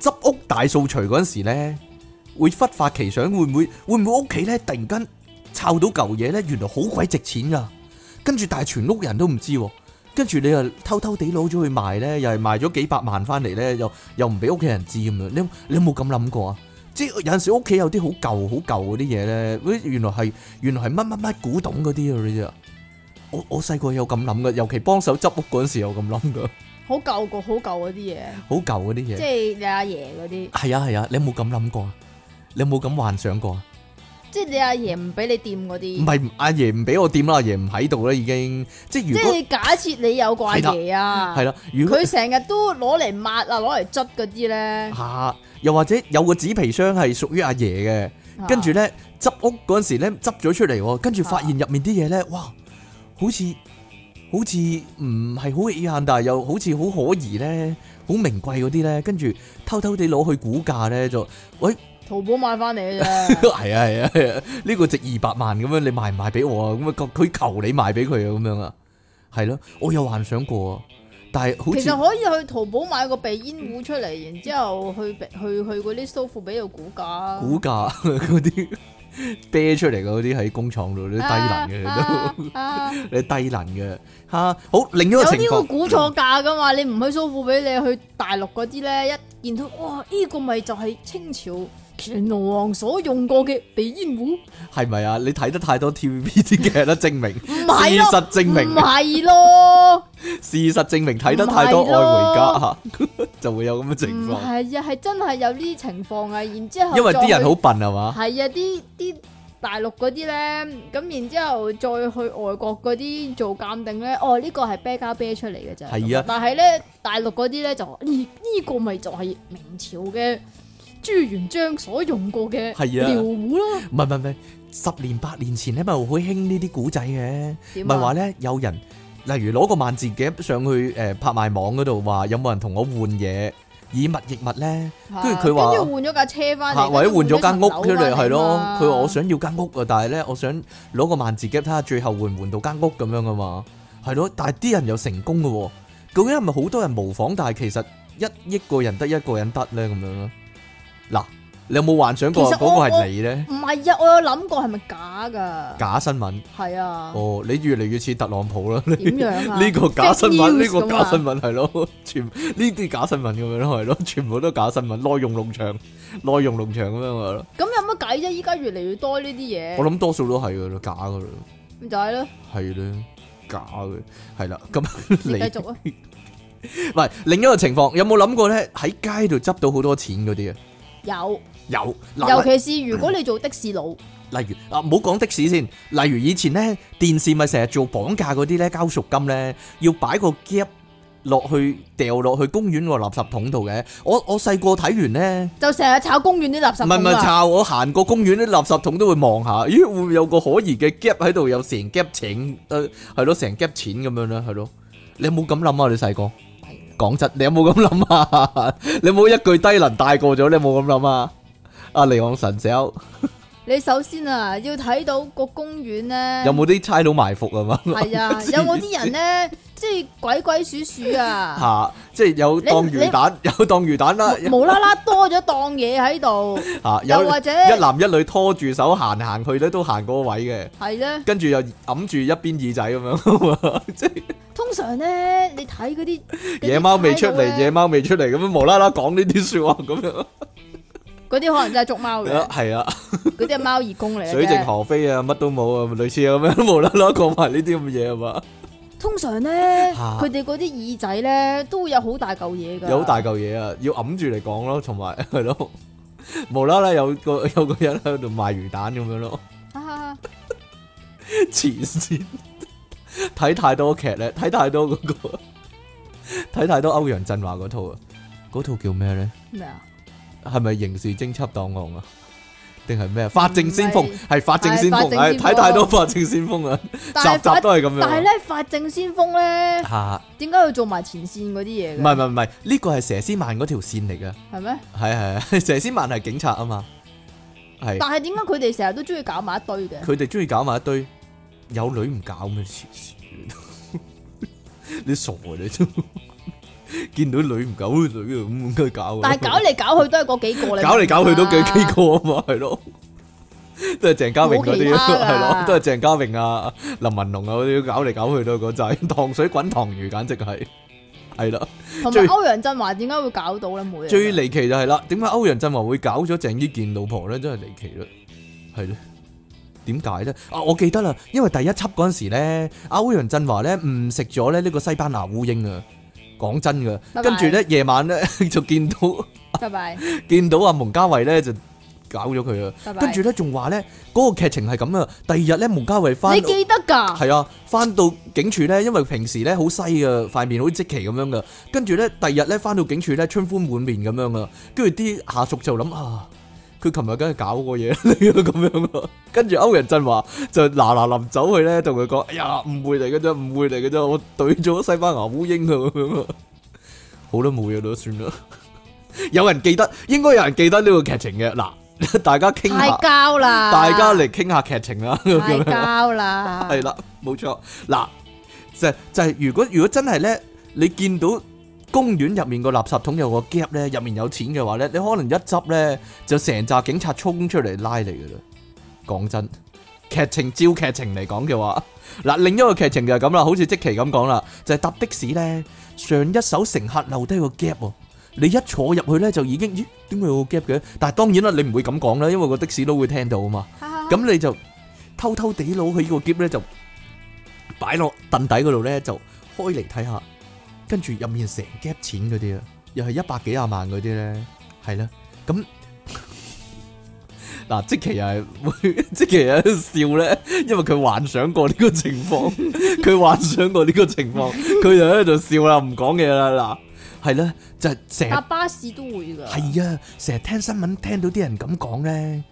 Speaker 1: 執屋大掃除嗰陣時咧，會忽發奇想，會唔會會唔會屋企咧突然間摷到嚿嘢咧，原來好鬼值錢噶，跟住但係全屋人都唔知喎。跟住你又偷偷地攞咗去賣咧，又係賣咗幾百萬翻嚟咧，又又唔俾屋企人知咁樣。你有你有冇咁諗過啊？即係有陣時屋企有啲好舊好舊嗰啲嘢咧，喂原來係原來係乜乜乜古董嗰啲啊！你知啊？我我細個有咁諗嘅，尤其幫手執屋嗰陣時有咁諗嘅，
Speaker 2: 好舊個，好舊嗰啲嘢，
Speaker 1: 好舊嗰啲
Speaker 2: 即
Speaker 1: 嘢。
Speaker 2: 係你阿爺嗰啲，
Speaker 1: 係啊係啊，你有冇咁諗過啊？你有冇咁幻想過啊？
Speaker 2: 即係你阿爺唔俾你掂嗰
Speaker 1: 唔
Speaker 2: 啲，
Speaker 1: 係阿爺唔俾我掂啦，阿爺唔喺度啦已經。即係
Speaker 2: 即
Speaker 1: 如果
Speaker 2: 係假設你有個阿爺啊
Speaker 1: 係，啦，如果
Speaker 2: 佢成日都攞嚟抹啊，攞嚟捽嗰啲咧，
Speaker 1: 嚇、又或者有個紙皮箱係屬於阿爺嘅。
Speaker 2: 啊
Speaker 1: 跟住咧執屋嗰陣時咧執咗出嚟喎，跟住發現入面啲嘢咧，哇，好似好似唔係好起眼，但係又好似好可疑咧，好名貴嗰啲咧，跟住偷偷地攞去估價咧就， 喂，
Speaker 2: 淘寶買翻嚟嘅啫。
Speaker 1: 係啊係啊係啊，呢個值二百萬咁樣，你賣唔賣俾我啊？咁啊佢佢求你賣俾佢啊咁樣啊，係咯，我有幻想過啊，但係 好
Speaker 2: 其實
Speaker 1: 似
Speaker 2: 可以去淘寶買個鼻煙壺出嚟，然之後去去去嗰啲蘇富比度估價，
Speaker 1: 估價嗰啲啤出嚟嗰啲喺工廠度，啲低能嘅都。
Speaker 2: 嘅都。啊
Speaker 1: 你低能嘅吓、好另一
Speaker 2: 有
Speaker 1: 個情
Speaker 2: 啲會
Speaker 1: 況，
Speaker 2: 估錯價噶嘛？你唔去蘇富比，你去大陸嗰啲咧，一見到哇，呢、個咪就係清朝乾隆王所用過嘅鼻煙壺，唔
Speaker 1: 係咪啊？你睇得太多 TVB 啲劇啦，證明事
Speaker 2: 係咯，
Speaker 1: 實證
Speaker 2: 唔
Speaker 1: 明
Speaker 2: 係 咯，
Speaker 1: 事實證明睇得太多
Speaker 2: 唔係
Speaker 1: 愛
Speaker 2: 咯
Speaker 1: 回家吓，就會有咁嘅情
Speaker 2: 唔
Speaker 1: 況。
Speaker 2: 係啊，係真係有呢啲情況啊。然之後
Speaker 1: 因為啲人
Speaker 2: 再去
Speaker 1: 好笨係嘛，
Speaker 2: 係啊，啲啲大陸嗰啲咧，咁然之後再去外國嗰啲做鑑定咧，哦呢、個係啤加啤出嚟嘅咋，
Speaker 1: 係啊
Speaker 2: 但係咧大陸嗰啲咧就話呢呢個咪就係明朝嘅朱元璋所用過嘅
Speaker 1: 係啊
Speaker 2: 遼壺咯，
Speaker 1: 唔係唔係唔係，十年八年前咧咪好興呢啲古仔嘅，
Speaker 2: 點
Speaker 1: 咪話
Speaker 2: 啊？
Speaker 1: 咧有人例如攞個萬字夾上去诶、呃拍賣網嗰度話有冇人同我換嘢，以物易物咧。
Speaker 2: 嚇
Speaker 1: 跟住佢話
Speaker 2: 跟住換咗架車翻
Speaker 1: 嚇
Speaker 2: 嚟，
Speaker 1: 或者換咗間屋出嚟
Speaker 2: 跟住換
Speaker 1: 係咯，
Speaker 2: 咗層樓返嚟
Speaker 1: 佢
Speaker 2: 嘛
Speaker 1: 話我想要間屋啊，但係咧我想攞個萬字夾睇下最後換唔換到間屋咁樣噶嘛，係咯，但係啲人又成功嘅喎，究竟係咪好多人模仿，但係其實一億個人得一個人得咧咁樣咯？嗱，你有冇幻想過
Speaker 2: 其實
Speaker 1: 嗰
Speaker 2: 我
Speaker 1: 個係你咧？
Speaker 2: 唔係啊，我有諗過係咪假噶？
Speaker 1: 假新聞
Speaker 2: 係啊，
Speaker 1: 哦，你越嚟越似特朗普啦！
Speaker 2: 點樣啊？
Speaker 1: 呢個假新
Speaker 2: Fake
Speaker 1: 聞，呢
Speaker 2: news
Speaker 1: 個假
Speaker 2: 咁啊
Speaker 1: 新聞係咯，全呢啲假新聞咁樣咯，係咯，全部都假新聞，內容農場，內容農場咁樣係咯，
Speaker 2: 咁有乜計啫？依家越嚟越多呢啲嘢，
Speaker 1: 我諗多數都係噶啦，假噶啦。
Speaker 2: 咪就係咯。
Speaker 1: 係咧，假嘅，係啦。咁
Speaker 2: 你
Speaker 1: 你
Speaker 2: 繼續啊，
Speaker 1: 唔係另一個情況，有冇諗過咧？喺街度執到好多錢嗰啲啊？
Speaker 2: 有，
Speaker 1: 有，
Speaker 2: 尤
Speaker 1: 嗱，
Speaker 2: 其是如果你做的士佬，
Speaker 1: 例如啊，唔好講的士先。例如以前咧，電視咪成日做綁架嗰啲咧，交贖金咧，要擺個夾落去掉落去公園個垃圾桶度嘅。我我細個睇完咧，
Speaker 2: 就成日炒公園啲垃圾
Speaker 1: 唔係唔
Speaker 2: 桶
Speaker 1: 係
Speaker 2: 啊，
Speaker 1: 抄，我行過公園啲垃圾桶都會望下，咦會唔會有個可疑嘅夾喺度，有成夾錢，誒係咯，成夾錢咁樣啦，係咯。你有冇咁諗啊？你細個？講真，你有冇咁諗啊？ 你有冇一句低能大過咗？你有冇咁諗啊？阿離岸神手
Speaker 2: 你首先啊，要睇到個公園咧，
Speaker 1: 有冇啲差佬埋伏啊嘛？
Speaker 2: 係 啊？有冇啲人咧，即係鬼鬼祟祟啊，
Speaker 1: 吓，即係有當魚蛋， 有當魚蛋啦，
Speaker 2: 無無啦啦多咗檔嘢喺度，
Speaker 1: 吓有
Speaker 2: 又或者
Speaker 1: 一男一女拖住手行行去咧，都行嗰個位嘅，
Speaker 2: 係咧。
Speaker 1: 跟住又揞住一邊耳仔咁樣，即係
Speaker 2: 通常咧，你睇嗰啲嗰啲
Speaker 1: 野貓未出
Speaker 2: 差佬
Speaker 1: 嚟，
Speaker 2: 呢
Speaker 1: 野貓未出嚟咁樣無啦啦講呢啲说話咁樣，
Speaker 2: 嗰啲可能真係捉貓嘅，
Speaker 1: 係啊。
Speaker 2: 嗰啲係貓義工嚟嘅
Speaker 1: 水靜
Speaker 2: 啫。
Speaker 1: 河飛啊，乜都冇啊， 類似咁樣，無啦啦講埋呢啲咁嘅嘢係啊嘛，
Speaker 2: 通常咧，
Speaker 1: 嚇
Speaker 2: 佢哋嗰啲耳仔咧都會有好大嚿嘢㗎，
Speaker 1: 啊 有好大嚿嘢啊，要揞住嚟講咯，同埋係咯，無啦啦有個 有個人喺度賣魚蛋咁樣咯，
Speaker 2: 啊
Speaker 1: 黐線！睇太多劇咧，睇太多嗰、個， 睇太多歐陽震華嗰套啊，嗰套叫咩咧？
Speaker 2: 咩啊？
Speaker 1: 係咪刑事偵緝檔案啊？定係咩？法證先鋒
Speaker 2: 唔係
Speaker 1: 係法證先鋒，係
Speaker 2: 係法證先鋒
Speaker 1: 睇太多法證先鋒啊！
Speaker 2: 但
Speaker 1: 集
Speaker 2: 係
Speaker 1: 集
Speaker 2: 法
Speaker 1: 都係咁
Speaker 2: 但係
Speaker 1: 樣。
Speaker 2: 咧法證先鋒咧，
Speaker 1: 嚇！
Speaker 2: 點解要做埋前線嗰啲嘢嘅？
Speaker 1: 唔係唔係唔係，呢個係佘詩曼嗰條線嚟噶，
Speaker 2: 係咩？
Speaker 1: 係 係係佘詩曼係警察啊嘛，係
Speaker 2: 但係點解佢哋成日都中意搞埋一堆嘅？
Speaker 1: 佢哋中意搞埋一堆有女唔搞咩黐線， 你傻啊你都 見到女唔搞女啊咁梗係搞啊，
Speaker 2: 但係搞嚟搞去都係嗰幾個嚟，
Speaker 1: 搞嚟搞去都幾
Speaker 2: 啊
Speaker 1: 幾個啊嘛，係咯。都係鄭嘉穎嗰啲
Speaker 2: 冇其
Speaker 1: 咯，
Speaker 2: 他㗎
Speaker 1: 係咯，都係鄭嘉穎啊、林文龍啊嗰啲搞嚟搞去都係 嗰陣，糖水滾糖魚簡直係，係啦。
Speaker 2: 同埋
Speaker 1: 最
Speaker 2: 歐陽振華點解會搞到咧？每日
Speaker 1: 最離奇就係啦，點解歐陽振華會搞咗鄭伊健老婆咧？真係離奇啦，係咧，點解咧？啊，我記得啦，因為第一輯嗰陣時咧，歐陽振華咧誤食咗咧呢個西班牙烏蠅啊！講真噶，
Speaker 2: 拜拜
Speaker 1: 跟住咧夜晚 咧就見到
Speaker 2: 拜拜
Speaker 1: 見到阿蒙嘉慧咧就搞咗佢啊！
Speaker 2: 拜拜。
Speaker 1: 跟住咧仲話咧嗰個劇情係咁啊！第二日咧蒙嘉慧翻
Speaker 2: 你記得㗎？
Speaker 1: 係啊，翻到警署咧，因為平時咧好西嘅，塊面好似積奇咁樣噶，跟住咧第日咧翻到警署咧，春歡滿面咁樣啊，跟住啲下屬就諗啊，佢琴日梗係搞過嘢嚟咯咁樣啊， 跟住歐陽振華就嗱嗱臨走去咧，同佢講：哎呀，誤會嚟嘅啫，誤會嚟嘅啫，我對咗西班牙烏蠅啊咁樣啊，好啦，冇嘢啦，算啦。 有人記得，應該有人記得呢個劇情嘅嗱， 大家傾
Speaker 2: 太
Speaker 1: 下，
Speaker 2: 交啦！
Speaker 1: 大家嚟傾下劇情啦咁
Speaker 2: 太
Speaker 1: 樣。
Speaker 2: 交啦！
Speaker 1: 系啦，冇錯。嗱，就就係如果如果真係咧，你見到公園入面個垃圾桶有個夾咧，入面有錢嘅話咧，你可能一執咧就成扎警察衝出嚟拉你噶啦。講真，劇情照劇情嚟講嘅話，嗱，另一個劇情就係咁啦，好似即期咁講啦，就係、搭的士咧，上一手乘客留低個夾 喎。你一坐入去咧就已經，咦？點會有個夾嘅？但係當然啦，你唔會咁講啦，因為個的士都會聽到啊嘛。
Speaker 2: 咁
Speaker 1: 咁你就偷偷地攞佢呢個箧咧，就擺落凳底嗰度咧，就開嚟睇下，跟住入面成夾錢嗰啲啊，又係一百幾廿萬嗰啲咧，係啦，咁 嗱，即其又係會， 即其又喺度笑咧，因為佢幻想過呢個情況， 佢幻想過呢個情況，佢就喺度笑啦，唔講嘢啦，嗱，係啦，就係成日
Speaker 2: 搭巴士都會㗎。
Speaker 1: 係啊，成日聽新聞聽到啲人咁講咧，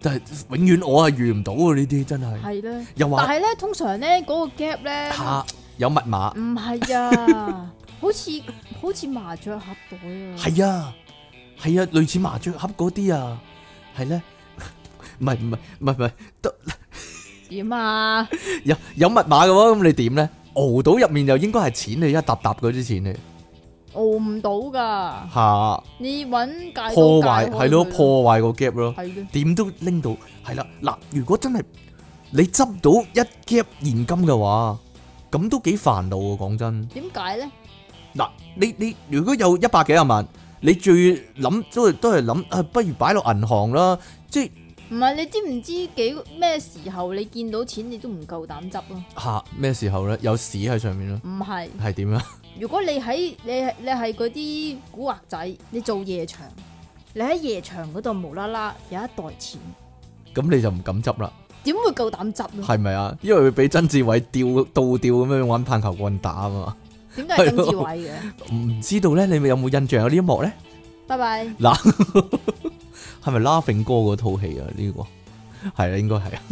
Speaker 1: 就係永遠我係遇唔到啊！呢啲真係
Speaker 2: 係咧，
Speaker 1: 又
Speaker 2: 但
Speaker 1: 話
Speaker 2: 係咧，通常咧嗰個 gap 咧，
Speaker 1: 嚇有密碼，
Speaker 2: 唔係啊，好似好似麻雀盒袋啊，
Speaker 1: 係啊係啊，類似麻雀盒嗰啲啊，係咧， 唔係唔係唔係唔係，都
Speaker 2: 點啊？
Speaker 1: 有有密碼嘅喎，咁你點咧？熬到入面又應該係錢嚟，一沓沓嗰啲錢嚟
Speaker 2: 熬唔到㗎，
Speaker 1: 嚇
Speaker 2: 你揾戒
Speaker 1: 破壞係咯，破壞個 gap 咯。
Speaker 2: 係咯，
Speaker 1: 點都拎到，係啦。嗱，如果真係你執到一 gap 現金嘅話，咁都幾煩惱啊！講真，
Speaker 2: 點解咧？
Speaker 1: 嗱，你你如果有一百幾廿萬，你最諗都係都係諗啊，不如擺落銀行啦。即係
Speaker 2: 唔係你知唔知幾咩時候你見到錢你都唔夠膽執咯？
Speaker 1: 嚇咩時候咧？有屎喺上面啦，
Speaker 2: 唔係，
Speaker 1: 係點啊？
Speaker 2: 如果你喺你係你係嗰啲古惑仔，你做夜場，你喺夜場嗰度無啦啦有一袋錢，
Speaker 1: 咁你就唔敢執啦，
Speaker 2: 點會夠膽執咧？
Speaker 1: 係咪啊？因為會俾曾志偉吊倒吊咁樣玩棒球棍打啊嘛。
Speaker 2: 點解係曾志偉嘅？
Speaker 1: 唔知道咧，你有冇印象有呢一幕咧？
Speaker 2: 拜拜。
Speaker 1: 嗱，係咪 Laughing 哥嗰套戲啊？呢、個係啦，應該係啊，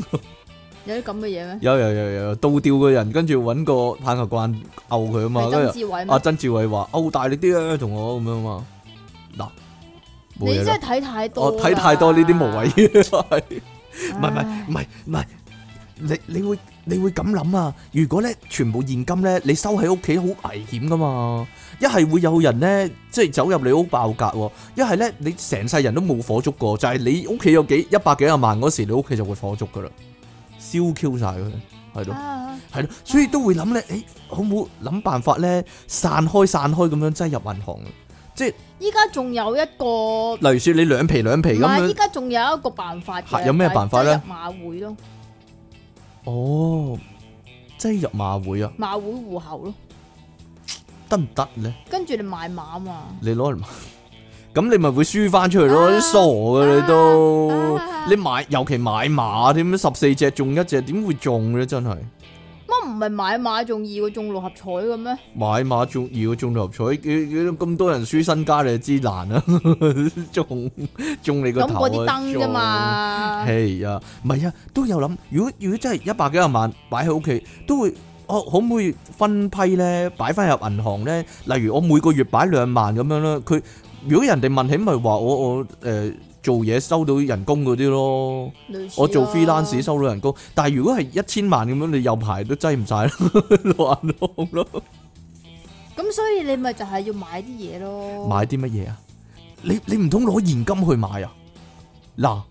Speaker 2: 有啲咁嘅嘢咩？
Speaker 1: 有有有有倒吊個人，跟住揾個棒球棍毆佢啊嘛，
Speaker 2: 係
Speaker 1: 跟
Speaker 2: 曾
Speaker 1: 住
Speaker 2: 志偉
Speaker 1: 阿
Speaker 2: 咩？
Speaker 1: 曾志偉話毆大力啲啊，同我咁樣嘛，嗱，冇
Speaker 2: 你
Speaker 1: 嘢
Speaker 2: 真
Speaker 1: 啦
Speaker 2: 係，睇太多啦，
Speaker 1: 我睇太多呢啲無 謂嘢，係 唔係唔係
Speaker 2: 唉
Speaker 1: 唔係唔係，你你會你會咁諗啊？如果咧全部現金咧，你收喺屋企好危險噶嘛？一係會有人咧，即係走入你屋爆格喎；一係咧，你成世人都冇火燭過，就係、你屋企有幾一百幾廿萬嗰時，你屋企就會火燭噶啦，燒 Q 晒佢，係咯。
Speaker 2: 啊
Speaker 1: 係咯，所以都會諗咧，誒，好唔好諗辦法咧，散開散開咁樣擠入銀行？
Speaker 2: 依家仲有一個，唔
Speaker 1: 例如說你兩皮兩皮咁
Speaker 2: 係依
Speaker 1: 樣，
Speaker 2: 家仲有一個辦法嘅
Speaker 1: 嚇有咩辦法咧
Speaker 2: 就係入馬會咯，
Speaker 1: 哦，擠入馬會啊，
Speaker 2: 馬會户口咯，
Speaker 1: 得唔得咧？
Speaker 2: 跟住你買馬嘛，
Speaker 1: 你攞嚟買， 咁你咪會輸翻出去咯，
Speaker 2: 啊
Speaker 1: 傻嘅你都
Speaker 2: 啊，
Speaker 1: 你買尤其買馬添，十四隻中一隻，點會中咧？真係
Speaker 2: 乜唔係買馬仲易過中六合彩嘅咩？
Speaker 1: 買馬中要中六合彩，佢佢咁多人輸身家，你就知難啦， 中中你個
Speaker 2: 咁
Speaker 1: 頭
Speaker 2: 嗰
Speaker 1: 啊
Speaker 2: 啲燈啫。嘛，
Speaker 1: 系啊，唔係啊，都有諗。如果如果真係一百幾廿萬擺喺屋企，都會哦，可唔可以分批咧擺翻入銀行咧？例如我每個月擺兩萬咁樣啦。佢如果人哋問起，咪話我我诶、呃做嘢收到人工嗰啲咯，
Speaker 2: 類似
Speaker 1: 我做
Speaker 2: 啦
Speaker 1: freelance 收到人工。但係如果係一千萬咁樣，你有排都擠唔晒啦， 落銀行咯。
Speaker 2: 咁所以你咪就係要買啲嘢咯，
Speaker 1: 買啲乜嘢啊？你你唔通攞現金去買啊？嗱。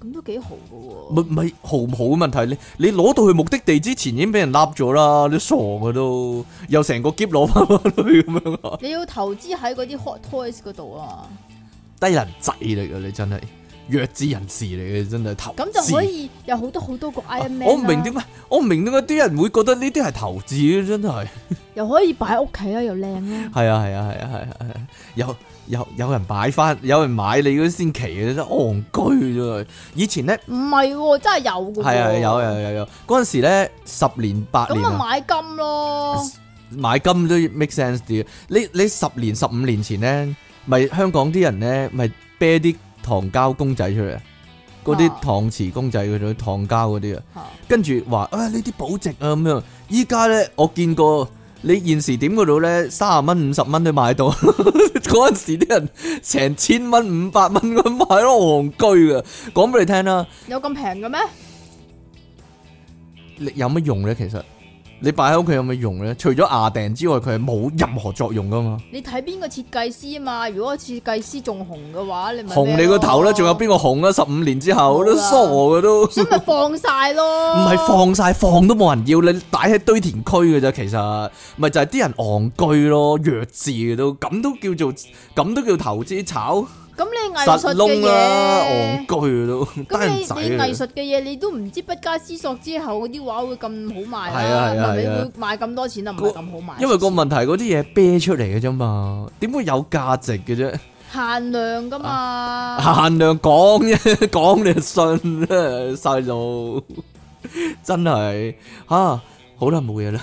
Speaker 2: 咁都幾好嘅
Speaker 1: 咪
Speaker 2: 喎。
Speaker 1: 咪好唔好嘅問題，你你攞到去目的地之前已經俾人笠咗啦，你傻嘅都，又成個箧攞翻翻去咁樣啊，
Speaker 2: 你要投資喺嗰啲 hot toys 嗰度啊嘛，
Speaker 1: 低能仔嚟嘅你真係弱智人士嚟嘅真係投資啊
Speaker 2: 咁就可以有好多好多個 Iron Man 啊
Speaker 1: 我唔明
Speaker 2: 啦
Speaker 1: 點解，我唔明點解啲人會覺得呢啲係投資嘅真係。
Speaker 2: 又可以擺喺屋企啦，又靚啦。
Speaker 1: 係啊係啊係啊係啊係啊，有有有人擺翻，有人買你嗰啲先奇嘅，真係戇居啫。以前咧
Speaker 2: 唔係喎，真係有嘅喎。
Speaker 1: 係啊有有有有，嗰陣時咧十年八
Speaker 2: 咁
Speaker 1: 年啊
Speaker 2: 咪。買金咯，
Speaker 1: 買金都 make sense 啲。你你十年十五年前咧，咪香港啲人咧，咪啤啲糖膠公仔出嚟啊，嗰啲
Speaker 2: 啊
Speaker 1: 搪瓷公仔嗰種糖膠嗰啲啊，
Speaker 2: 嚇
Speaker 1: 跟住話啊呢啲保值啊咁樣。依家咧我見過。你現時點嗰度咧，三十蚊、五十蚊都買到。 嗰陣時啲人成千蚊、五百蚊咁買咯，戇居嘅。講俾你聽啦，
Speaker 2: 有咁平嘅咩？
Speaker 1: 你有乜用咧？其實你擺喺屋企有乜用咧？除咗牙釘之外，佢係冇任何作用噶嘛。
Speaker 2: 你睇邊個設計師啊嘛？如果設計師仲紅嘅話，你咪
Speaker 1: 紅你個頭啦，仲有邊
Speaker 2: 邊？
Speaker 1: 個紅啊？十五年之後
Speaker 2: 冇
Speaker 1: 都
Speaker 2: 啦
Speaker 1: 傻嘅 都，唔
Speaker 2: 所以咪放晒咯。
Speaker 1: 係放晒放都冇人要，你擺喺堆填區嘅啫。其實咪就係啲人戇居咯，弱智嘅都，咁都叫做咁都叫投資炒
Speaker 2: 咁你藝
Speaker 1: 實
Speaker 2: 術嘅
Speaker 1: 窿啦，戇
Speaker 2: 嘢，
Speaker 1: 居都
Speaker 2: 咁
Speaker 1: 單
Speaker 2: 你
Speaker 1: 人仔啊
Speaker 2: 你藝
Speaker 1: 嚟。
Speaker 2: 術嘅嘢，你都唔知不加思索之後嗰啲畫會咁好賣
Speaker 1: 係啊係
Speaker 2: 啦，
Speaker 1: 啊
Speaker 2: 係咪
Speaker 1: 係啊
Speaker 2: 會賣咁多錢啊？唔係咁好賣，
Speaker 1: 因為個問題嗰啲嘢啤出嚟嘅啫嘛，點會有價值嘅啫？
Speaker 2: 限量噶嘛。
Speaker 1: 限量講啫， 講你就信啦，細路，真係吓、啊好啦，冇嘢啦。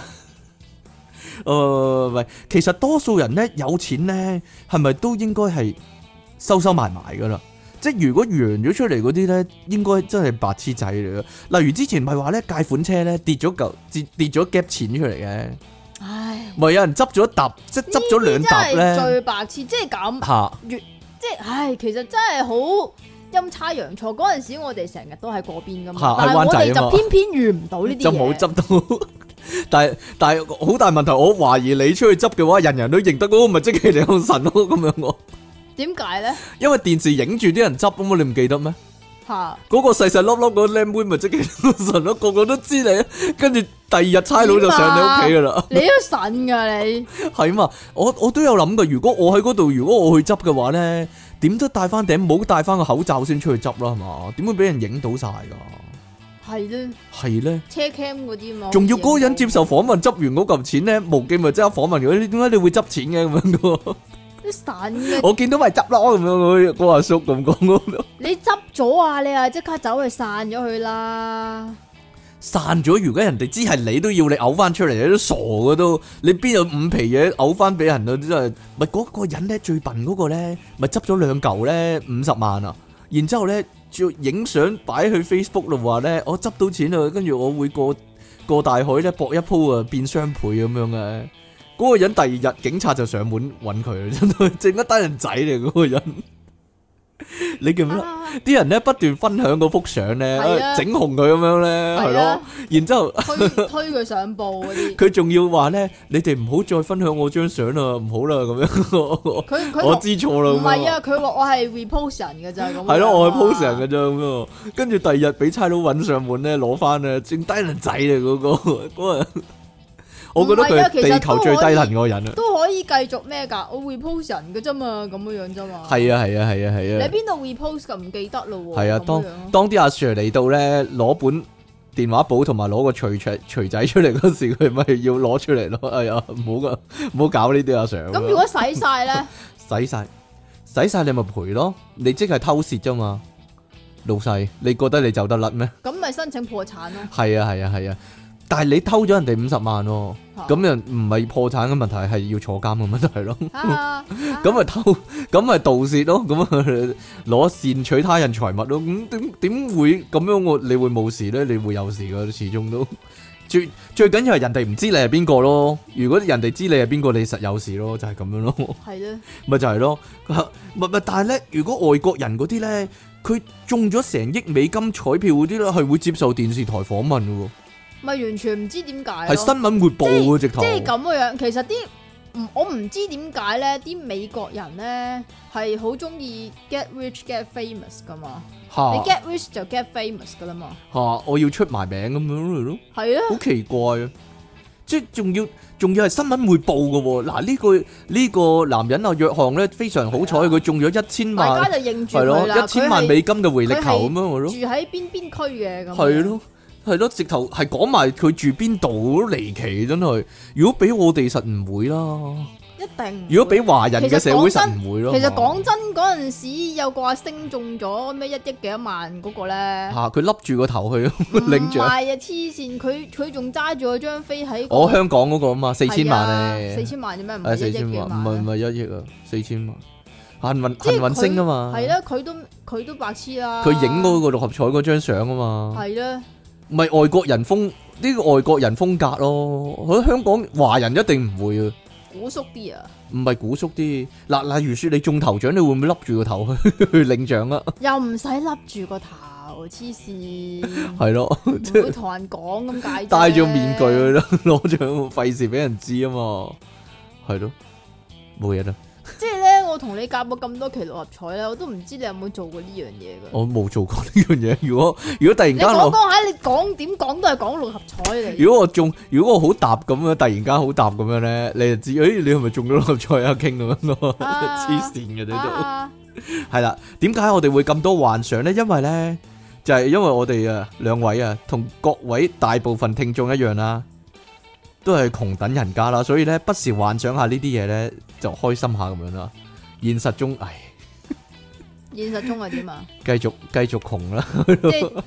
Speaker 1: 誒、喂，其實多數人咧有錢咧，係咪都應該係收收埋埋噶啦？即係如果揚咗出嚟嗰啲咧，應該真係白痴仔嚟嘅。例如之前咪話咧，借款車咧跌咗嚿跌跌咗 gap 錢出嚟嘅，
Speaker 2: 唉，
Speaker 1: 咪有人執咗一沓，即係執咗兩
Speaker 2: 呢
Speaker 1: 沓
Speaker 2: 啲真係
Speaker 1: 咧
Speaker 2: 最白痴，即係咁。
Speaker 1: 嚇。
Speaker 2: 即係，唉，其實真係好陰差陽錯。嗰陣時我哋成日都喺嗰邊噶嘛，
Speaker 1: 嚇喺
Speaker 2: 但係我
Speaker 1: 灣
Speaker 2: 哋
Speaker 1: 仔啊嘛
Speaker 2: 就偏偏遇唔 到呢啲嘢
Speaker 1: 就冇。執到。但係但係好大問題，我懷疑你出去執嘅話，人人都認得嗰個咪即係兩神咯咁樣喎。
Speaker 2: 點解咧？
Speaker 1: 因為電視影住啲人執啊嘛，你唔記得咩？
Speaker 2: 嚇，
Speaker 1: 嗰、個細細粒粒嗰個靚妹咪即係兩神咯，個個都知你。跟住第二日差佬就上你屋企噶啦，
Speaker 2: 你都神㗎你，
Speaker 1: 係嘛？我我都有諗過，如果我喺嗰度，如果我去執嘅話咧，點都戴翻頂帽，戴翻個口罩先出去執啦，係嘛？點會俾人影到晒㗎？
Speaker 2: 係咧，
Speaker 1: 係咧。
Speaker 2: 車 cam 嗰啲嘛。
Speaker 1: 仲要嗰個人接
Speaker 2: 好
Speaker 1: 受訪問，執完嗰嚿錢咧，無記咪即刻訪問佢，你點解你會執錢嘅咁樣嘅？
Speaker 2: 似啲神嘅，
Speaker 1: 我見到咪執咯咁樣，嗰個阿叔咁講咯，
Speaker 2: 你執咗啊！你啊，即刻走去散咗佢啦。
Speaker 1: 散咗。如果人哋知係你，都要你嘔翻出嚟，你都傻嘅都。你邊有五皮嘢嘔翻俾人啊？真係咪嗰個人咧最笨嗰個咧，咪執咗兩嚿咧五十萬啊！然之後咧，仲要影相擺去 Facebook 度話咧，我執到錢啦，跟住我會過過大海咧搏一鋪啊，變雙倍咁樣嘅。嗰個人第二日警察就上門揾佢 啦，真係正一單人仔嚟嗰個人。你記唔記得？
Speaker 2: 啊
Speaker 1: 啲人咧不斷分享嗰幅相咧，
Speaker 2: 係啊
Speaker 1: 啊整紅佢咁樣咧，係
Speaker 2: 係
Speaker 1: 咯
Speaker 2: 啊，
Speaker 1: 然之 後。
Speaker 2: 推推佢上報嗰啲，
Speaker 1: 佢仲要話咧，你哋唔好再分享我張相啦，唔好啦咁樣，我
Speaker 2: 佢佢
Speaker 1: 我
Speaker 2: 同
Speaker 1: 知錯啦。
Speaker 2: 唔係
Speaker 1: 咁
Speaker 2: 啊，佢話我係 repost 人㗎咋咁樣啊。
Speaker 1: 係咯，我係 post 人嘅啫咁樣，跟住第二日俾差佬揾上門咧，攞翻咧，正低能仔嚟嗰個嗰人，我覺得
Speaker 2: 唔係
Speaker 1: 佢
Speaker 2: 啊其
Speaker 1: 係
Speaker 2: 實
Speaker 1: 地球最低能嗰個人啊，
Speaker 2: 都可以繼續咩㗎？我 repost 人嘅啫嘛，咁樣樣啫嘛。
Speaker 1: 係啊係啊係啊
Speaker 2: 你
Speaker 1: 係啊
Speaker 2: 喺，邊度 repost 咁唔記得咯喎。
Speaker 1: 係啊，
Speaker 2: 咁
Speaker 1: 當
Speaker 2: 樣咯
Speaker 1: 當啲阿 Sir 嚟到咧，攞本電話簿同埋攞個錘錘錘仔出嚟嗰時，佢咪要攞出嚟咯。哎呀，唔好噶，唔好搞呢啲阿 Sir 咁樣。
Speaker 2: 咁如果洗晒咧，
Speaker 1: 洗晒使晒你咪賠咯，你即係偷竊啫嘛。老細，你覺得你走得甩咩？
Speaker 2: 咁咪申請破產咯。
Speaker 1: 係啊係啊係啊，但係你偷咗人哋五十萬喎，
Speaker 2: 嚇
Speaker 1: 咁又唔係破產嘅問題，係要坐監嘅問題咯。
Speaker 2: 啊，
Speaker 1: 咁咪偷，咁咪盜竊咯，咁啊攞竊取他人財物咯，咁點點會咁樣我你會冇事咧？你會有事嘅，始終都最最緊要係人哋唔知你係邊個咯。如果人哋知你係邊個，你實有事咯，就 係、咁樣咯，
Speaker 2: 係咧，
Speaker 1: 咪就係咯。 咪咪，但係咧，如果外國人嗰啲咧，佢中咗成億美金彩票嗰啲咧，係會接受電視台訪問嘅
Speaker 2: 咪完全唔知點解
Speaker 1: 喎，係
Speaker 2: 咯。
Speaker 1: 新聞會報嘅直頭
Speaker 2: 即。係咁嘅樣。其實啲唔我唔知點解咧，啲美國人咧係好中意 get rich get famous 噶嘛。你
Speaker 1: 嚇
Speaker 2: get rich 就 get famous 噶啦嘛。
Speaker 1: 嚇，我要出埋名咁樣咯。
Speaker 2: 係啊，
Speaker 1: 好奇怪啊！即係仲要仲要係新聞會報嘅喎。嗱呢個呢個男人啊，約翰咧非常好彩，
Speaker 2: 係啊
Speaker 1: 佢中咗一千
Speaker 2: 大
Speaker 1: 萬
Speaker 2: 家，就認住
Speaker 1: 係
Speaker 2: 佢啦。
Speaker 1: 咯，一千萬
Speaker 2: 佢係
Speaker 1: 美金嘅回力球
Speaker 2: 佢係
Speaker 1: 咁樣嘅咯
Speaker 2: 住，喺邊邊區嘅咁。
Speaker 1: 係。咯。係咯，直頭係講埋佢住邊度，好離奇真係。如果俾我哋實唔會啦，
Speaker 2: 一定。
Speaker 1: 如果俾華人嘅社會實唔會咯。
Speaker 2: 其實講真嗰陣時，有個阿星中咗咩一億幾多萬嗰個咧，
Speaker 1: 嚇佢笠住個頭去 領
Speaker 2: 唔係
Speaker 1: 獎，
Speaker 2: 啊黐線，佢佢仲揸住嗰張飛喺個
Speaker 1: 我香港嗰個啊嘛，四千萬
Speaker 2: 係啊
Speaker 1: 咧，
Speaker 2: 四千萬啫咩？唔
Speaker 1: 係
Speaker 2: 係
Speaker 1: 四
Speaker 2: 一億
Speaker 1: 千
Speaker 2: 幾
Speaker 1: 萬，唔係唔
Speaker 2: 萬啊。
Speaker 1: 係一億啊，四千萬。幸運
Speaker 2: 即係
Speaker 1: 幸運星啊嘛，
Speaker 2: 係啦，佢都佢都白痴啦。
Speaker 1: 佢影嗰個六合彩嗰張相啊嘛，
Speaker 2: 係啦，
Speaker 1: 咪外國人風呢個外國人風格咯，喺香港華人一定唔會啊，
Speaker 2: 古縮 啲啊，
Speaker 1: 唔係古縮啲。嗱，例如說你中頭獎，你會唔會笠住個 頭去去領獎啊？
Speaker 2: 又唔使笠住個頭，黐線，
Speaker 1: 係咯，
Speaker 2: 唔會同人講咁解啫。
Speaker 1: 戴住面具啊去咯， 攞獎費事俾人知啊嘛，係咯，冇嘢啦，
Speaker 2: 即係咧，我同你夾過咁多期六合彩咧，我都唔知你有冇做過呢樣嘢噶。
Speaker 1: 我冇做過 呢樣嘢。如果如果突然哦
Speaker 2: 你
Speaker 1: 間
Speaker 2: 講
Speaker 1: 我
Speaker 2: 講下，你講點講都係講六合彩嚟。
Speaker 1: 如果我中，如果我好搭咁樣，突然間好搭咁樣咧，你就知，誒、你係咪中咗六合彩啊？傾咁樣咯，
Speaker 2: 啊
Speaker 1: 黐線嘅你都。
Speaker 2: 啊
Speaker 1: 系啦，點解我哋會咁多幻想呢？因為呢，就係因為我哋啊兩位啊，同各位大部分聽眾一樣啦，都係窮等人家啦，所以呢，不時幻想下呢啲嘢呢，就開心下咁樣啦。現實中，唉，
Speaker 2: 現實中係點啊？
Speaker 1: 繼續繼續窮啦，
Speaker 2: 即係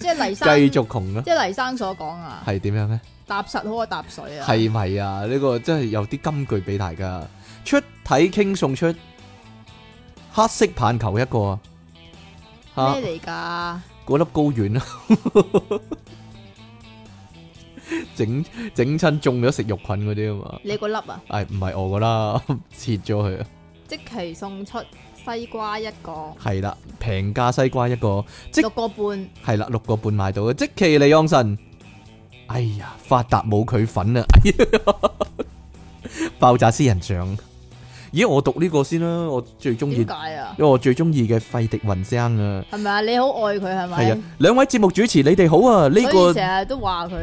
Speaker 2: 即係黎
Speaker 1: 繼
Speaker 2: 生，
Speaker 1: 續窮啦，
Speaker 2: 即係黎生所講啊，
Speaker 1: 係點樣呢？
Speaker 2: 踏實好過踏水啊。
Speaker 1: 係咪啊？呢個真係有啲金句俾大家，出體傾送出黑色棒球一個啊！嚇
Speaker 2: 咩嚟㗎？
Speaker 1: 嗰粒高丸啊， 整整親中咗食肉菌嗰啲啊嘛，
Speaker 2: 你個粒啊？
Speaker 1: 唉唔係我噶啦， 切咗佢啊，
Speaker 2: 即期送出西瓜一個，
Speaker 1: 係啦，平價西瓜一個，即
Speaker 2: 六個半，
Speaker 1: 係啦六個半買到嘅，即其利昂神，哎呀發達冇佢份 啊，哎呀爆炸私人獎，咦我讀呢個先啦，我最中意，
Speaker 2: 點
Speaker 1: 因
Speaker 2: 解啊？
Speaker 1: 為我最中意嘅費迪雲生啊，
Speaker 2: 係咪啊？你好愛佢係咪
Speaker 1: 係？啊，兩位節目主持你哋好啊，呢、
Speaker 2: 所
Speaker 1: 個
Speaker 2: 以成日都話佢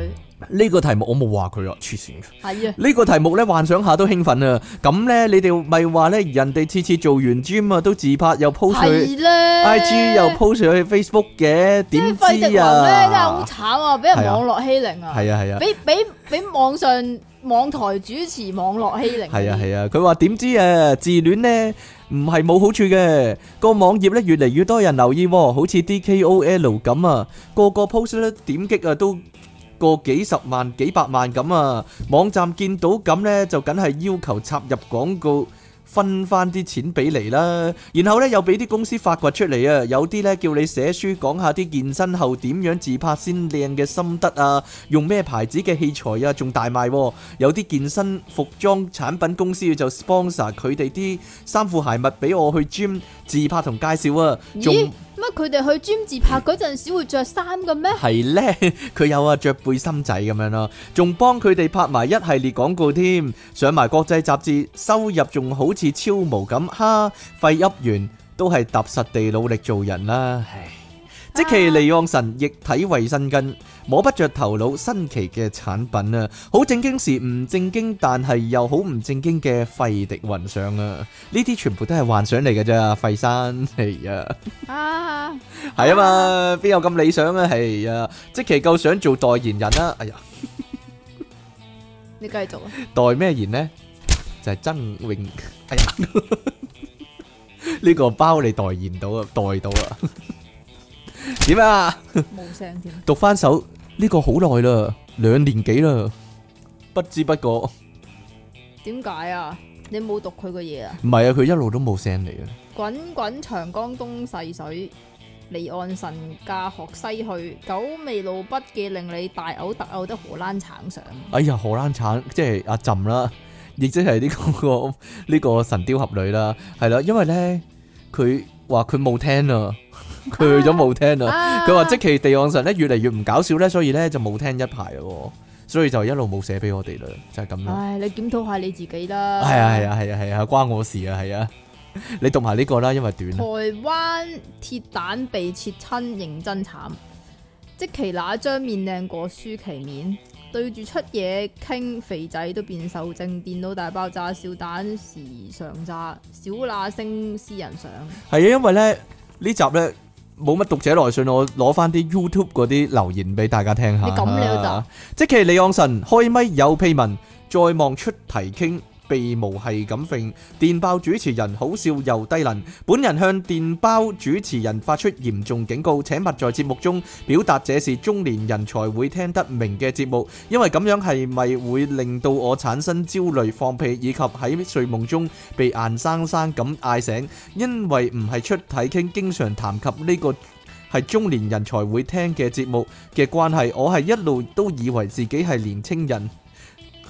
Speaker 1: 呢、個題目我冇話佢啊，黐線嘅。
Speaker 2: 係啊，
Speaker 1: 呢個題目咧，幻想下都興奮啊！咁咧，你哋咪話咧，人哋次次做完 gym à, 啊，都自拍又 post 去
Speaker 2: 係咧
Speaker 1: IG 又 post 去 Facebook 嘅，
Speaker 2: 即
Speaker 1: 點
Speaker 2: 係費迪
Speaker 1: 知
Speaker 2: 雲咧真係好
Speaker 1: 啊？
Speaker 2: 慘啊！俾人
Speaker 1: 係啊
Speaker 2: 網絡欺凌啊！
Speaker 1: 係啊係啊
Speaker 2: 俾俾俾網上網台主持網絡欺凌，
Speaker 1: 係啊係啊！佢話點知啊？自戀咧唔係冇好處嘅，個網頁咧越嚟越多人留意喎，好似 DKOL 咁啊，個個 post 咧點擊啊都。個幾十萬、幾百萬咁啊！網站見到咁呢，就梗係要求插入廣告，分翻啲錢俾你啦。然後呢，又俾啲公司發掘出嚟啊！有啲呢，叫你寫書講下啲健身後點樣自拍先靚嘅心得啊，用咩牌子嘅器材啊，仲大賣喎、有啲健身服裝產品公司就 sponsor 佢哋啲衫褲鞋襪俾我去 gym 自拍同介紹啊，仲
Speaker 2: 咦？乜佢哋去 gym 自拍嗰陣時會着衫嘅咩？
Speaker 1: 係呢， 佢有啊着背心仔咁樣啦，仲幫佢哋拍埋一系列廣告添，上埋國際雜誌，收入仲好似超模咁，哈！費噏完都係踏實地努力做人啦，唉！即其利昂神液體衛生巾，摸不着頭腦新奇嘅產品啊！好正經時唔正經，但係又好唔正經嘅費迪雲上啊！呢啲全部都係幻想嚟嘅咋，費山係啊！
Speaker 2: 啊，
Speaker 1: 系啊嘛，邊有咁理想啊？係啊，即其夠想做代言人啦。哎呀，
Speaker 2: 你繼續啊！
Speaker 1: 代咩言呢？就係曾穎。哎呀，呢個包你代言到啊，代到 啊。點啊？
Speaker 2: 冇聲添。
Speaker 1: 讀翻首呢個好耐啦，兩年幾啦，不知不覺。
Speaker 2: 點解啊？你冇讀佢嘅嘢啊？
Speaker 1: 唔係啊，佢一路都冇聲嚟啊。
Speaker 2: 滾滾長江東逝水，離岸神駕鶴西去。九味路筆記令你大嘔特嘔得荷蘭橙上。
Speaker 1: 哎呀，荷蘭橙即係阿朕啦，亦即係呢、個 呢、個神雕俠侶啦，係啦，因為咧佢話佢冇聽啊， 佢去咗冇聽啊，
Speaker 2: 啊
Speaker 1: 佢話即其地岸神咧越嚟越唔搞笑咧，所以咧就冇聽一排喎，所以就一路冇寫俾我哋啦，就係咁啦。
Speaker 2: 唉，你檢討下你自己啦。
Speaker 1: 係啊係啊係啊係啊，關我事啊係啊，你讀埋呢個啦，因為短
Speaker 2: 台
Speaker 1: 啊。
Speaker 2: 灣鐵蛋被切親，認真慘。即其那張面靚過舒淇面，對住出嘢傾，肥仔都變瘦精。電腦大爆炸，笑蛋時尚炸，小那星私人相。
Speaker 1: 係啊，因為咧呢集咧冇乜讀者來信，我攞翻啲 YouTube 嗰啲留言俾大家聽下。
Speaker 2: 你咁你都得？
Speaker 1: 即其李昂臣開咪有屁文，再望出題傾。被無係咁揈，電爆主持人好笑又低能。本人向電爆主持人發出嚴重警告，請勿在節目中表達這是中年人才會聽得明嘅節目，因為咁樣係咪會令到我產生焦慮、放屁以及喺睡夢中被硬生生咁嗌醒？因為唔係出體傾，經常談及呢個係中年人才會聽嘅節目嘅關係，我係一路都以為自己係年青人。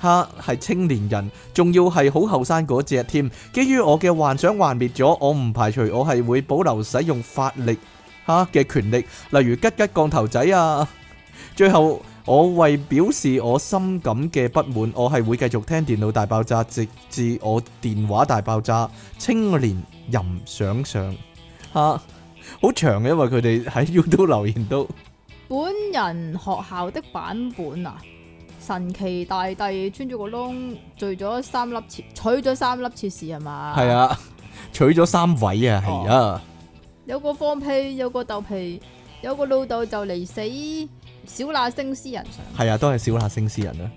Speaker 1: 哈，係青年人，仲要係好後生嗰只添。基於我嘅幻想幻滅咗，我唔排除我係會保留使用法力哈嘅權力，例如吉吉降頭仔啊。最後，我為表示我深感嘅不滿，我係會繼續聽電腦大爆炸，直至我電話大爆炸。青年人想上哈，好長嘅，因為佢哋喺 YouTube 留言都
Speaker 2: 本人學校的版本啊，神奇大帝穿咗個窿，聚咗三粒切，取咗三粒切士係嘛？
Speaker 1: 係啊，取咗三位啊，係啊，
Speaker 2: 有個放屁，有個鬥屁，有個老豆就嚟死，小那星私人上。
Speaker 1: 係啊，都係小辣星詩人啊。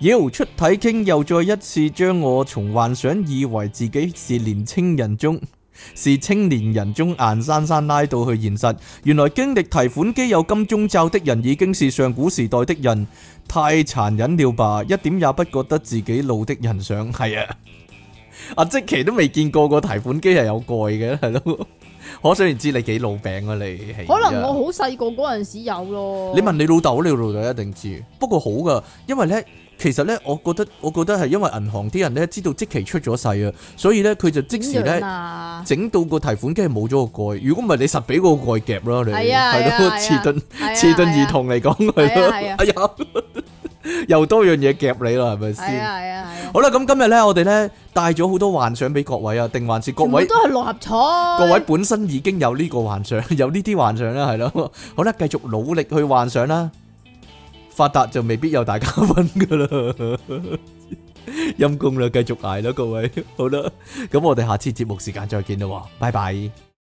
Speaker 1: 妖出體傾又再一次將我從幻想以為自己是年青人中，是青年人中硬生生拉到去現實。原來經歷提款機有金鐘罩的人已經是上古時代的人，太殘忍了吧！一點也不覺得自己老的人想係啊。阿即奇都未見過個提款機係有蓋嘅，係咯。可想而知你幾老餅啊你。係
Speaker 2: 可能
Speaker 1: 啊
Speaker 2: 我好細個嗰陣時有咯。
Speaker 1: 你問你老豆，你老豆一定知。不過好噶，因為咧，其實咧，我覺得我覺得係因為銀行啲人咧知道即期出咗世啊，所以咧佢就即
Speaker 2: 點
Speaker 1: 時
Speaker 2: 樣
Speaker 1: 咧
Speaker 2: 啊？
Speaker 1: 整到個提款機係冇咗個蓋。如果唔係，你實俾個蓋夾啦，你
Speaker 2: 係啊係啊
Speaker 1: 咯，
Speaker 2: 係啊
Speaker 1: 遲鈍
Speaker 2: 係啊
Speaker 1: 遲鈍兒。童嚟講係咯，
Speaker 2: 係啊
Speaker 1: 哎呀，又多樣嘢夾你啦，係咪
Speaker 2: 係
Speaker 1: 先？
Speaker 2: 啊係啊係啊！
Speaker 1: 好啦，咁今日咧，我哋咧帶咗好多幻想俾各位啊，定還是各
Speaker 2: 全部
Speaker 1: 位
Speaker 2: 都係六合彩。
Speaker 1: 各
Speaker 2: 各
Speaker 1: 位本身已經有呢個幻想， 有呢啲幻想啦，係咯。好啦，繼續努力去幻想啦。發達就未必有大家分噶啦， 陰公啦，繼續捱啦，各位。好啦，咁我哋下次節目時間再見啦喎，拜拜。